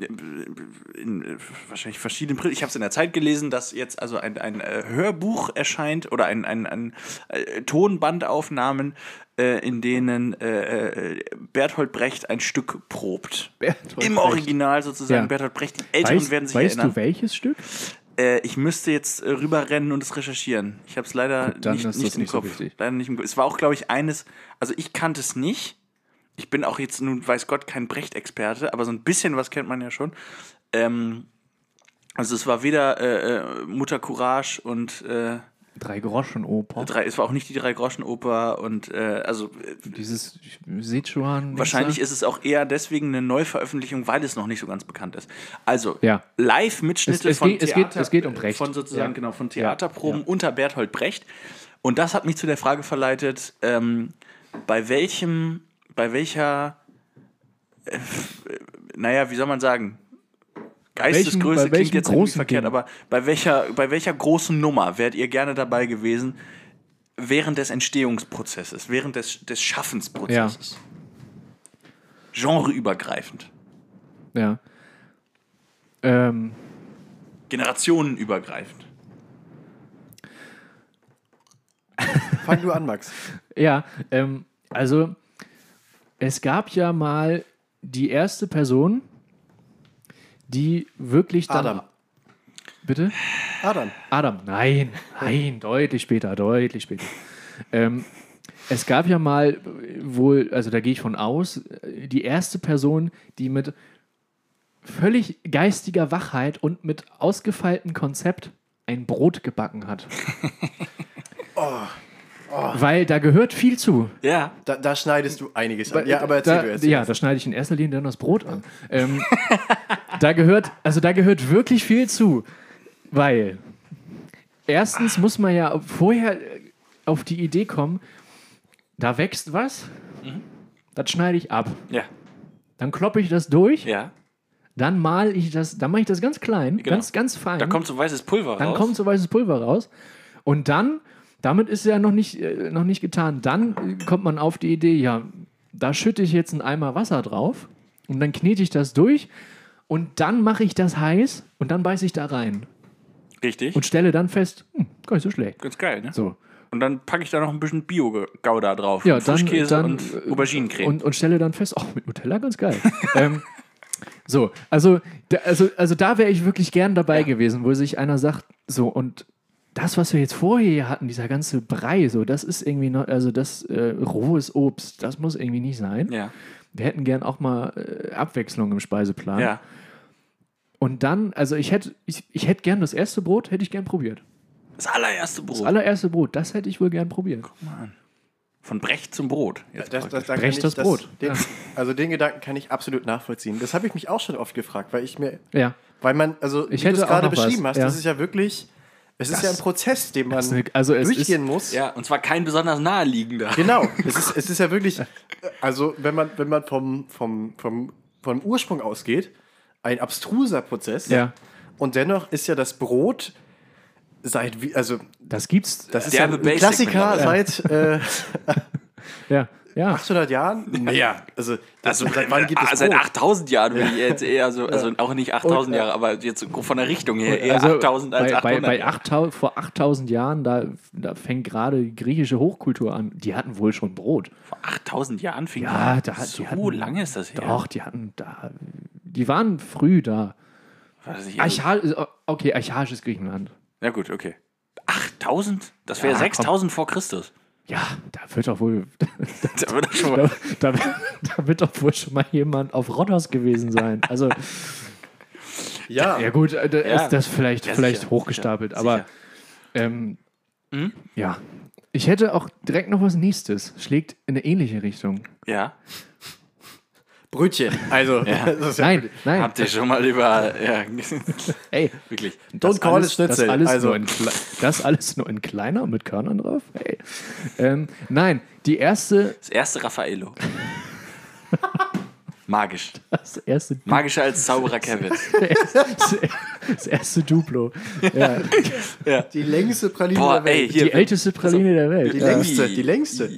Speaker 4: in äh, wahrscheinlich verschiedenen Print. Ich habe es in der Zeit gelesen, dass jetzt also ein, ein äh, Hörbuch erscheint oder ein, ein, ein äh, Tonbandaufnahmen, äh, in denen äh, äh, Bertolt Brecht ein Stück probt.
Speaker 3: Bertolt
Speaker 4: Im
Speaker 3: Brecht.
Speaker 4: Original sozusagen
Speaker 3: Ja.
Speaker 4: Bertolt Brecht. Die Älteren
Speaker 3: Weißt,
Speaker 4: werden sich
Speaker 3: weißt
Speaker 4: erinnern.
Speaker 3: du welches Stück?
Speaker 4: Äh, ich müsste jetzt äh, rüberrennen und es recherchieren. Ich habe es leider
Speaker 3: Gut, dann
Speaker 4: nicht,
Speaker 3: ist
Speaker 4: nicht
Speaker 3: das
Speaker 4: im
Speaker 3: nicht so
Speaker 4: Kopf.
Speaker 3: wichtig.
Speaker 4: leider nicht im Kopf. Es war auch, glaube ich, eines. Also ich kannte es nicht. Ich bin auch jetzt nun, weiß Gott, kein Brecht-Experte, aber so ein bisschen was kennt man ja schon. Ähm, also es war weder äh, äh, Mutter Courage und äh,
Speaker 3: Drei Groschen oh, Oper.
Speaker 4: drei, es war auch nicht die drei Groschen Oper und äh, also äh,
Speaker 3: Dieses Sichuan.
Speaker 4: wahrscheinlich ist es auch eher deswegen eine Neuveröffentlichung, weil es noch nicht so ganz bekannt ist. Also
Speaker 3: Ja.
Speaker 4: Live-Mitschnitte
Speaker 3: Es- es
Speaker 4: von
Speaker 3: geht- es
Speaker 4: Theater,
Speaker 3: geht- es geht um Brecht.
Speaker 4: von sozusagen
Speaker 3: Ja.
Speaker 4: genau von Theaterproben unter Berthold Brecht. Und das hat mich zu der Frage verleitet, ähm, bei welchem, bei welcher, äh, naja, wie soll man sagen,
Speaker 3: bei
Speaker 4: Geistesgröße
Speaker 3: welchem
Speaker 4: klingt jetzt irgendwie
Speaker 3: großen
Speaker 4: verkehrt,
Speaker 3: Ding?
Speaker 4: aber bei welcher, bei welcher großen Nummer wärt ihr gerne dabei gewesen während des Entstehungsprozesses, während des, des Schaffensprozesses? Genreübergreifend,
Speaker 3: Ja. Ähm,
Speaker 4: generationenübergreifend.
Speaker 2: Fang du an, Max.
Speaker 3: ja, ähm, also es gab ja mal die erste Person, die wirklich dann.
Speaker 2: Adam.
Speaker 3: Bitte?
Speaker 2: Adam.
Speaker 3: Adam, nein, nein, deutlich später, deutlich später. Ähm, es gab ja mal äh, wohl, also da gehe ich von aus, äh, die erste Person, die mit völlig geistiger Wachheit und mit ausgefeiltem Konzept ein Brot gebacken hat. Weil da gehört viel zu.
Speaker 4: Ja,
Speaker 2: Da, da schneidest du einiges an. Ja, aber erzähl
Speaker 3: da,
Speaker 2: du jetzt.
Speaker 3: Ja, da schneide ich in erster Linie dann das Brot an. Ähm, da gehört, also da gehört wirklich viel zu, weil erstens muss man ja vorher äh, auf die Idee kommen, da wächst was,
Speaker 4: Mhm.
Speaker 3: das schneide ich ab.
Speaker 4: ja,
Speaker 3: Dann kloppe ich das durch,
Speaker 4: ja.
Speaker 3: dann male ich das, dann mache ich das ganz klein,
Speaker 4: Genau.
Speaker 3: ganz, ganz fein.
Speaker 4: Da kommt so weißes Pulver
Speaker 3: Mhm. Dann
Speaker 4: raus.
Speaker 3: kommt so weißes Pulver raus. Und dann, damit ist ja noch nicht, äh, noch nicht getan, dann äh, kommt man auf die Idee, ja, da schütte ich jetzt einen Eimer Wasser drauf und dann knete ich das durch Und dann mache ich das heiß und dann beiße ich da rein
Speaker 4: Richtig.
Speaker 3: und stelle dann fest, hm, gar nicht so schlecht.
Speaker 4: Ganz geil, ne?
Speaker 3: So.
Speaker 4: Und dann packe ich da noch ein bisschen Bio-Gouda drauf.
Speaker 3: Ja,
Speaker 4: Und
Speaker 3: dann-
Speaker 4: Frischkäse
Speaker 3: dann,
Speaker 4: und
Speaker 3: äh,
Speaker 4: Auberginencreme.
Speaker 3: Und, und stelle dann fest, ach, mit Nutella ganz geil. *laughs* ähm, so, also, da, also, also da wäre ich wirklich gern dabei gewesen, wo sich einer sagt, so, und das, was wir jetzt vorher hier hatten, dieser ganze Brei, so, das ist irgendwie noch, also das äh, rohes Obst, das muss irgendwie nicht sein.
Speaker 4: ja,
Speaker 3: Wir hätten gern auch mal äh, Abwechslung im Speiseplan.
Speaker 4: ja.
Speaker 3: Und dann, also ich hätte, ich, ich hätte gern das erste Brot, hätte ich gern probiert.
Speaker 4: Das allererste Brot.
Speaker 3: Das allererste Brot, das hätte ich wohl gern probiert.
Speaker 4: Von Brecht zum Brot. Jetzt
Speaker 2: Das, das, da kann
Speaker 3: Brecht
Speaker 2: ich-
Speaker 3: das Brot.
Speaker 2: Den,
Speaker 3: Ja.
Speaker 2: Also den Gedanken kann ich absolut nachvollziehen. Das habe ich mich auch schon oft gefragt, weil ich mir,
Speaker 3: Ja.
Speaker 2: weil man, also
Speaker 3: Ich
Speaker 2: wie du
Speaker 3: hätte
Speaker 2: es
Speaker 3: auch
Speaker 2: gerade
Speaker 3: noch was,
Speaker 2: beschrieben hast,
Speaker 3: ja.
Speaker 2: das ist ja wirklich, es ist ja ein Prozess, den man
Speaker 3: ist eine- also es
Speaker 2: durchgehen
Speaker 3: ist-
Speaker 2: muss.
Speaker 4: Ja, und zwar kein besonders naheliegender.
Speaker 2: Genau, es ist, es ist ja wirklich, also wenn man, wenn man vom, vom, vom, vom Ursprung ausgeht, ein abstruser Prozess.
Speaker 3: Ja.
Speaker 2: Und dennoch ist ja das Brot seit, wie- also
Speaker 3: Das gibt's.
Speaker 2: das ist ja
Speaker 4: Derbe
Speaker 2: ein
Speaker 4: Basic
Speaker 2: Klassiker
Speaker 4: mittlerweile.
Speaker 2: seit äh,
Speaker 3: ja. Ja.
Speaker 2: 800 Jahren. Naja, also, das, seit wann gibt
Speaker 4: Ah,
Speaker 2: es
Speaker 4: Seit
Speaker 2: Brot?
Speaker 3: *laughs*
Speaker 4: 8000 Jahren würde ich jetzt eher so, also auch nicht 8000 Jahre, aber jetzt von der Richtung her eher 8000 Äh, als
Speaker 3: äh, also bei,
Speaker 4: 800.
Speaker 3: bei, bei 8000, vor 8000 Jahren, da, da fängt gerade die griechische Hochkultur an. Die hatten wohl schon Brot.
Speaker 4: Vor 8000 Jahren fing
Speaker 3: Ja,
Speaker 4: das
Speaker 3: da,
Speaker 4: an.
Speaker 3: die
Speaker 4: So
Speaker 3: hatten-
Speaker 4: lange ist das her.
Speaker 3: Doch, die hatten da. Die waren früh da.
Speaker 4: Weiß
Speaker 3: Ah,
Speaker 4: ich, also,
Speaker 3: Archaisch, okay, archaisches Griechenland.
Speaker 4: ja, gut, okay. 8000? Das wäre
Speaker 3: Ja,
Speaker 4: 6000
Speaker 3: *laughs*
Speaker 4: vor Christus.
Speaker 3: Ja, da wird doch wohl. *laughs*
Speaker 4: Da wird das schon mal-
Speaker 3: Da, da, da wird doch wohl schon mal jemand auf Rhodos gewesen sein.
Speaker 4: *laughs*
Speaker 3: Also,
Speaker 2: Ja,
Speaker 3: ja, gut, äh, da
Speaker 4: Ja.
Speaker 3: ist das vielleicht,
Speaker 4: Ja,
Speaker 3: vielleicht
Speaker 4: sicher,
Speaker 3: hochgestapelt,
Speaker 4: sicher,
Speaker 3: aber
Speaker 4: sicher. Hm?
Speaker 3: ähm, ja. Ich hätte auch direkt noch was nächstes. Schlägt in eine ähnliche Richtung.
Speaker 4: Ja.
Speaker 2: Brötchen. Also, *laughs* das ist ja-
Speaker 3: Nein, nein.
Speaker 4: Habt ihr schon mal über. Ja, *laughs*
Speaker 3: Ey,
Speaker 4: wirklich.
Speaker 2: Don't call it Schnitzel.
Speaker 3: Das alles,
Speaker 2: also,
Speaker 3: nur in Kle- das alles nur in kleiner mit Körnern drauf? Ey. Ähm, nein, die erste,
Speaker 4: Das
Speaker 3: *laughs*
Speaker 4: erste Raffaello. Magisch.
Speaker 3: das erste,
Speaker 4: Magischer als
Speaker 3: *laughs*
Speaker 4: Zauberer Kevin.
Speaker 3: das erste Duplo. Ja,
Speaker 2: die längste Praline
Speaker 4: Boah,
Speaker 2: der
Speaker 4: ey,
Speaker 2: Welt.
Speaker 4: hier. also
Speaker 3: die älteste Praline der Welt.
Speaker 2: die
Speaker 3: Ja.
Speaker 2: längste, die längste.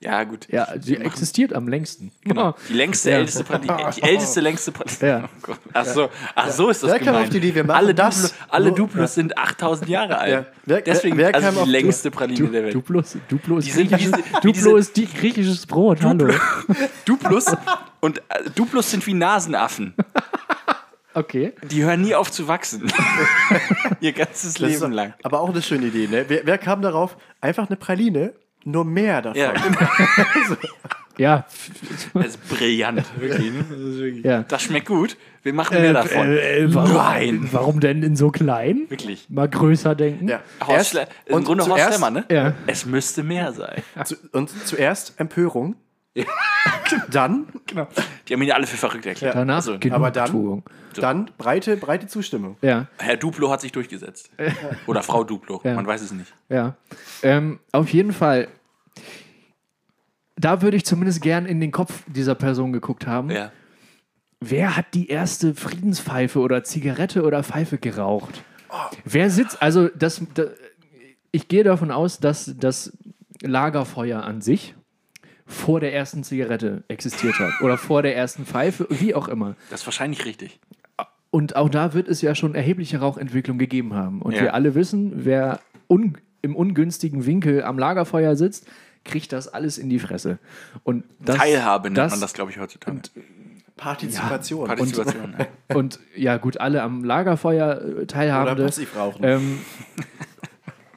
Speaker 4: Ja, gut.
Speaker 3: Ja, die existiert am längsten. Genau.
Speaker 4: *laughs* Die längste,
Speaker 3: Ja.
Speaker 4: älteste Praline. Die älteste, längste Praline.
Speaker 3: Ja.
Speaker 4: Oh Gott. ach, so, ach so ist das
Speaker 2: Wer kam
Speaker 4: gemeint.
Speaker 2: auf die Idee, wir machen
Speaker 4: alle
Speaker 2: das?
Speaker 4: Duplo, alle
Speaker 2: Nur-
Speaker 4: Duplos sind 8000 Jahre alt.
Speaker 2: Ja. Wer-
Speaker 4: Deswegen
Speaker 2: wer kam
Speaker 4: also
Speaker 2: auf
Speaker 4: die
Speaker 2: die-
Speaker 4: längste Praline
Speaker 3: Du,
Speaker 4: der Welt.
Speaker 3: Duplo, ist- Duplo, ist,
Speaker 4: Die sind wie
Speaker 3: griechisches-
Speaker 4: diese-
Speaker 3: Duplo
Speaker 4: wie diese-
Speaker 3: ist die griechisches Brot. Hallo.
Speaker 4: Duplos *laughs* und äh, Duplos sind wie Nasenaffen.
Speaker 3: Okay.
Speaker 4: Die hören nie auf zu wachsen. *laughs* Ihr ganzes
Speaker 2: Das ist
Speaker 4: Leben lang.
Speaker 2: Aber auch eine schöne Idee, ne? Wer, wer kam darauf? Einfach eine Praline, nur mehr davon.
Speaker 4: Ja, genau.
Speaker 3: Ja.
Speaker 4: das ist brillant. Wirklich. ne? Das ist wirklich-
Speaker 3: ja. Äh,
Speaker 4: Das schmeckt gut. Wir machen
Speaker 2: Äh,
Speaker 4: mehr Äh, davon.
Speaker 3: warum,
Speaker 4: Nein.
Speaker 3: warum denn in so klein?
Speaker 4: Wirklich.
Speaker 3: Mal größer denken.
Speaker 2: Ja.
Speaker 4: Horst, Schler- Im
Speaker 2: und
Speaker 4: Grunde Horst
Speaker 2: zuerst,
Speaker 4: Lemmer, ne?
Speaker 3: Ja.
Speaker 4: Es müsste mehr sein.
Speaker 2: Zu, und zuerst Empörung. *laughs* dann,
Speaker 4: Die haben ihn ja alle für verrückt erklärt.
Speaker 3: Danach
Speaker 4: Also,
Speaker 2: aber dann-
Speaker 3: Genugtuung.
Speaker 2: dann breite, breite Zustimmung.
Speaker 3: Ja.
Speaker 4: Herr Duplo hat sich durchgesetzt. Oder Frau Duplo,
Speaker 3: Ja.
Speaker 4: man weiß es nicht.
Speaker 3: Ja. Ähm, auf jeden Fall. Da würde ich zumindest gern in den Kopf dieser Person geguckt haben.
Speaker 4: Ja.
Speaker 3: Wer hat die erste Friedenspfeife oder Zigarette oder Pfeife geraucht? Wer sitzt, also das, da- ich gehe davon aus, dass das Lagerfeuer an sich vor der ersten Zigarette existiert hat oder vor der ersten Pfeife, wie auch immer.
Speaker 4: Das ist wahrscheinlich richtig.
Speaker 3: Und auch da wird es ja schon erhebliche Rauchentwicklung gegeben haben. Und
Speaker 4: Ja.
Speaker 3: wir alle wissen, wer un im ungünstigen Winkel am Lagerfeuer sitzt, kriegt das alles in die Fresse. Und das,
Speaker 4: Teilhabe nennt man das, glaube ich, heutzutage.
Speaker 2: Partizipation.
Speaker 4: Partizipation. ja.
Speaker 3: Und ja, gut, alle am Lagerfeuer äh,
Speaker 2: oder
Speaker 3: Teilhabende.
Speaker 2: Passivrauchen.
Speaker 3: Ähm,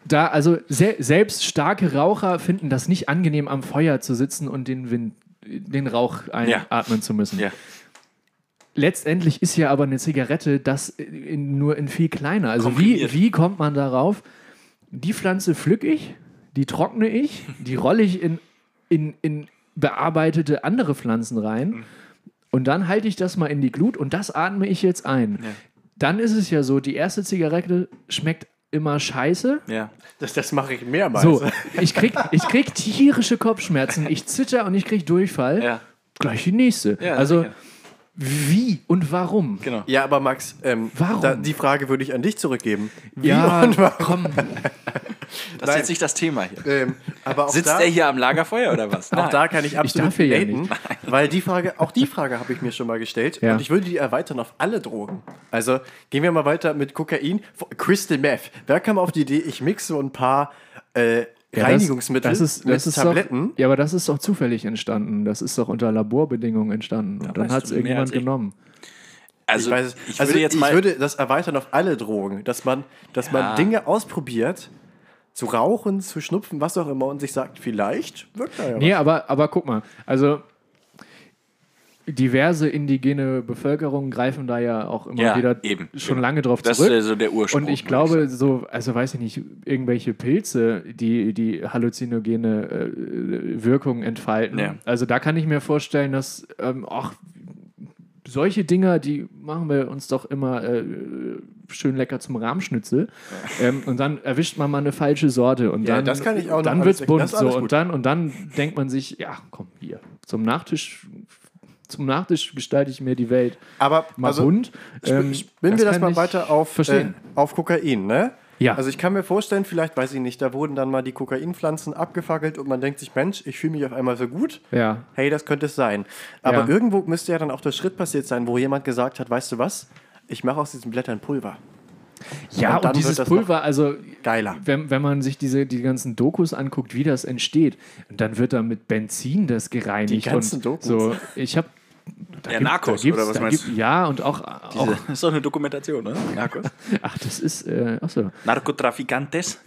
Speaker 3: da, also se selbst starke Raucher finden das nicht angenehm, am Feuer zu sitzen und den Wind, den Rauch einatmen zu müssen.
Speaker 4: Ja.
Speaker 3: Letztendlich ist ja aber eine Zigarette das in, nur in viel kleiner. Also wie,
Speaker 4: Komprimiert.
Speaker 3: wie kommt man darauf? Die Pflanze pflück ich, die trockne ich, die rolle ich in, in, in bearbeitete andere Pflanzen
Speaker 4: Mhm.
Speaker 3: rein und dann halte ich das mal in die Glut und das atme ich jetzt ein. Dann ist es ja so, die erste Zigarette schmeckt immer scheiße.
Speaker 4: ja.
Speaker 2: Das, das mache ich mehrmals.
Speaker 3: So, ich krieg, ich krieg tierische Kopfschmerzen, ich zitter und ich krieg Durchfall.
Speaker 4: Ja.
Speaker 3: Gleich die nächste.
Speaker 4: Ja,
Speaker 3: also,
Speaker 4: sicher.
Speaker 3: wie und warum?
Speaker 4: Genau.
Speaker 2: Ja, aber Max, ähm,
Speaker 3: Warum?
Speaker 2: Da, die Frage würde ich an dich zurückgeben. Wie
Speaker 3: Ja,
Speaker 2: und warum?
Speaker 3: komm.
Speaker 5: Das ist jetzt nicht das Thema hier.
Speaker 2: Ähm, aber auch
Speaker 5: Sitzt
Speaker 2: da,
Speaker 5: er hier am Lagerfeuer oder was?
Speaker 2: Auch da kann ich absolut
Speaker 3: darf hier ja
Speaker 2: relaten, weil die Frage, auch die Frage habe ich mir schon mal gestellt
Speaker 3: Ja.
Speaker 2: und ich würde die erweitern auf alle Drogen. Also gehen wir mal weiter mit Kokain, F- Crystal Meth. Wer kam auf die Idee, ich mixe so ein paar äh,
Speaker 3: Ja, das-
Speaker 2: Reinigungsmittel
Speaker 3: das ist, das
Speaker 2: mit
Speaker 3: ist
Speaker 2: Tabletten?
Speaker 3: Doch, ja, aber das ist doch zufällig entstanden. Das ist doch unter Laborbedingungen entstanden. Und dann
Speaker 5: weißt
Speaker 3: hat es
Speaker 5: du mehr
Speaker 3: irgendwann
Speaker 5: als ich.
Speaker 3: genommen.
Speaker 5: Also,
Speaker 2: ich weiß es.
Speaker 5: ich
Speaker 2: also
Speaker 5: würde jetzt
Speaker 2: ich
Speaker 5: mal.
Speaker 2: würde das erweitern auf alle Drogen, dass man, dass man Dinge ausprobiert, zu rauchen, zu schnupfen, was auch immer und sich sagt, vielleicht wirkt da ja
Speaker 3: Nee, aber, aber guck mal, also diverse indigene Bevölkerungen greifen da ja auch immer
Speaker 5: Ja,
Speaker 3: wieder
Speaker 5: eben,
Speaker 3: schon
Speaker 5: genau.
Speaker 3: lange drauf
Speaker 5: das
Speaker 3: zurück.
Speaker 5: ist ja so der Ursprung.
Speaker 3: Und ich
Speaker 5: *laughs* würde sagen.
Speaker 3: glaube, so, also weiß ich nicht, irgendwelche Pilze, die die halluzinogene äh, Wirkung entfalten.
Speaker 5: Ja.
Speaker 3: Also da kann ich mir vorstellen, dass ähm, auch solche Dinger, die machen wir uns doch immer äh, schön lecker zum Rahmschnitzel. Ähm, und dann erwischt man mal eine falsche Sorte und
Speaker 2: Ja,
Speaker 3: dann,
Speaker 2: das kann ich auch noch
Speaker 3: dann
Speaker 2: alles
Speaker 3: wird's
Speaker 2: erklären.
Speaker 3: bunt
Speaker 2: Das ist alles
Speaker 3: so und
Speaker 2: gut.
Speaker 3: dann und dann denkt man sich, ja, komm hier zum Nachtisch zum Nachtisch gestalte ich mir die Welt
Speaker 2: Aber
Speaker 3: mal
Speaker 2: also,
Speaker 3: bunt. Ähm,
Speaker 2: Spinnen wir das
Speaker 3: kann
Speaker 2: mal
Speaker 3: ich
Speaker 2: weiter auf, äh,
Speaker 3: verstehen.
Speaker 2: auf Kokain, ne?
Speaker 3: Ja.
Speaker 2: Also ich kann mir vorstellen, vielleicht, weiß ich nicht, da wurden dann mal die Kokainpflanzen abgefackelt und man denkt sich, Mensch, ich fühle mich auf einmal so gut.
Speaker 3: ja.
Speaker 2: Hey, das könnte es sein. Aber
Speaker 3: Ja.
Speaker 2: irgendwo müsste ja dann auch der Schritt passiert sein, wo jemand gesagt hat, weißt du was, ich mache aus diesen Blättern Pulver.
Speaker 3: Ja,
Speaker 2: Und dann
Speaker 3: und,
Speaker 2: wird
Speaker 3: dieses
Speaker 2: das
Speaker 3: Pulver, also
Speaker 2: Geiler.
Speaker 3: wenn, wenn man sich diese die ganzen Dokus anguckt, wie das entsteht, und dann wird da mit Benzin das gereinigt.
Speaker 2: Die ganzen
Speaker 3: und
Speaker 2: Dokus.
Speaker 3: So, ich habe
Speaker 5: Ja, Narcos, oder was meinst du?
Speaker 3: Ja, und auch, auch
Speaker 5: Das ist doch eine Dokumentation, ne? Narcos.
Speaker 3: ach, das ist, äh, ach so.
Speaker 5: Narcotraficantes.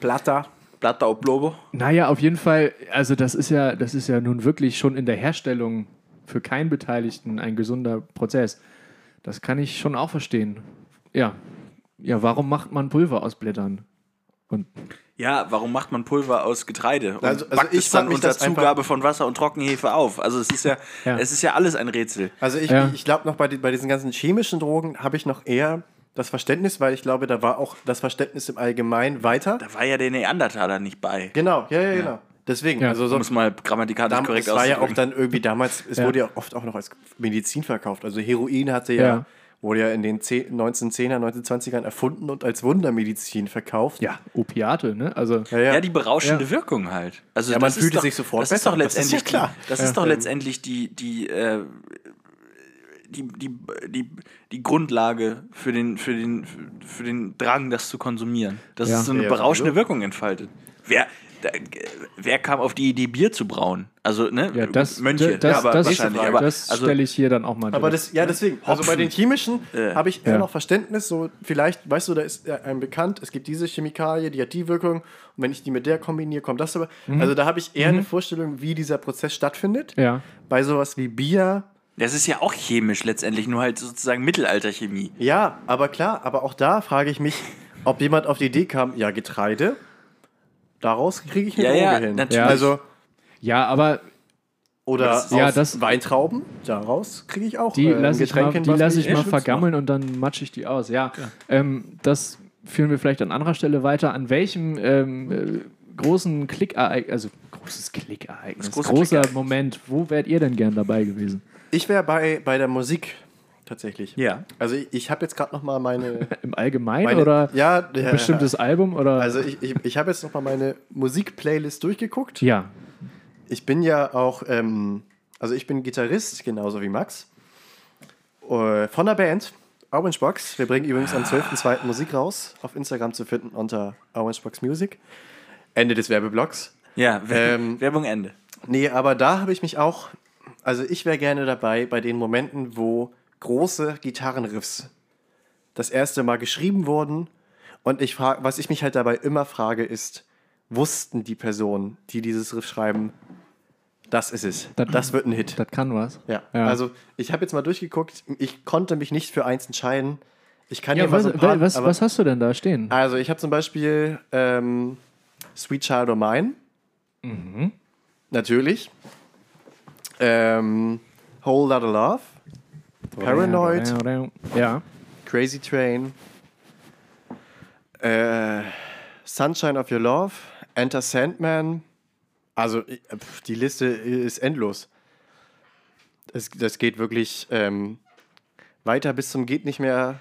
Speaker 2: Platter.
Speaker 5: Plata Oblobo.
Speaker 3: Naja, auf jeden Fall, also das ist ja, das ist ja nun wirklich schon in der Herstellung für keinen Beteiligten ein gesunder Prozess. Das kann ich schon auch verstehen. Ja. Ja, warum macht man Pulver aus Blättern? Und
Speaker 5: Ja, warum macht man Pulver aus Getreide und
Speaker 2: Also- also
Speaker 5: backt
Speaker 2: ich
Speaker 5: es
Speaker 2: frag
Speaker 5: dann
Speaker 2: mich
Speaker 5: unter
Speaker 2: das einfach-
Speaker 5: Zugabe von Wasser und Trockenhefe auf? Also es ist ja,
Speaker 3: Ja.
Speaker 5: es ist ja alles ein Rätsel.
Speaker 2: Also ich,
Speaker 3: Ja.
Speaker 2: ich glaube noch bei, die, bei diesen ganzen chemischen Drogen habe ich noch eher das Verständnis, weil ich glaube, da war auch das Verständnis im Allgemeinen weiter.
Speaker 5: Da war ja der Neandertaler nicht bei.
Speaker 2: Genau, ja, ja, genau. Deswegen,
Speaker 3: Ja.
Speaker 2: also
Speaker 5: Um
Speaker 2: so,
Speaker 5: es mal grammatikalisch
Speaker 2: Dam-
Speaker 5: korrekt
Speaker 2: es war ja auch
Speaker 5: auszudrücken.
Speaker 2: dann irgendwie damals, es
Speaker 3: Ja.
Speaker 2: wurde ja oft auch noch als Medizin verkauft. Also Heroin hatte ja,
Speaker 3: Ja.
Speaker 2: wurde ja in den 10, 1910er, 1920ern erfunden und als Wundermedizin verkauft.
Speaker 3: ja, Opiate, ne? Also
Speaker 2: ja.
Speaker 5: Ja, die berauschende
Speaker 3: Ja.
Speaker 5: Wirkung halt. Also
Speaker 2: Ja, man
Speaker 5: das ist
Speaker 2: fühlte
Speaker 5: doch,
Speaker 2: sich sofort
Speaker 5: das Ist
Speaker 2: besser.
Speaker 5: doch
Speaker 2: Das ist ja
Speaker 5: letztendlich
Speaker 2: klar.
Speaker 5: Die, das ist doch letztendlich die, die, äh, die, die, die, die Grundlage für den, für, den, für den Drang, das zu konsumieren. Dass
Speaker 3: Ja.
Speaker 5: es so eine
Speaker 2: Ja,
Speaker 5: berauschende
Speaker 2: sowieso.
Speaker 5: Wirkung entfaltet. Wer, da, wer kam auf die Idee, Bier zu brauen? Also, ne?
Speaker 3: Ja, das,
Speaker 5: Mönche,
Speaker 3: das,
Speaker 5: ja, aber
Speaker 3: das,
Speaker 5: wahrscheinlich.
Speaker 3: das
Speaker 5: aber, also,
Speaker 3: stelle ich hier dann auch mal
Speaker 2: Aber
Speaker 3: durch.
Speaker 2: das, ja, deswegen, also bei
Speaker 5: Hopfen.
Speaker 2: den chemischen habe ich eher
Speaker 3: Ja.
Speaker 2: noch Verständnis. So, vielleicht, weißt du, da ist äh, einem bekannt, es gibt diese Chemikalie, die hat die Wirkung. Und wenn ich die mit der kombiniere, kommt das aber. Also da habe ich eher eine Vorstellung, wie dieser Prozess stattfindet.
Speaker 3: Mhm. Ja.
Speaker 2: Bei sowas wie Bier.
Speaker 5: das ist ja auch chemisch letztendlich, nur halt sozusagen Mittelalterchemie.
Speaker 2: Ja, aber klar, aber auch da frage ich mich, ob jemand auf die Idee kam, ja, Getreide, daraus kriege ich eine
Speaker 5: Ja,
Speaker 2: Droge
Speaker 5: ja,
Speaker 2: hin.
Speaker 5: natürlich.
Speaker 3: Ja.
Speaker 2: Also,
Speaker 3: ja, aber
Speaker 2: oder
Speaker 5: Das ist-
Speaker 2: aus
Speaker 3: ja, das-
Speaker 2: Weintrauben, daraus kriege ich auch
Speaker 3: die
Speaker 2: äh, ein
Speaker 3: lasse ich mal,
Speaker 2: Getränk hin,
Speaker 3: die
Speaker 2: was eh
Speaker 3: lass
Speaker 2: mich
Speaker 3: ich mal
Speaker 2: schützt.
Speaker 3: vergammeln und dann matsche ich die aus. Ja, Ähm, das führen wir vielleicht an anderer Stelle weiter. An welchem ähm, äh, großen Klickereignis, also großes Klickereignis,
Speaker 5: große
Speaker 3: großer
Speaker 5: Klickereignis.
Speaker 3: Moment, wo wärt ihr denn gern dabei gewesen?
Speaker 2: Ich wäre bei, bei der Musik tatsächlich.
Speaker 5: Ja.
Speaker 2: Also ich, ich habe jetzt gerade noch mal meine,
Speaker 3: Im Allgemeinen
Speaker 2: meine
Speaker 3: *laughs* oder
Speaker 2: ja,
Speaker 3: ein bestimmtes Album oder?
Speaker 2: Also ich, ich, ich habe jetzt noch mal meine Musik-Playlist durchgeguckt.
Speaker 3: ja,
Speaker 2: Ich bin ja auch, ähm, also ich bin Gitarrist, genauso wie Max, äh, von der Band Orangebox. Wir bringen übrigens am 12.02. Musik raus, auf Instagram zu finden unter Orangebox Music. Ende des Werbeblocks.
Speaker 5: Ja,
Speaker 2: Ähm,
Speaker 5: Werbung Ende.
Speaker 2: Nee, aber da habe ich mich auch, also ich wäre gerne dabei bei den Momenten, wo große Gitarrenriffs das erste Mal geschrieben wurden. Und ich frage, was ich mich halt dabei immer frage, ist, wussten die Personen, die dieses Riff schreiben, das ist es. Das,
Speaker 3: Das-
Speaker 2: wird ein Hit.
Speaker 3: das kann was.
Speaker 2: ja.
Speaker 3: ja.
Speaker 2: Also ich habe jetzt mal durchgeguckt, ich konnte mich nicht für eins entscheiden. Ich kann
Speaker 3: Ja,
Speaker 2: dir mal
Speaker 3: was,
Speaker 2: so ein paar,
Speaker 3: was,
Speaker 2: aber-
Speaker 3: was hast du denn da stehen?
Speaker 2: also ich habe zum Beispiel ähm, Sweet Child O' Mine.
Speaker 3: Mhm.
Speaker 2: Natürlich. Ähm, Whole Lotta Love. Paranoid.
Speaker 3: Oh Ja.
Speaker 2: Crazy Train. Äh, Sunshine of Your Love. Enter Sandman. Also äh, pf, die Liste ist endlos. Das, das geht wirklich ähm, weiter bis zum geht nicht mehr.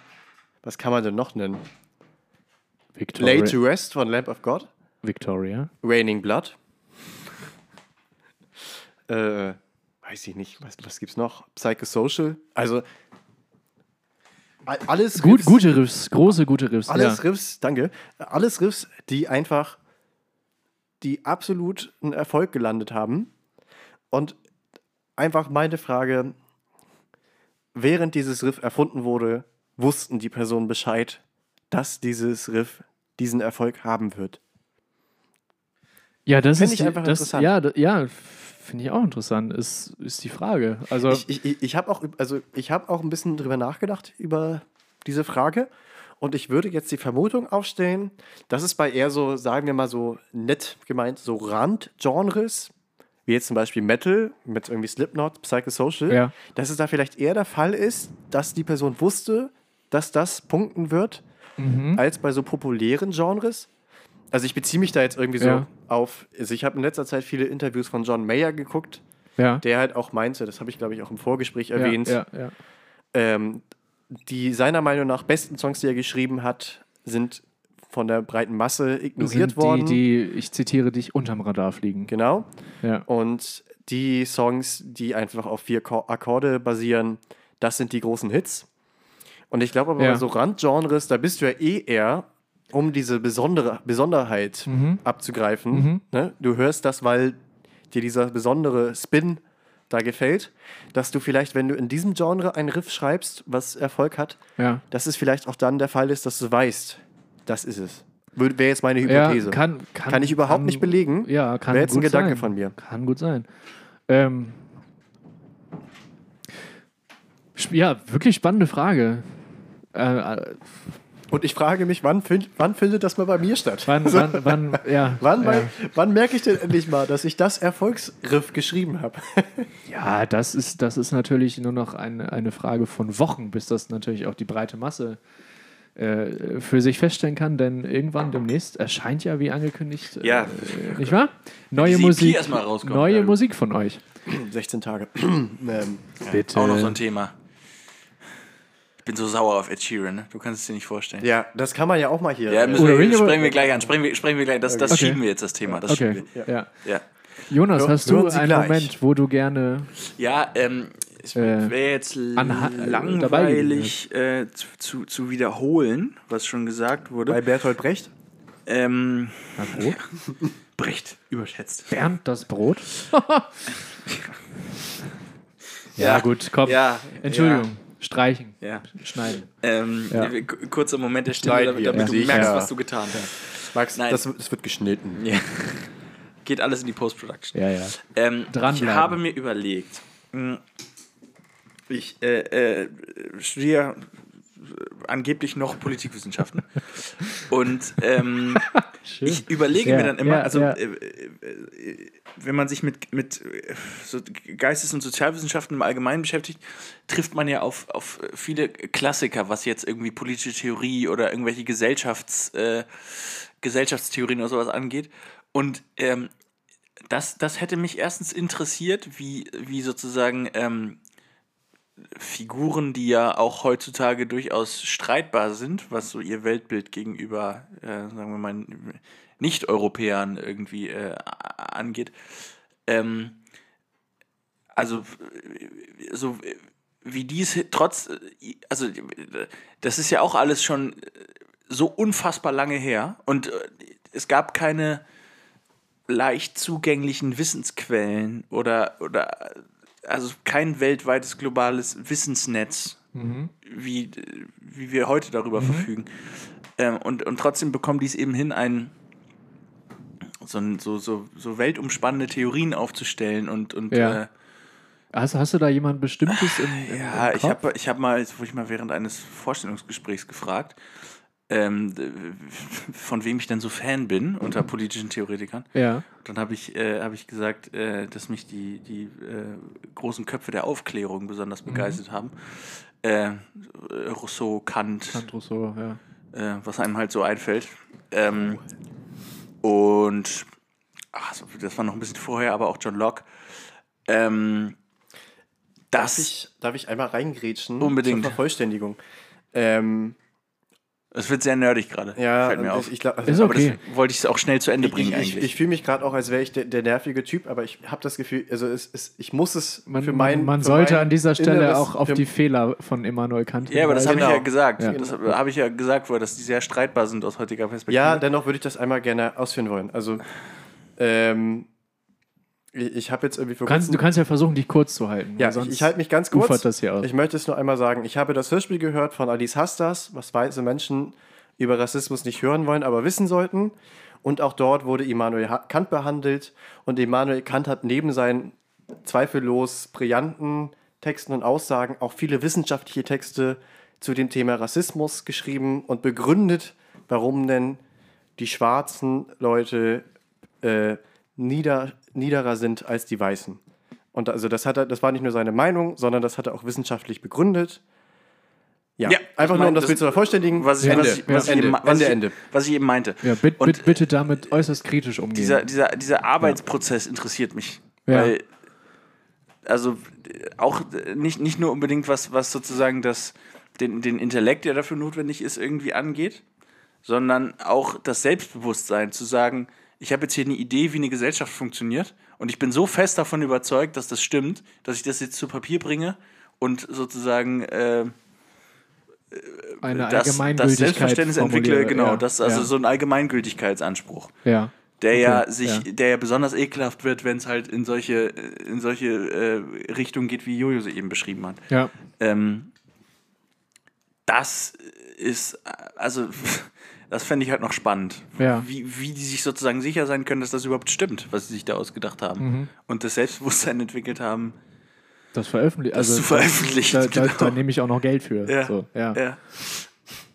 Speaker 2: Was kann man denn noch nennen?
Speaker 3: Victoria.
Speaker 2: Lay to Rest von Lamp of God.
Speaker 3: Victoria.
Speaker 2: Raining Blood. äh, weiß ich nicht, was, was gibt's noch? Psychosocial. Also a- alles
Speaker 3: Gut,
Speaker 2: Riffs,
Speaker 3: gute Riffs, große gute Riffs.
Speaker 2: alles
Speaker 3: ja.
Speaker 2: Riffs, danke. Alles Riffs, die einfach die absolut einen Erfolg gelandet haben. Und einfach meine Frage, während dieses Riff erfunden wurde, wussten die Personen Bescheid, dass dieses Riff diesen Erfolg haben wird.
Speaker 3: ja, das
Speaker 2: Find
Speaker 3: ist
Speaker 2: ich
Speaker 3: die-
Speaker 2: einfach
Speaker 3: das,
Speaker 2: interessant.
Speaker 3: Ja, da- ja finde ich auch interessant. Ist, ist die Frage. Also
Speaker 2: Ich, ich, ich- ich habe auch, also ich hab auch ein bisschen drüber nachgedacht, über diese Frage. Und ich würde jetzt die Vermutung aufstellen, dass es bei eher so, sagen wir mal so nett gemeint, so Randgenres, wie jetzt zum Beispiel Metal mit irgendwie Slipknot, Psychosocial,
Speaker 3: Ja.
Speaker 2: dass es da vielleicht eher der Fall ist, dass die Person wusste, dass das punkten wird, als bei so populären Genres. Also ich beziehe mich da jetzt irgendwie so
Speaker 3: Ja.
Speaker 2: auf, also ich habe in letzter Zeit viele Interviews von John Mayer geguckt,
Speaker 3: ja,
Speaker 2: der halt auch meinte, das habe ich glaube ich auch im Vorgespräch
Speaker 3: ja,
Speaker 2: erwähnt,
Speaker 3: Ja, ja.
Speaker 2: Ähm, die seiner Meinung nach besten Songs, die er geschrieben hat, sind von der breiten Masse ignoriert
Speaker 3: Sind
Speaker 2: worden.
Speaker 3: Die, die, ich zitiere dich, unterm Radar fliegen.
Speaker 2: genau.
Speaker 3: Ja.
Speaker 2: Und die Songs, die einfach auf vier Ko- Akkorde basieren, das sind die großen Hits. Und ich glaube aber
Speaker 3: Ja.
Speaker 2: bei so Randgenres, da bist du ja eh eher, um diese besondere Besonderheit
Speaker 3: Mhm.
Speaker 2: abzugreifen.
Speaker 3: Mhm.
Speaker 2: Ne? Du hörst das, weil dir dieser besondere Spin da gefällt, dass du vielleicht, wenn du in diesem Genre ein Riff schreibst, was Erfolg hat,
Speaker 3: ja.
Speaker 2: dass es vielleicht auch dann der Fall ist, dass du weißt, das ist es. Wäre jetzt meine Hypothese.
Speaker 3: Ja, kann, kann,
Speaker 2: Kann ich überhaupt
Speaker 3: kann-
Speaker 2: nicht belegen.
Speaker 3: Ja, kann
Speaker 2: Wäre jetzt ein
Speaker 3: gut
Speaker 2: Gedanke
Speaker 3: sein.
Speaker 2: von mir.
Speaker 3: Kann gut sein. Ähm, sp- ja, wirklich spannende Frage. Äh, äh,
Speaker 2: Und ich frage mich, wann, fin- wann findet das mal bei mir statt?
Speaker 3: wann, wann, wann, ja.
Speaker 2: Also Wann,
Speaker 3: ja.
Speaker 2: mein- wann merke ich denn endlich mal, dass ich das Erfolgsriff geschrieben *laughs* habe?
Speaker 3: ja, das ist, das ist natürlich nur noch eine, eine Frage von Wochen, bis das natürlich auch die breite Masse äh, für sich feststellen kann, denn irgendwann demnächst erscheint ja, wie angekündigt, äh,
Speaker 4: Ja.
Speaker 3: nicht wahr? Neue
Speaker 4: diese EP
Speaker 3: Musik,
Speaker 4: erstmal rauskommt, ähm,
Speaker 3: neue
Speaker 4: dann-
Speaker 3: Musik von euch.
Speaker 2: 16 Tage. *clears throat* ähm,
Speaker 3: Bitte.
Speaker 4: Auch noch so ein Thema. Ich bin so sauer auf Ed Sheeran, ne? Du kannst es dir nicht vorstellen.
Speaker 2: ja, das kann man ja auch mal hier.
Speaker 4: Ja, müssen
Speaker 3: Oder
Speaker 4: wir,
Speaker 3: nicht, aber-
Speaker 4: sprengen wir gleich an. Sprengen wir, sprengen wir gleich. Das, das
Speaker 3: Okay.
Speaker 4: schieben wir jetzt, das Thema. Das
Speaker 3: Okay,
Speaker 4: schieben
Speaker 3: ja.
Speaker 4: wir. Ja,
Speaker 3: Jonas,
Speaker 2: Hör-
Speaker 3: hast du
Speaker 2: hören Sie
Speaker 3: einen
Speaker 2: gleich.
Speaker 3: Moment, wo du
Speaker 4: *laughs*
Speaker 3: gerne.
Speaker 4: ja ähm, es
Speaker 3: Äh,
Speaker 4: wäre jetzt
Speaker 3: anha- äh, dabei gewesen
Speaker 4: langweilig äh, zu, zu, zu wiederholen, was schon gesagt
Speaker 2: äh, Bei
Speaker 4: wurde.
Speaker 2: Bertolt Brecht.
Speaker 4: Ähm,
Speaker 3: Na, Brot?
Speaker 4: Brecht, überschätzt.
Speaker 3: Bernd das Brot? *laughs* ja, gut, komm.
Speaker 4: Ja,
Speaker 3: Entschuldigung, streichen,
Speaker 4: Ja.
Speaker 3: schneiden.
Speaker 4: Ähm,
Speaker 3: Ja.
Speaker 4: k- Kurzer Moment der Stille,
Speaker 2: Schneiden
Speaker 4: damit,
Speaker 2: wir,
Speaker 4: damit du
Speaker 2: ja.
Speaker 4: merkst,
Speaker 2: Ja.
Speaker 4: was du getan hast.
Speaker 2: Max,
Speaker 4: Nein.
Speaker 2: das, das wird geschnitten.
Speaker 4: Ja. Geht alles in die Post-Production.
Speaker 3: Ja, ja.
Speaker 4: Ähm, ich
Speaker 3: Dranbleiben.
Speaker 4: habe mir überlegt, mh, ich äh, äh, studiere äh, angeblich noch Politikwissenschaften. und ähm,
Speaker 3: Schön.
Speaker 4: ich überlege
Speaker 3: Ja,
Speaker 4: mir dann immer,
Speaker 3: ja,
Speaker 4: also
Speaker 3: ja.
Speaker 4: äh, äh, wenn man sich mit, mit äh, so Geistes- und Sozialwissenschaften im Allgemeinen beschäftigt, trifft man ja auf, auf viele Klassiker, was jetzt irgendwie politische Theorie oder irgendwelche Gesellschafts, äh, Gesellschaftstheorien oder sowas angeht. Und ähm, das, das hätte mich erstens interessiert, wie, wie sozusagen ähm, Figuren, die ja auch heutzutage durchaus streitbar sind, was so ihr Weltbild gegenüber, äh, sagen wir mal, Nicht-Europäern irgendwie äh, a- angeht. Ähm, also, äh, so äh, wie dies trotz, äh, also, äh, das ist ja auch alles schon äh, so unfassbar lange her und äh, es gab keine leicht zugänglichen Wissensquellen oder, oder also kein weltweites globales Wissensnetz, wie, wie wir heute darüber
Speaker 3: Mhm.
Speaker 4: verfügen. Ähm, und, und trotzdem bekommen die es eben hin, einen, so, ein- so, so, so weltumspannende Theorien aufzustellen und, und
Speaker 3: Ja.
Speaker 4: äh,
Speaker 3: Hast, hast du da jemand Bestimmtes im, im,
Speaker 4: ja,
Speaker 3: im
Speaker 4: ich
Speaker 3: Kopf?
Speaker 4: habe ich hab mal, jetzt wurde ich mal während eines Vorstellungsgesprächs gefragt, ähm, d- von wem ich denn so Fan bin unter politischen Theoretikern.
Speaker 3: Ja.
Speaker 4: Dann habe ich, äh, hab ich gesagt, äh, dass mich die, die äh, großen Köpfe der Aufklärung besonders
Speaker 2: Mhm.
Speaker 4: begeistert haben. Äh, Rousseau, Kant,
Speaker 3: Sandro Soro, ja.
Speaker 4: äh, was einem halt so einfällt. Ähm, und ach, so, das war noch ein bisschen vorher, aber auch John Locke. Ähm,
Speaker 2: Darf
Speaker 4: das
Speaker 2: ich, darf ich einmal reingrätschen?
Speaker 4: Unbedingt.
Speaker 2: Zur Vervollständigung. Ähm,
Speaker 4: Es wird sehr nerdig gerade.
Speaker 2: Ja,
Speaker 4: fällt mir
Speaker 2: ich,
Speaker 4: auf.
Speaker 2: ich glaub- also
Speaker 6: Ist
Speaker 4: Aber
Speaker 6: okay.
Speaker 4: das wollte ich auch schnell zu Ende
Speaker 2: Ich,
Speaker 4: bringen
Speaker 2: ich,
Speaker 4: eigentlich.
Speaker 2: ich fühle mich gerade auch, als wäre ich der, der nervige Typ, aber ich habe das Gefühl, also es, es, ich muss es
Speaker 3: Man,
Speaker 2: für mein.
Speaker 3: man
Speaker 2: für
Speaker 3: sollte
Speaker 2: mein
Speaker 3: an dieser Stelle
Speaker 2: inneres-
Speaker 3: auch auf
Speaker 2: für-
Speaker 3: die Fehler von Immanuel Kant
Speaker 4: ja, aber das habe
Speaker 3: hinweisen.
Speaker 4: ich ja
Speaker 2: Genau.
Speaker 4: gesagt.
Speaker 3: Ja.
Speaker 4: Das habe ich ja gesagt, vorher, dass die sehr streitbar sind aus heutiger Perspektive.
Speaker 2: Ja, dennoch würde ich das einmal gerne ausführen wollen. Also, ähm, ich, ich habe jetzt irgendwie vor
Speaker 3: du, kannst, du kannst ja versuchen, dich kurz zu halten.
Speaker 2: Ja,
Speaker 3: weil Hm, sonst
Speaker 2: ich, ich halte mich ganz kurz.
Speaker 3: ufert das hier aus.
Speaker 2: Ich möchte es nur einmal sagen. Ich habe das Hörspiel gehört von Alice Hastas, was weiße Menschen über Rassismus nicht hören wollen, aber wissen sollten. Und auch dort wurde Immanuel Ha- Kant behandelt. Und Immanuel Kant hat neben seinen zweifellos brillanten Texten und Aussagen auch viele wissenschaftliche Texte zu dem Thema Rassismus geschrieben und begründet, warum denn die schwarzen Leute äh, nieder, niederer sind als die Weißen. Und also das hat er, das war nicht nur seine Meinung, sondern das hat er auch wissenschaftlich begründet. Ja,
Speaker 4: Ja,
Speaker 2: einfach nur
Speaker 4: ich
Speaker 2: um
Speaker 4: mein,
Speaker 2: das
Speaker 4: das-
Speaker 2: Bild zu vervollständigen.
Speaker 4: was ich,
Speaker 2: Ende.
Speaker 4: was ich, was ich,
Speaker 2: Ende.
Speaker 4: eben- was
Speaker 2: Ende,
Speaker 4: ich,
Speaker 2: Ende.
Speaker 4: Was ich eben meinte.
Speaker 3: ja, bit,
Speaker 4: Und, äh,
Speaker 3: bit, bitte damit äußerst kritisch umgehen.
Speaker 4: dieser, dieser, dieser Arbeitsprozess interessiert mich.
Speaker 3: Ja.
Speaker 4: Weil, also äh, auch äh, nicht, nicht nur unbedingt, was, was sozusagen das, den, den Intellekt, der dafür notwendig ist, irgendwie angeht, sondern auch das Selbstbewusstsein zu sagen, ich habe jetzt hier eine Idee, wie eine Gesellschaft funktioniert und ich bin so fest davon überzeugt, dass das stimmt, dass ich das jetzt zu Papier bringe und sozusagen äh,
Speaker 3: eine
Speaker 4: das, das
Speaker 3: Allgemeingültigkeit
Speaker 4: Selbstverständnis entwickle,
Speaker 3: formuliere.
Speaker 4: genau,
Speaker 3: ja,
Speaker 4: das also
Speaker 3: ja,
Speaker 4: so ein Allgemeingültigkeitsanspruch.
Speaker 3: ja.
Speaker 4: Der ja
Speaker 3: Okay,
Speaker 4: sich,
Speaker 3: ja.
Speaker 4: der ja besonders ekelhaft wird, wenn es halt in solche, in solche äh, Richtungen geht, wie Jojo sie eben beschrieben hat.
Speaker 3: Ja.
Speaker 4: Ähm, das ist, äh, also, *laughs* das fände ich halt noch spannend.
Speaker 3: Ja.
Speaker 4: Wie, wie die sich sozusagen sicher sein können, dass das überhaupt stimmt, was sie sich da ausgedacht haben.
Speaker 3: Mhm.
Speaker 4: Und das Selbstbewusstsein entwickelt haben,
Speaker 3: Das veröffentlicht.
Speaker 4: das
Speaker 3: Also,
Speaker 4: zu veröffentlichen.
Speaker 3: da, da,
Speaker 4: genau.
Speaker 3: da nehme ich auch noch Geld für.
Speaker 4: Ja.
Speaker 3: So, ja.
Speaker 4: ja.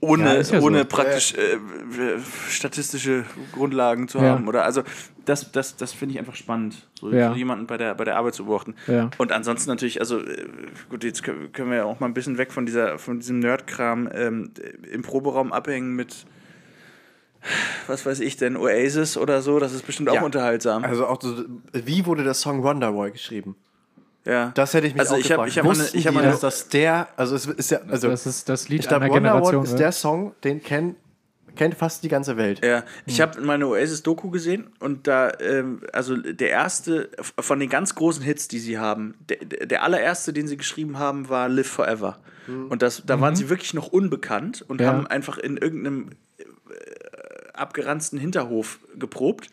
Speaker 4: Ohne,
Speaker 3: Ja, ist ja so.
Speaker 4: ohne praktisch äh, äh, statistische Grundlagen zu
Speaker 3: Ja.
Speaker 4: haben. Oder also das, das, das finde ich einfach spannend, so,
Speaker 3: Ja.
Speaker 4: so jemanden bei der, bei der Arbeit zu beobachten.
Speaker 3: Ja.
Speaker 4: Und ansonsten natürlich, also äh, gut, jetzt kö- können wir ja auch mal ein bisschen weg von dieser, von diesem Nerdkram ähm, im Proberaum abhängen mit was weiß ich denn, Oasis oder so, das ist bestimmt
Speaker 2: Ja.
Speaker 4: auch unterhaltsam.
Speaker 2: Also auch so, wie wurde der Song Wonderwall geschrieben?
Speaker 4: ja.
Speaker 2: Das hätte ich mich
Speaker 4: Also
Speaker 2: auch
Speaker 4: ich hab-
Speaker 2: gefragt.
Speaker 4: ich hab mal eine-
Speaker 2: Wussten
Speaker 4: ich hab mal
Speaker 2: die,
Speaker 4: eine-
Speaker 2: dass das der, also es ist ja, also
Speaker 3: das ist das Lied
Speaker 2: ich
Speaker 3: einer
Speaker 2: glaube,
Speaker 3: Generation.
Speaker 2: Wonderwall ist
Speaker 3: ne?
Speaker 2: der Song, den kennt, kennt fast die ganze Welt.
Speaker 4: Ja, ich habe meine Oasis-Doku gesehen und da, ähm, also der erste f- von den ganz großen Hits, die sie haben, der, der der allererste, den sie geschrieben haben, war Live Forever. Und das, da waren sie wirklich noch unbekannt und
Speaker 3: Ja.
Speaker 4: haben einfach in irgendeinem äh, abgeranzten Hinterhof geprobt.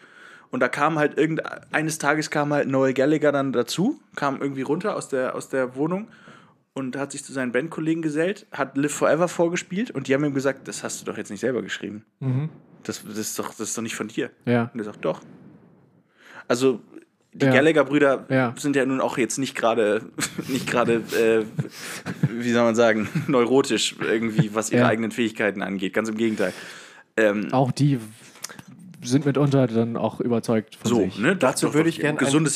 Speaker 4: Und da kam halt irgend eines Tages kam halt Noel Gallagher dann dazu, kam irgendwie runter aus der, aus der Wohnung und hat sich zu seinen Bandkollegen gesellt, hat Live Forever vorgespielt und die haben ihm gesagt, das hast du doch jetzt nicht selber geschrieben. Das, das, ist doch, das ist doch nicht von dir.
Speaker 3: Mhm. Ja.
Speaker 4: Und er sagt, doch. Also, die
Speaker 3: Ja.
Speaker 4: Gallagher-Brüder
Speaker 3: Ja.
Speaker 4: sind ja nun auch jetzt nicht gerade, *laughs* nicht gerade, äh, wie soll man sagen, *laughs* neurotisch irgendwie, was ihre
Speaker 3: Ja.
Speaker 4: eigenen Fähigkeiten angeht. Ganz im Gegenteil. Ähm,
Speaker 3: Auch die sind mitunter dann auch überzeugt von
Speaker 4: so,
Speaker 3: sich.
Speaker 4: ne?
Speaker 2: Dazu würde ich gern
Speaker 4: Gesundes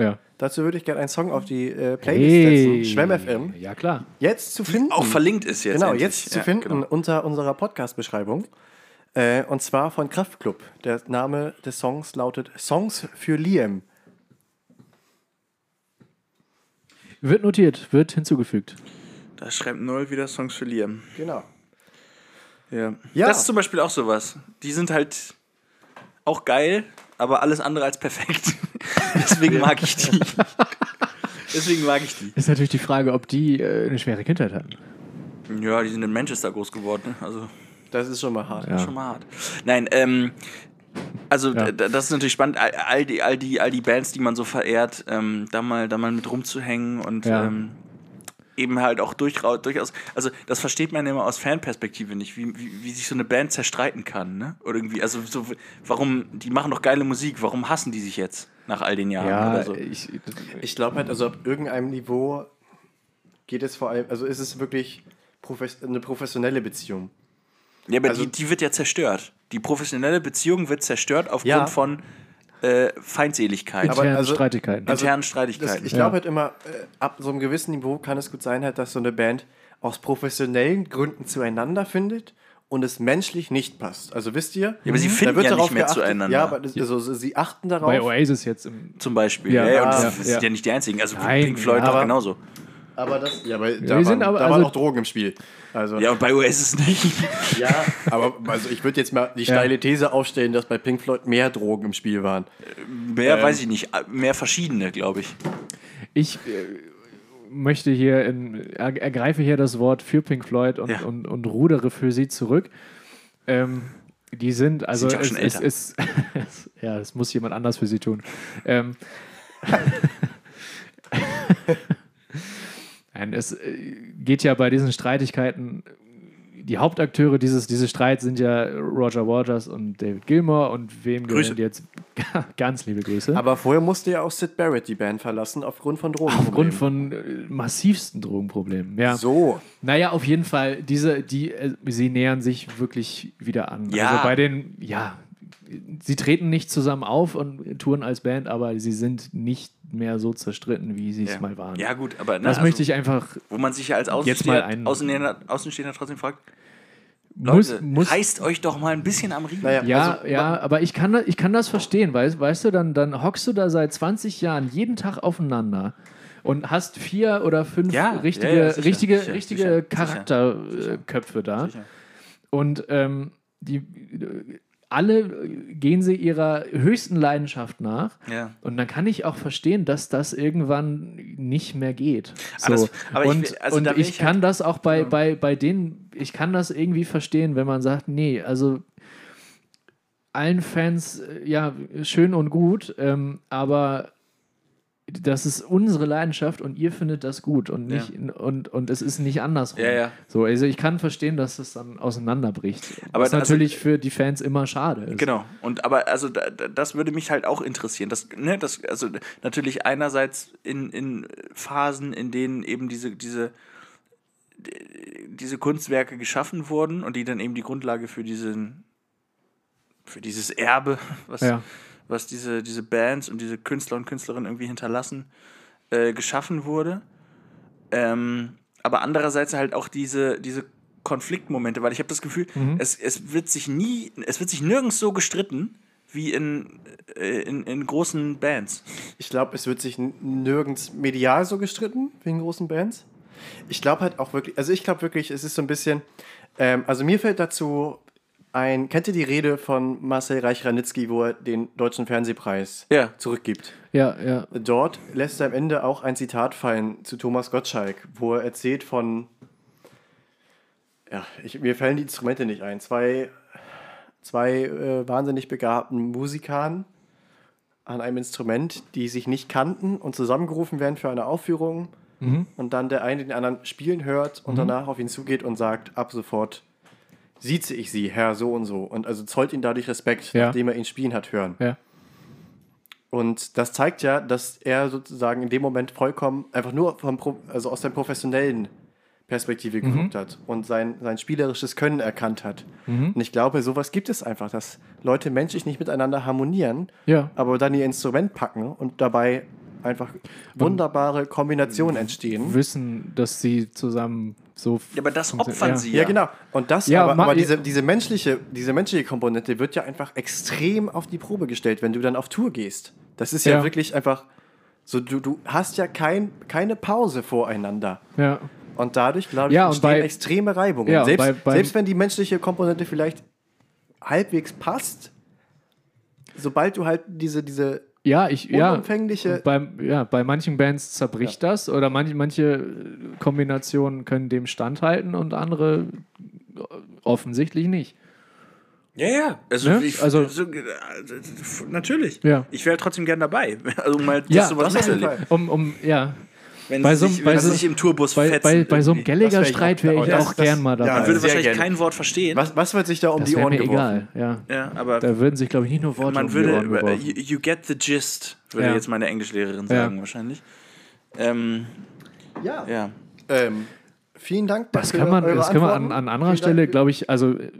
Speaker 2: Ja.
Speaker 3: Ja.
Speaker 2: Dazu würde ich gerne einen Song auf die äh, Playlist
Speaker 3: Hey.
Speaker 2: setzen. Schwemm FM.
Speaker 3: Ja, klar.
Speaker 2: Jetzt zu finden.
Speaker 4: Auch verlinkt ist jetzt.
Speaker 2: Genau,
Speaker 4: endlich.
Speaker 2: jetzt zu
Speaker 4: Ja,
Speaker 2: finden
Speaker 4: genau.
Speaker 2: unter unserer Podcast-Beschreibung. Äh, und zwar von Kraftklub. Der Name des Songs lautet Songs für Liam.
Speaker 3: Wird notiert, wird hinzugefügt.
Speaker 4: Da schreibt Noel wieder Songs für Liam.
Speaker 2: Genau.
Speaker 4: Ja.
Speaker 2: Ja.
Speaker 4: Das ist zum Beispiel auch sowas. Die sind halt auch geil, aber alles andere als perfekt. *laughs* Deswegen mag ich die. Deswegen mag ich die.
Speaker 3: Ist natürlich die Frage, ob die äh, eine schwere Kindheit hatten.
Speaker 4: Ja, die sind in Manchester groß geworden. ne? Also
Speaker 2: Das ist schon mal hart.
Speaker 4: schon mal hart. Nein, ähm, also
Speaker 3: Ja.
Speaker 4: d- d- das ist natürlich spannend, all- all die, all die, all die Bands, die man so verehrt, ähm, da, mal, da mal mit rumzuhängen und
Speaker 3: Ja.
Speaker 4: ähm, eben halt auch durchra- durchaus, also das versteht man immer aus Fanperspektive nicht, wie, wie, wie sich so eine Band zerstreiten kann, ne? Oder irgendwie, also so, warum, die machen doch geile Musik, warum hassen die sich jetzt nach all den Jahren oder
Speaker 2: also
Speaker 4: so?
Speaker 3: ich,
Speaker 2: Ich glaube halt, also auf irgendeinem Niveau geht es vor allem, also ist es wirklich profes eine professionelle Beziehung.
Speaker 4: Ja, aber
Speaker 2: Also-
Speaker 4: die, die wird ja zerstört. Die professionelle Beziehung wird zerstört aufgrund
Speaker 2: Ja.
Speaker 4: von äh, Feindseligkeit,
Speaker 2: Aber
Speaker 3: internen
Speaker 2: also-
Speaker 3: Streitigkeiten.
Speaker 2: also-
Speaker 4: internen
Speaker 2: Das,
Speaker 4: Streitigkeiten.
Speaker 2: ich glaube halt immer, äh, ab so einem gewissen Niveau kann es gut sein, halt, dass so eine Band aus professionellen Gründen zueinander findet und es menschlich nicht passt. Also wisst ihr?
Speaker 4: Ja, aber sie
Speaker 2: da
Speaker 4: finden
Speaker 2: wird
Speaker 4: ja
Speaker 2: darauf
Speaker 4: nicht mehr
Speaker 2: geachtet,
Speaker 4: zueinander.
Speaker 2: Ja, aber das, also, sie achten darauf.
Speaker 3: bei Oasis jetzt im.
Speaker 4: Zum Beispiel.
Speaker 3: Ja,
Speaker 4: Ja, ja, und
Speaker 3: ja,
Speaker 4: das das sind
Speaker 3: ja.
Speaker 4: ja nicht die einzigen. Also
Speaker 3: Nein,
Speaker 4: Pink Floyd
Speaker 3: ja,
Speaker 4: auch
Speaker 3: aber-
Speaker 4: genauso.
Speaker 2: Aber das, ja, aber da,
Speaker 3: wir
Speaker 2: waren,
Speaker 3: sind aber-
Speaker 2: da waren
Speaker 3: also-
Speaker 2: auch Drogen im Spiel. Also,
Speaker 4: Ja, und bei US ist es nicht.
Speaker 3: *laughs*
Speaker 2: ja. aber also ich würde jetzt mal die steile These aufstellen, dass bei Pink Floyd mehr Drogen im Spiel waren.
Speaker 4: Mehr weiß ich nicht. Mehr verschiedene, glaube ich.
Speaker 3: Ich äh, möchte hier, in, er- ergreife hier das Wort für Pink Floyd und,
Speaker 4: Ja.
Speaker 3: und, und rudere für sie zurück. Ähm, die sind, also
Speaker 4: Sind ja auch schon
Speaker 3: es, es,
Speaker 4: älter.
Speaker 3: es, es, *laughs* ja, das muss jemand anders für sie tun. Ähm, *laughs* Nein, es äh, geht ja bei diesen Streitigkeiten, die Hauptakteure dieses, dieses Streits sind ja Roger Waters und David Gilmore und wem
Speaker 4: Grüße.
Speaker 3: gehören jetzt *laughs* ganz liebe Grüße.
Speaker 2: Aber vorher musste ja auch Sid Barrett die Band verlassen aufgrund von Drogen.
Speaker 3: Aufgrund von äh, massivsten Drogenproblemen. Ja.
Speaker 2: So.
Speaker 3: Naja, auf jeden Fall, diese, die, äh, sie nähern sich wirklich wieder an.
Speaker 4: Ja.
Speaker 3: Also bei den, ja, sie treten nicht zusammen auf und touren als Band, aber sie sind nicht mehr so zerstritten, wie sie es mal waren.
Speaker 4: Ja, gut, aber
Speaker 3: das
Speaker 4: na,
Speaker 3: möchte
Speaker 4: also,
Speaker 3: ich einfach.
Speaker 4: wo man sich ja als
Speaker 3: jetzt mal
Speaker 4: Außenstehender,
Speaker 3: ein-
Speaker 4: Außenstehender, Außenstehender trotzdem fragt,
Speaker 3: Muss, muss,
Speaker 4: reißt euch doch mal ein bisschen am Riemen.
Speaker 2: Naja,
Speaker 3: ja,
Speaker 2: also,
Speaker 3: ja, aber ich kann, da- ich kann das verstehen, weißt, weißt du, dann, dann hockst du da seit 20 Jahren jeden Tag aufeinander und hast vier oder fünf
Speaker 4: Ja,
Speaker 3: richtige,
Speaker 4: ja, ja, sicher,
Speaker 3: richtige,
Speaker 4: sicher,
Speaker 3: richtige
Speaker 4: sicher,
Speaker 3: Charakterköpfe da.
Speaker 4: sicher.
Speaker 3: Und ähm, die äh, alle äh, gehen sie ihrer höchsten Leidenschaft nach.
Speaker 4: Ja.
Speaker 3: Und dann kann ich auch verstehen, dass das irgendwann nicht mehr geht. So.
Speaker 4: Aber Ah, das- aber ich
Speaker 3: und
Speaker 4: will- also
Speaker 3: und
Speaker 4: da
Speaker 3: ich,
Speaker 4: will ich
Speaker 3: kann
Speaker 4: halt-
Speaker 3: das auch bei, bei, bei denen, ich kann das irgendwie verstehen, wenn man sagt, nee, also allen Fans, äh, ja, schön und gut, ähm, aber das ist unsere Leidenschaft und ihr findet das gut und nicht und, und es ist nicht andersrum.
Speaker 4: Ja, ja.
Speaker 3: So, also ich kann verstehen, dass es dann auseinanderbricht.
Speaker 4: Aber
Speaker 3: was
Speaker 4: also-
Speaker 3: natürlich für die Fans immer schade ist.
Speaker 4: Genau. Und aber also da, da- das würde mich halt auch interessieren. Das, ne, das, also natürlich einerseits in, in Phasen, in denen eben diese, diese, diese Kunstwerke geschaffen wurden und die dann eben die Grundlage für diesen, für dieses Erbe, *laughs* was,
Speaker 3: Ja.
Speaker 4: was diese, diese Bands und diese Künstler und Künstlerinnen irgendwie hinterlassen, äh, geschaffen wurde. Ähm, aber andererseits halt auch diese, diese Konfliktmomente, weil ich habe das Gefühl, es, es wird sich nie, es wird sich nirgends so gestritten wie in, äh, in, in großen Bands.
Speaker 2: Ich glaube, es wird sich n- nirgends medial so gestritten, wegen großen Bands. Ich glaube halt auch wirklich, also ich glaube wirklich, es ist so ein bisschen, ähm, also mir fällt dazu ein, kennt ihr die Rede von Marcel Reich-Ranitzky, wo er den Deutschen Fernsehpreis
Speaker 4: Ja.
Speaker 2: zurückgibt?
Speaker 3: Ja, ja.
Speaker 2: Dort lässt er am Ende auch ein Zitat fallen zu Thomas Gottschalk, wo er erzählt von, ja, ich, mir fallen die Instrumente nicht ein, zwei, zwei äh, wahnsinnig begabten Musikern an einem Instrument, die sich nicht kannten und zusammengerufen werden für eine Aufführung und dann der eine den anderen spielen hört und danach auf ihn zugeht und sagt, ab sofort sieze ich sie, Herr so und so und also zollt ihn dadurch Respekt,
Speaker 3: Ja.
Speaker 2: nachdem er ihn spielen hat hören.
Speaker 3: Ja.
Speaker 2: Und das zeigt ja, dass er sozusagen in dem Moment vollkommen einfach nur vom Pro also aus der professionellen Perspektive geguckt hat und sein, sein spielerisches Können erkannt hat. Und ich glaube, sowas gibt es einfach, dass Leute menschlich nicht miteinander harmonieren,
Speaker 3: Ja.
Speaker 2: aber dann ihr Instrument packen und dabei einfach wunderbare Kombinationen entstehen.
Speaker 3: Wissen, dass sie zusammen so.
Speaker 4: Mhm. Ja, aber das
Speaker 3: funktionieren.
Speaker 4: opfern
Speaker 3: ja.
Speaker 4: sie
Speaker 2: Ja,
Speaker 4: ja.
Speaker 2: genau. Und das,
Speaker 3: Ja,
Speaker 2: aber,
Speaker 3: ma-
Speaker 2: aber diese, diese, menschliche, diese menschliche Komponente wird ja einfach extrem auf die Probe gestellt, wenn du dann auf Tour gehst. Das ist ja,
Speaker 3: Ja.
Speaker 2: wirklich einfach so, du, du hast ja kein, keine Pause voreinander.
Speaker 3: Ja.
Speaker 2: Und dadurch, glaube ich,
Speaker 3: Ja, und
Speaker 2: entstehen
Speaker 3: bei-
Speaker 2: extreme Reibungen.
Speaker 3: Ja, und
Speaker 2: selbst,
Speaker 3: bei- beim-
Speaker 2: selbst wenn die menschliche Komponente vielleicht halbwegs passt, sobald du halt diese, diese
Speaker 3: Ja, ich, ja.
Speaker 2: unumfängliche.
Speaker 3: Bei, ja, bei manchen Bands zerbricht das oder manch, manche äh, Kombinationen können dem standhalten und andere äh, offensichtlich nicht.
Speaker 4: Ja, ja. Also,
Speaker 3: Ne?
Speaker 4: ich,
Speaker 3: Also-
Speaker 4: so, äh, f- natürlich.
Speaker 3: Ja.
Speaker 4: Ich wäre trotzdem gern dabei. *laughs* Also um mal
Speaker 3: Ja,
Speaker 4: sowas
Speaker 2: das auf jeden
Speaker 4: mitzuerleben.
Speaker 2: Fall.
Speaker 3: Um, um, ja.
Speaker 4: Wenn
Speaker 3: Bei
Speaker 4: bei
Speaker 3: so-
Speaker 4: so, sich,
Speaker 3: bei
Speaker 4: wenn
Speaker 3: so-
Speaker 4: sie sich im Tourbus
Speaker 3: Bei,
Speaker 4: fetzen.
Speaker 3: bei, bei so einem
Speaker 4: irgendwie.
Speaker 3: Gallagher-Streit
Speaker 4: oh,
Speaker 3: wäre ich
Speaker 2: das-
Speaker 3: auch
Speaker 2: das-
Speaker 3: gern mal
Speaker 2: ja,
Speaker 3: dabei.
Speaker 4: Man würde
Speaker 2: Sehr
Speaker 4: wahrscheinlich
Speaker 2: gerne.
Speaker 4: kein Wort verstehen.
Speaker 2: Was, was wird sich da um
Speaker 3: das
Speaker 2: die
Speaker 3: wäre
Speaker 2: Ohren
Speaker 3: mir
Speaker 2: geworfen?
Speaker 3: egal. Ja.
Speaker 4: Ja, aber
Speaker 3: Da würden sich, glaube ich, nicht nur Worte
Speaker 4: man
Speaker 3: um die
Speaker 4: würde, äh,
Speaker 3: Ohren
Speaker 4: über-
Speaker 3: geworfen.
Speaker 4: you, you get the gist, würde
Speaker 3: Ja.
Speaker 4: jetzt meine Englischlehrerin
Speaker 3: Ja.
Speaker 4: sagen wahrscheinlich. Ähm,
Speaker 2: Ja.
Speaker 4: ja.
Speaker 2: Ähm, vielen Dank.
Speaker 3: Das kann man,
Speaker 2: eure
Speaker 3: das kann man an,
Speaker 2: Antworten.
Speaker 3: an
Speaker 2: Vielen
Speaker 3: anderer
Speaker 2: Dank
Speaker 3: Stelle,
Speaker 2: für-
Speaker 3: glaube ich, also äh,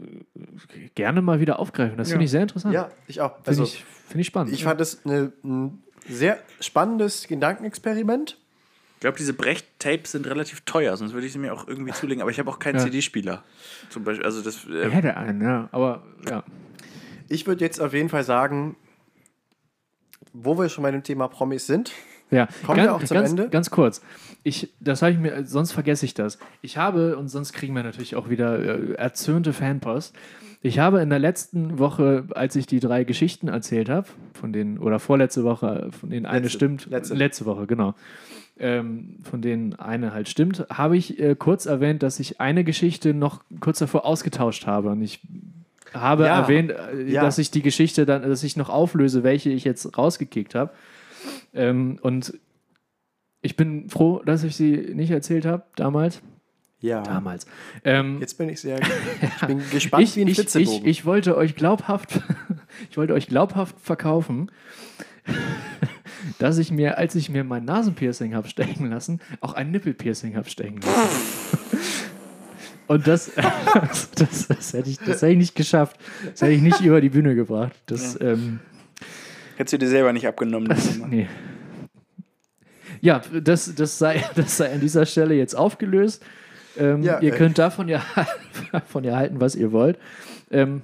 Speaker 3: gerne mal wieder aufgreifen. Das finde ich sehr interessant.
Speaker 2: Ja, ich auch.
Speaker 3: Finde
Speaker 2: Also,
Speaker 3: ich, find ich spannend.
Speaker 2: ich fand es eine, ein sehr spannendes Gedankenexperiment.
Speaker 4: Ich glaube, diese Brecht-Tapes sind relativ teuer, sonst würde ich sie mir auch irgendwie zulegen. Aber ich habe auch keinen
Speaker 3: Ja.
Speaker 4: CD-Spieler. Zum Beispiel. Also das,
Speaker 3: ich
Speaker 4: äh,
Speaker 3: hätte einen, ja. Aber ja.
Speaker 2: Ich würde jetzt auf jeden Fall sagen, wo wir schon bei dem Thema Promis sind,
Speaker 3: Ja,
Speaker 2: Kommen
Speaker 3: ganz,
Speaker 2: wir auch zum
Speaker 3: ganz,
Speaker 2: Ende?
Speaker 3: Ganz kurz. Ich, das habe ich mir, sonst vergesse ich das. Ich habe, und sonst kriegen wir natürlich auch wieder äh, erzürnte Fanpost. Ich habe in der letzten Woche, als ich die drei Geschichten erzählt habe, von denen, oder vorletzte Woche, von denen eine
Speaker 2: Letzte,
Speaker 3: stimmt,
Speaker 2: letzte.
Speaker 3: Woche, genau, ähm, von denen eine halt stimmt, habe ich äh, kurz erwähnt, dass ich eine Geschichte noch kurz davor ausgetauscht habe. Und ich habe
Speaker 2: Ja.
Speaker 3: erwähnt, äh,
Speaker 2: Ja.
Speaker 3: dass ich die Geschichte dann, dass ich noch auflöse, welche ich jetzt rausgekickt habe. Ähm, und ich bin froh, dass ich sie nicht erzählt habe damals.
Speaker 2: Ja.
Speaker 3: Damals. Ähm,
Speaker 2: Jetzt bin ich
Speaker 3: *laughs*
Speaker 2: sehr ich bin gespannt wie ein
Speaker 3: ich, ich, ich,
Speaker 2: Flitzebogen.
Speaker 3: ich wollte euch glaubhaft, *laughs* ich wollte euch glaubhaft verkaufen, *laughs* dass ich mir, als ich mir mein Nasenpiercing habe stechen lassen, auch ein Nippelpiercing habe stechen lassen. Und das, *laughs* das, das, hätte ich, das hätte ich nicht geschafft. Das hätte ich nicht über die Bühne gebracht. Das, ähm,
Speaker 4: Hättest du dir selber nicht abgenommen.
Speaker 3: *laughs*
Speaker 4: die Nummer.
Speaker 3: Nee. Ja, das, das, sei, *laughs* das sei an dieser Stelle jetzt aufgelöst. Ähm,
Speaker 2: Ja,
Speaker 3: ihr
Speaker 2: äh.
Speaker 3: könnt davon ja, *laughs* von ihr halten, was ihr wollt. Ähm,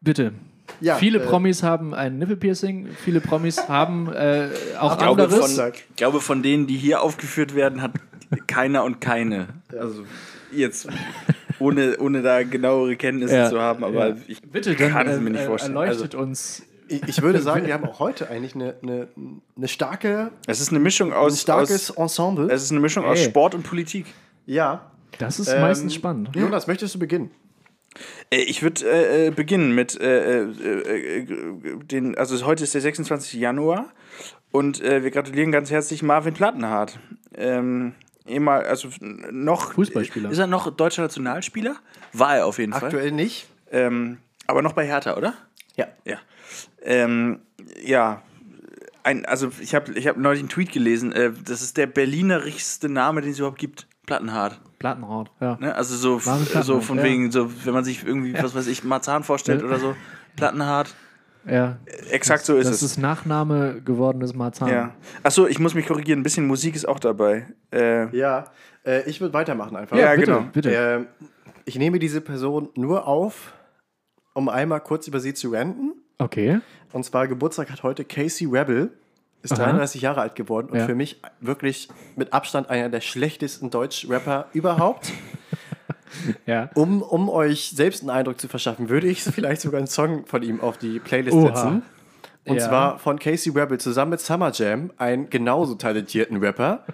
Speaker 3: bitte.
Speaker 2: Ja,
Speaker 3: viele
Speaker 2: äh,
Speaker 3: Promis haben ein Nippelpiercing,
Speaker 2: *laughs*
Speaker 3: viele Promis haben äh, auch
Speaker 4: Ich glaube,
Speaker 3: anderes.
Speaker 4: von, ich glaube, von denen, die hier aufgeführt werden, hat keiner und keine. Also jetzt, ohne, ohne da genauere Kenntnisse
Speaker 3: Ja,
Speaker 4: zu haben, aber
Speaker 3: ja.
Speaker 4: ich
Speaker 3: Bitte, dann
Speaker 4: kann es
Speaker 3: äh,
Speaker 4: mir nicht
Speaker 3: äh,
Speaker 4: vorstellen. Also,
Speaker 3: erleuchtet uns.
Speaker 2: Ich, ich würde
Speaker 3: *laughs*
Speaker 2: sagen, wir haben auch heute eigentlich eine, eine, eine starke,
Speaker 4: Also, es ist eine Mischung
Speaker 2: ein
Speaker 4: aus,
Speaker 2: starkes
Speaker 4: aus,
Speaker 2: Ensemble.
Speaker 4: es ist eine Mischung aus
Speaker 3: Ey.
Speaker 4: Sport und Politik.
Speaker 2: ja.
Speaker 3: Das ist
Speaker 2: Ähm,
Speaker 3: meistens spannend.
Speaker 2: Jonas, möchtest du beginnen?
Speaker 4: Äh, Ich würde äh, äh, beginnen mit äh, äh, äh, äh, den, also heute ist der 26. Januar und äh, wir gratulieren ganz herzlich Marvin Plattenhardt. Ähm, ehemal, also n- noch
Speaker 3: Fußballspieler.
Speaker 4: Ist er noch deutscher Nationalspieler? War er auf jeden Fall.
Speaker 2: Aktuell nicht.
Speaker 4: Ähm, aber noch bei Hertha, oder?
Speaker 2: Ja.
Speaker 4: Ja. Ähm, ja. Ein, also ich habe ich hab neulich einen Tweet gelesen. Äh, das ist der berlinerischste Name, den es überhaupt gibt. Plattenhardt.
Speaker 3: Plattenhard. Ja.
Speaker 4: Ne? Also so, f-
Speaker 3: Marvin Plattenhardt,
Speaker 4: so von
Speaker 3: ja.
Speaker 4: wegen, so, wenn man sich irgendwie, was weiß ich, Marzahn vorstellt
Speaker 3: Ja.
Speaker 4: oder so. Plattenhardt.
Speaker 3: ja.
Speaker 4: Exakt so ist
Speaker 3: das
Speaker 4: es.
Speaker 3: ist Nachname gewordenes Marzahn.
Speaker 4: ja. Achso, ich muss mich korrigieren. Ein bisschen Musik ist auch dabei. Äh,
Speaker 2: Ja. Äh, ich würde weitermachen einfach.
Speaker 4: Ja,
Speaker 3: bitte,
Speaker 4: genau.
Speaker 3: Bitte.
Speaker 2: Ähm, ich nehme diese Person nur auf, um einmal kurz über sie zu ranten.
Speaker 3: Okay.
Speaker 2: Und zwar Geburtstag hat heute Casey Rebel, ist
Speaker 3: Aha.
Speaker 2: 33 Jahre alt geworden und
Speaker 3: Ja.
Speaker 2: für mich wirklich mit Abstand einer der schlechtesten Deutsch-Rapper überhaupt.
Speaker 3: Ja.
Speaker 2: Um, um euch selbst einen Eindruck zu verschaffen, würde ich vielleicht sogar einen Song von ihm auf die Playlist
Speaker 3: Oha.
Speaker 2: setzen. Und
Speaker 3: Ja.
Speaker 2: zwar von Casey Rebel zusammen mit Summer Jam, einen genauso talentierten Rapper.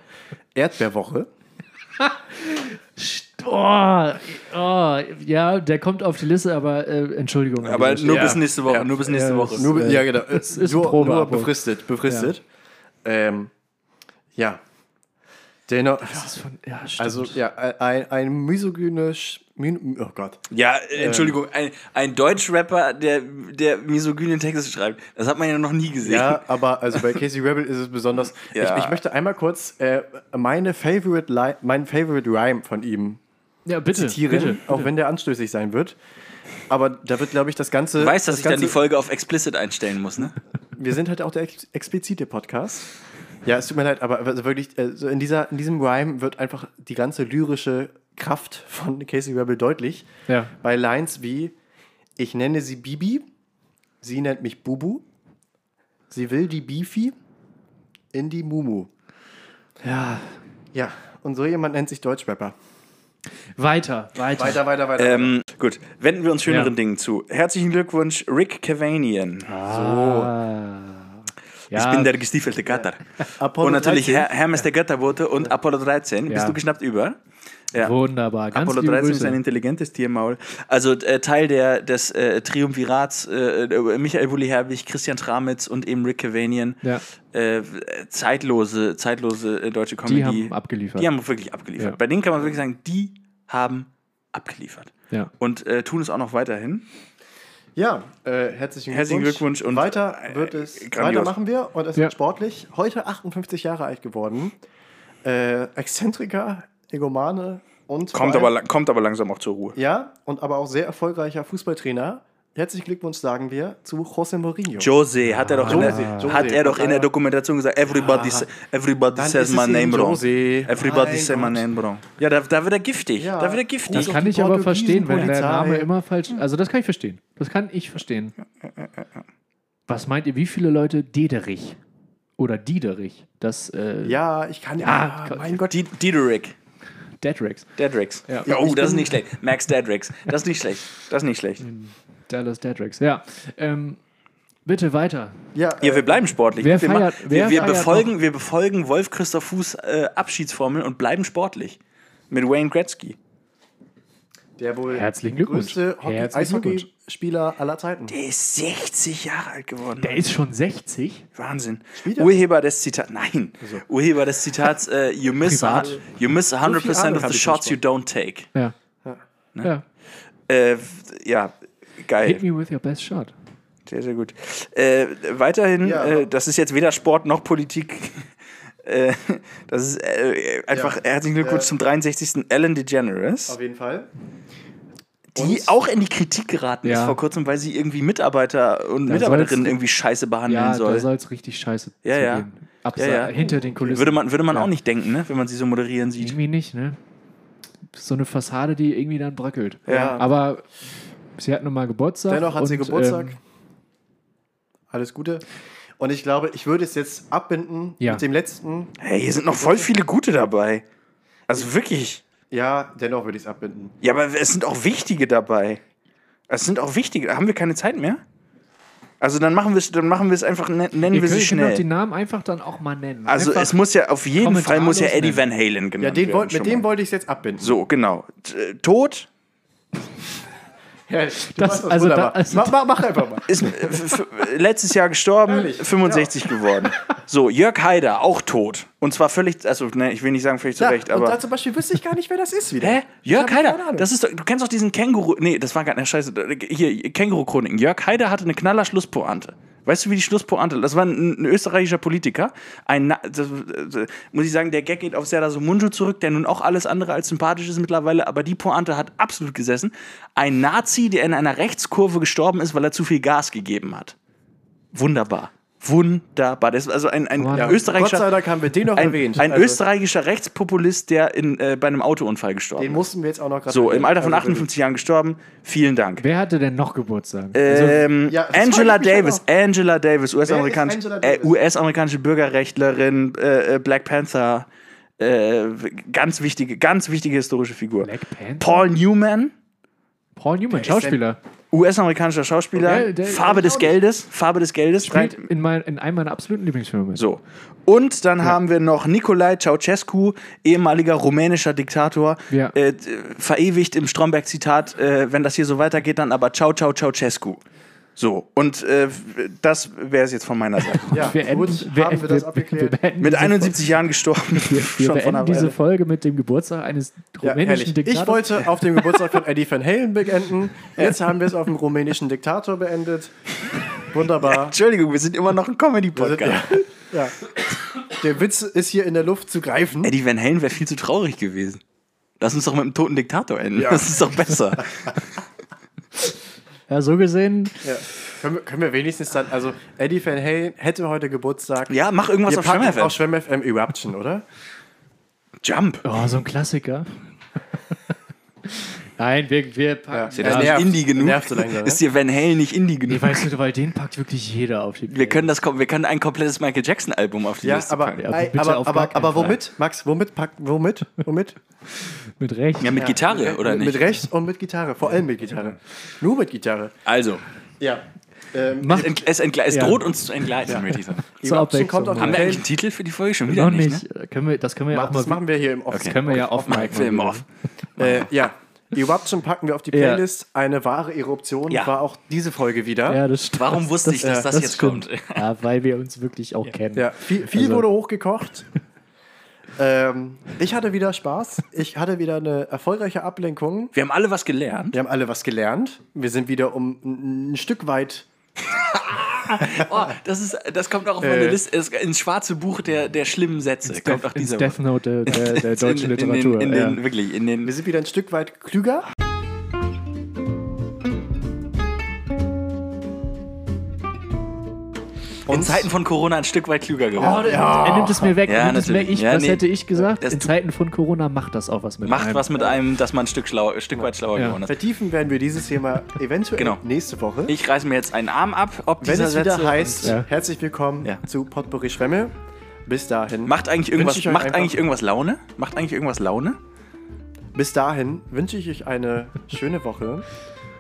Speaker 2: Erdbeerwoche.
Speaker 3: Oh, oh, ja, der kommt auf die Liste, aber äh, Entschuldigung. an
Speaker 4: aber
Speaker 3: dieser
Speaker 4: nur
Speaker 3: Stelle.
Speaker 4: bis nächste Woche. Nur bis nächste
Speaker 3: Ja,
Speaker 4: Woche.
Speaker 3: das-
Speaker 2: Nur,
Speaker 3: äh,
Speaker 2: ja, genau.
Speaker 3: es ist ein
Speaker 2: nur, nur
Speaker 3: Probeabo.
Speaker 2: befristet. Befristet. Ähm, ja. Dennoch,
Speaker 3: Das ist von, ja, stimmt.
Speaker 2: also ja, ein, ein misogynisch. min- Oh Gott.
Speaker 4: Ja, äh, Entschuldigung, ein, ein Deutschrapper, der, der misogyne Texte schreibt. Das hat man ja noch nie gesehen.
Speaker 2: Ja, *laughs* aber also bei Casey Rebel ist es besonders.
Speaker 4: Ja.
Speaker 2: Ich, ich möchte einmal kurz äh, meine favorite Li mein favorite Rhyme von ihm
Speaker 3: ja, bitte,
Speaker 2: zitieren,
Speaker 3: bitte.
Speaker 2: auch wenn der anstößig sein wird. Aber da wird, glaube ich, das Ganze.
Speaker 4: Du weißt, dass
Speaker 2: Äh, das
Speaker 4: ich dann die
Speaker 2: Ganze-
Speaker 4: Folge auf explicit einstellen muss, ne?
Speaker 2: Wir sind halt auch der ex explizite Podcast. Ja, es tut mir leid, aber also wirklich, äh, so in, dieser, in diesem Rhyme wird einfach die ganze lyrische Kraft von Casey Rebel deutlich.
Speaker 3: Ja.
Speaker 2: Bei Lines wie: Ich nenne sie Bibi, sie nennt mich Bubu, sie will die Bifi in die Mumu.
Speaker 3: ja.
Speaker 2: Ja, und so jemand nennt sich Deutschrapper.
Speaker 3: Weiter, weiter.
Speaker 2: Weiter, weiter, weiter.
Speaker 4: Ähm, gut, wenden wir uns schöneren
Speaker 3: Ja.
Speaker 4: Dingen zu. Herzlichen Glückwunsch, Rick Cavanian.
Speaker 3: Ah. Ja,
Speaker 4: Ich bin der gestiefelte Kater.
Speaker 2: Apollo
Speaker 4: Und natürlich
Speaker 2: 13.
Speaker 4: Her Hermes der Götterbote und Apollo 13.
Speaker 3: Ja.
Speaker 4: Bist du geschnappt über? Ja.
Speaker 3: wunderbar. Ganz
Speaker 4: Apollo
Speaker 3: liebe
Speaker 4: 13 ist
Speaker 3: Grüße.
Speaker 4: ein intelligentes Tiermaul. Also äh, Teil der, des äh, Triumvirats äh, äh, Michael Bulli-Herbig, Christian Tramitz und eben Rick Cavanian.
Speaker 3: Ja.
Speaker 4: Äh, zeitlose, zeitlose äh, deutsche Comedy.
Speaker 3: Die haben abgeliefert.
Speaker 4: Die haben wirklich abgeliefert.
Speaker 3: Ja.
Speaker 4: Bei denen kann man wirklich sagen, die haben abgeliefert.
Speaker 3: ja.
Speaker 4: Und äh, tun es auch noch weiterhin.
Speaker 2: Ja, äh, herzlichen,
Speaker 4: Herzlichen Glückwunsch und-
Speaker 2: weiter wird es.
Speaker 4: Äh, grandios.
Speaker 2: weiter machen wir und es
Speaker 3: Ja.
Speaker 2: wird sportlich. Heute 58 Jahre alt geworden. Äh, Exzentriker, Egomane und. vor
Speaker 4: Kommt
Speaker 2: allem-
Speaker 4: aber, la- kommt aber langsam auch zur Ruhe.
Speaker 2: Ja, und aber auch sehr erfolgreicher Fußballtrainer. Herzlichen Glückwunsch, sagen wir, zu José Mourinho.
Speaker 4: Jose hat er doch, in, der,
Speaker 2: Jose,
Speaker 4: hat
Speaker 2: Jose.
Speaker 4: er doch in der Dokumentation gesagt, everybody, sa- everybody says my name wrong.
Speaker 2: Jose.
Speaker 4: Everybody
Speaker 2: Mein
Speaker 4: says my
Speaker 2: Gott.
Speaker 4: name wrong. Ja, da, da wird er giftig.
Speaker 2: Ja.
Speaker 4: Da wird er giftig.
Speaker 3: Das
Speaker 2: auch
Speaker 3: kann
Speaker 2: die
Speaker 3: ich aber verstehen, wenn der
Speaker 2: Portugiesen-
Speaker 3: Name
Speaker 2: Polizei.
Speaker 3: immer falsch Also, das kann ich verstehen. Das kann ich verstehen. Was meint ihr, wie viele Leute Dederich Oder Diederich. Das, äh,
Speaker 2: Ja, ich kann.
Speaker 3: Ja,
Speaker 2: Ah, mein Gott.
Speaker 4: Die- Diederik.
Speaker 3: Deadrex.
Speaker 4: Dedrix.
Speaker 3: Ja.
Speaker 4: Ja, oh, das ist nicht schlecht. Max Dedrix. Das ist nicht schlecht. Das ist nicht schlecht.
Speaker 3: Dallas Deadrex, ja. Ähm, bitte weiter.
Speaker 2: Ja,
Speaker 4: Ja, wir bleiben sportlich.
Speaker 3: Wer
Speaker 4: wir, ma-
Speaker 3: feiert- wer
Speaker 4: wir, wir,
Speaker 3: feiert
Speaker 4: befolgen, wir befolgen Wolf Christoph Fuß äh, Abschiedsformel und bleiben sportlich. Mit Wayne Gretzky.
Speaker 2: der wohl
Speaker 3: Herzlichen Glückwunsch.
Speaker 2: größte Hockey-
Speaker 3: Herzlichen Glückwunsch.
Speaker 2: Eishockeyspieler aller Zeiten.
Speaker 4: Der ist 60 Jahre alt geworden.
Speaker 3: Der ist schon 60.
Speaker 4: Wahnsinn.
Speaker 2: Spielt er?
Speaker 4: Urheber des Zitats. Nein. Urheber des Zitats, äh, you, miss a,
Speaker 3: Privat.
Speaker 4: you miss 100%
Speaker 2: So viel Ahnung
Speaker 4: of
Speaker 2: hab
Speaker 4: the
Speaker 2: ich
Speaker 4: shots
Speaker 2: von
Speaker 4: you don't take.
Speaker 3: Ja.
Speaker 4: Ne?
Speaker 3: ja.
Speaker 4: Äh, ja, geil.
Speaker 3: Hit me with your best shot.
Speaker 4: Sehr, sehr gut. Äh, weiterhin,
Speaker 2: Ja.
Speaker 4: äh, das ist jetzt weder Sport noch Politik. *laughs* Äh, Das ist äh, einfach
Speaker 2: Ja.
Speaker 4: herzlichen Glückwunsch
Speaker 2: Äh.
Speaker 4: zum 63. Ellen DeGeneres,
Speaker 2: Auf jeden Fall.
Speaker 4: die auch in die Kritik geraten ist
Speaker 3: Ja.
Speaker 4: vor kurzem, weil sie irgendwie Mitarbeiter und
Speaker 3: Da
Speaker 4: Mitarbeiterinnen
Speaker 3: soll's-
Speaker 4: irgendwie scheiße behandeln
Speaker 3: Ja, da
Speaker 4: soll.
Speaker 3: soll es richtig scheiße
Speaker 4: Ja,
Speaker 3: zu
Speaker 4: ja.
Speaker 3: gehen. Abse
Speaker 4: Ja, ja.
Speaker 3: Hinter den Kulissen.
Speaker 4: Würde man, würde man
Speaker 3: Ja.
Speaker 4: auch nicht denken, ne? wenn man sie so moderieren sieht.
Speaker 3: Irgendwie nicht, ne? So eine Fassade, die irgendwie dann bröckelt.
Speaker 2: Ja.
Speaker 3: Aber sie hat nun mal Geburtstag.
Speaker 2: Dennoch hat sie
Speaker 3: und,
Speaker 2: Geburtstag.
Speaker 3: ähm,
Speaker 2: Alles Gute. Und ich glaube, ich würde es jetzt abbinden
Speaker 3: Ja.
Speaker 2: mit dem letzten.
Speaker 4: Hey, hier sind noch voll viele gute dabei. Also wirklich.
Speaker 2: Ja, dennoch würde ich es abbinden.
Speaker 4: Ja, aber es sind auch wichtige dabei. Es sind auch wichtige. Haben wir keine Zeit mehr? Also dann machen wir es, dann machen wir es einfach, nen- nennen
Speaker 3: ihr
Speaker 4: wir
Speaker 3: könnt,
Speaker 4: sie
Speaker 3: ihr könnt auch die
Speaker 4: schnell.
Speaker 3: Namen einfach dann auch mal nennen.
Speaker 4: Also
Speaker 3: einfach,
Speaker 4: es muss ja auf jeden Fall muss ja Eddie
Speaker 3: kommentarlos
Speaker 4: Van Halen genannt
Speaker 2: Ja, den
Speaker 4: werden.
Speaker 2: wollt, mit
Speaker 4: schon
Speaker 2: dem
Speaker 4: mal.
Speaker 2: wollte ich es jetzt abbinden.
Speaker 4: So, genau. T- äh, Tod
Speaker 2: Ja, das,
Speaker 3: also da- also
Speaker 2: mach, mach, mach einfach mal.
Speaker 4: ist äh, f- f- letztes Jahr gestorben,
Speaker 2: Ehrlich?
Speaker 4: 65 geworden. So, Jörg Haider, auch tot. Und zwar völlig, also ne, ich will nicht sagen völlig zu
Speaker 2: Ja,
Speaker 4: Recht,
Speaker 2: und da
Speaker 4: aber.
Speaker 2: zum Beispiel wüsste ich gar nicht, wer das ist wieder.
Speaker 4: Hä?
Speaker 2: Ich
Speaker 4: Jörg
Speaker 2: hab keine
Speaker 4: Haider,
Speaker 2: Ahnung.
Speaker 4: das ist doch, du kennst doch diesen Känguru. Nee, das war gar nicht, scheiße. Hier, Känguru-Chroniken. Jörg Haider hatte eine knaller Schlusspointe. Weißt du, wie die Schlusspointe? Das war ein, ein österreichischer Politiker. Ein, Na- das, das, muss ich sagen, der Gag geht auf Serdar Somuncu zurück, der nun auch alles andere als sympathisch ist mittlerweile, aber die Pointe hat absolut gesessen. Ein Nazi, der in einer Rechtskurve gestorben ist, weil er zu viel Gas gegeben hat. Wunderbar. Wunderbar. Das ist also ein, ein
Speaker 3: Mann.
Speaker 4: ja,
Speaker 2: Gott sei
Speaker 4: österreichischer,
Speaker 2: Dank haben wir den noch
Speaker 4: ein,
Speaker 2: erwähnt.
Speaker 4: ein
Speaker 2: Also,
Speaker 4: österreichischer Rechtspopulist, der in, äh, bei einem Autounfall gestorben
Speaker 2: Den
Speaker 4: ist.
Speaker 2: mussten wir jetzt auch noch gerade.
Speaker 4: So, im Alter von
Speaker 2: Also,
Speaker 4: 58 Jahren gestorben. Vielen Dank.
Speaker 3: wer hatte denn noch Geburtstag? Also
Speaker 4: Ähm,
Speaker 2: ja, das
Speaker 4: Angela
Speaker 2: frag ich mich
Speaker 4: Davis, Angela Davis,
Speaker 2: Wer
Speaker 4: US-amerikanische
Speaker 2: ist Angela
Speaker 4: äh,
Speaker 2: Davis?
Speaker 4: US-amerikanische Bürgerrechtlerin, äh, äh, Black Panther, äh, ganz wichtige, ganz wichtige historische Figur.
Speaker 3: Black Panther?
Speaker 4: Paul Newman,
Speaker 3: Paul Newman, Schauspieler.
Speaker 4: US-amerikanischer Schauspieler,
Speaker 3: Okay, der-
Speaker 4: Farbe
Speaker 3: der-
Speaker 4: des Geldes, Farbe des Geldes.
Speaker 3: Spielt
Speaker 4: Rein-
Speaker 3: in, mein, in einem meiner absoluten Lieblingsfilme. mit.
Speaker 4: So. Und dann haben wir noch Nicolai Ceausescu, ehemaliger rumänischer Diktator,
Speaker 3: Ja.
Speaker 4: äh, d- verewigt im Stromberg-Zitat, äh, wenn das hier so weitergeht, dann aber Ciao, Ciao, Ceausescu. So, und äh, das wäre es jetzt von
Speaker 3: *laughs*
Speaker 4: meiner Seite.
Speaker 2: Ja,
Speaker 3: Wir enden,
Speaker 2: gut,
Speaker 3: wir,
Speaker 2: haben wir das abgeklärt.
Speaker 3: Wir beenden
Speaker 4: Mit
Speaker 3: diese
Speaker 4: 71 Jahren gestorben.
Speaker 3: Fol- *laughs* wir beenden diese Folge mit dem Geburtstag eines
Speaker 2: Ja,
Speaker 3: rumänischen
Speaker 2: herrlich.
Speaker 3: Diktators.
Speaker 2: ich wollte auf dem Geburtstag von Eddie Van Halen *laughs* beenden. Jetzt haben wir es auf dem rumänischen Diktator beendet. Wunderbar.
Speaker 4: Entschuldigung, wir sind immer noch ein
Speaker 2: Wir sind-
Speaker 4: Comedy-Podcast.
Speaker 2: ja. Der Witz ist hier in der Luft zu greifen.
Speaker 4: Eddie Van Halen wäre viel zu traurig gewesen. Lass uns doch mit dem toten Diktator enden. Das ist
Speaker 2: *laughs*
Speaker 4: doch besser.
Speaker 3: ja, so gesehen,
Speaker 2: Ja. Können, wir, können wir wenigstens dann, also Eddie Van Halen hätte heute Geburtstag.
Speaker 4: ja, mach irgendwas
Speaker 2: wir
Speaker 4: auf Schwimmer.
Speaker 2: packen auf Schwemm FM Eruption, oder?
Speaker 4: Jump.
Speaker 3: oh, so ein Klassiker. *laughs* Nein, wir, wir packen.
Speaker 2: Ja.
Speaker 4: Das ist
Speaker 2: nervt.
Speaker 4: nicht Indie genug.
Speaker 2: Nervt so langsam, ne?
Speaker 4: Ist dir Van Halen nicht Indie genug?
Speaker 3: Nee, weißt du, weil den packt wirklich jeder auf die
Speaker 4: Wir
Speaker 3: Playlist.
Speaker 4: können, das, kom- wir können ein komplettes Michael Jackson-Album auf die
Speaker 2: Ja,
Speaker 4: Liste
Speaker 2: aber,
Speaker 4: packen.
Speaker 3: Ja,
Speaker 2: ei,
Speaker 3: bitte
Speaker 2: aber,
Speaker 3: auf gar
Speaker 2: aber,
Speaker 3: keinen
Speaker 2: aber
Speaker 3: Fall.
Speaker 2: womit, Max, womit packen, womit, *laughs* womit?
Speaker 3: Mit Recht.
Speaker 4: Ja, mit Gitarre, oder
Speaker 2: mit,
Speaker 4: nicht?
Speaker 2: mit rechts und mit Gitarre, vor allem mit Gitarre. Nur mit Gitarre.
Speaker 4: also,
Speaker 2: Ja. Ähm,
Speaker 3: Macht
Speaker 4: ent- es, entgle- es
Speaker 3: Ja.
Speaker 4: droht uns zu entgleiten, möchte ich sagen.
Speaker 3: zur Abwechslung.
Speaker 2: kommt auf
Speaker 4: Haben wir
Speaker 2: Van Halen.
Speaker 4: eigentlich einen Titel für die Folge schon wieder?
Speaker 3: noch
Speaker 4: nicht.
Speaker 3: nicht. äh, Können wir, das können wir ja auch
Speaker 2: das
Speaker 3: mal.
Speaker 2: machen wir hier im Office.
Speaker 3: Das können wir ja auf,
Speaker 4: Ne? Film off.
Speaker 2: Äh, ja. Eruption packen wir auf die
Speaker 3: Ja.
Speaker 2: Playlist. Eine wahre Eruption
Speaker 4: Ja.
Speaker 2: war auch diese Folge wieder.
Speaker 3: Ja, das stimmt.
Speaker 4: Warum wusste ich, dass
Speaker 3: äh,
Speaker 4: das jetzt
Speaker 3: stimmt.
Speaker 4: kommt?
Speaker 3: Ja, weil wir uns wirklich auch kennen.
Speaker 2: Ja, viel, viel wurde hochgekocht. *laughs* ähm, ich hatte wieder Spaß. Ich hatte wieder eine erfolgreiche Ablenkung.
Speaker 4: Wir haben alle was
Speaker 3: *laughs*
Speaker 4: gelernt.
Speaker 2: Wir haben alle was gelernt. Wir sind wieder um ein ein Stück weit.
Speaker 4: Oh, das, ist, das kommt auch auf meine Liste, es- ins schwarze Buch der, der schlimmen Sätze. kommt auch
Speaker 3: Äh. Ins
Speaker 4: dieser
Speaker 3: Death Note der, der, der deutschen
Speaker 4: in, in
Speaker 3: Literatur.
Speaker 4: Den, in den,
Speaker 3: ja.
Speaker 4: Wirklich, in den.
Speaker 2: Wir sind wieder ein Stück weit klüger. Und
Speaker 4: In Zeiten von Corona ein Stück weit klüger
Speaker 3: Oh,
Speaker 4: geworden.
Speaker 3: der- Er nimmt es mir weg.
Speaker 4: Oh. Ja,
Speaker 3: er nimmt es mir,
Speaker 4: natürlich.
Speaker 3: ich,
Speaker 4: Ja,
Speaker 3: was
Speaker 4: nee.
Speaker 3: hätte ich gesagt?
Speaker 4: Das
Speaker 3: In
Speaker 4: tut-
Speaker 3: Zeiten von Corona macht das auch was mit
Speaker 4: Macht
Speaker 3: einem.
Speaker 4: was mit einem, dass man ein Stück, schlauer, ein Stück weit schlauer
Speaker 3: Ja.
Speaker 4: geworden ist.
Speaker 2: vertiefen werden wir dieses Thema eventuell
Speaker 4: Genau.
Speaker 2: nächste Woche.
Speaker 4: Ich reiße mir jetzt einen Arm ab, ob
Speaker 2: wenn
Speaker 4: dieser
Speaker 2: es wieder
Speaker 4: Sätze-
Speaker 2: heißt,
Speaker 3: Ja.
Speaker 2: herzlich willkommen
Speaker 4: Ja.
Speaker 2: zu Potpourri Schwemme. Bis dahin.
Speaker 4: Macht eigentlich irgendwas,
Speaker 2: Wünsche ich euch
Speaker 4: macht
Speaker 2: einfach-
Speaker 4: eigentlich irgendwas Laune? Macht eigentlich irgendwas Laune?
Speaker 2: Bis dahin wünsche ich euch eine schöne Woche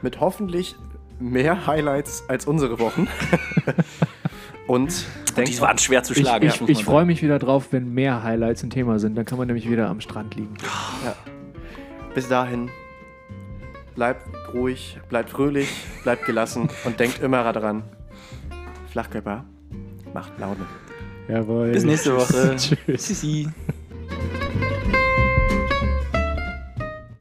Speaker 2: mit hoffentlich mehr Highlights als unsere
Speaker 4: *laughs*
Speaker 2: Wochen. Und
Speaker 4: Die
Speaker 2: denkt
Speaker 4: waren schwer zu
Speaker 3: Ich,
Speaker 4: schlagen.
Speaker 3: ich, ich freue mich wieder drauf, wenn mehr Highlights ein Thema sind. Dann kann man nämlich wieder am Strand liegen.
Speaker 2: bis dahin, bleibt ruhig, bleibt fröhlich, bleibt gelassen und denkt immer daran, Flachkörper macht Laune.
Speaker 3: Jawohl.
Speaker 4: Bis nächste
Speaker 3: *laughs*
Speaker 4: Woche.
Speaker 3: Tschüss.
Speaker 4: Sissi.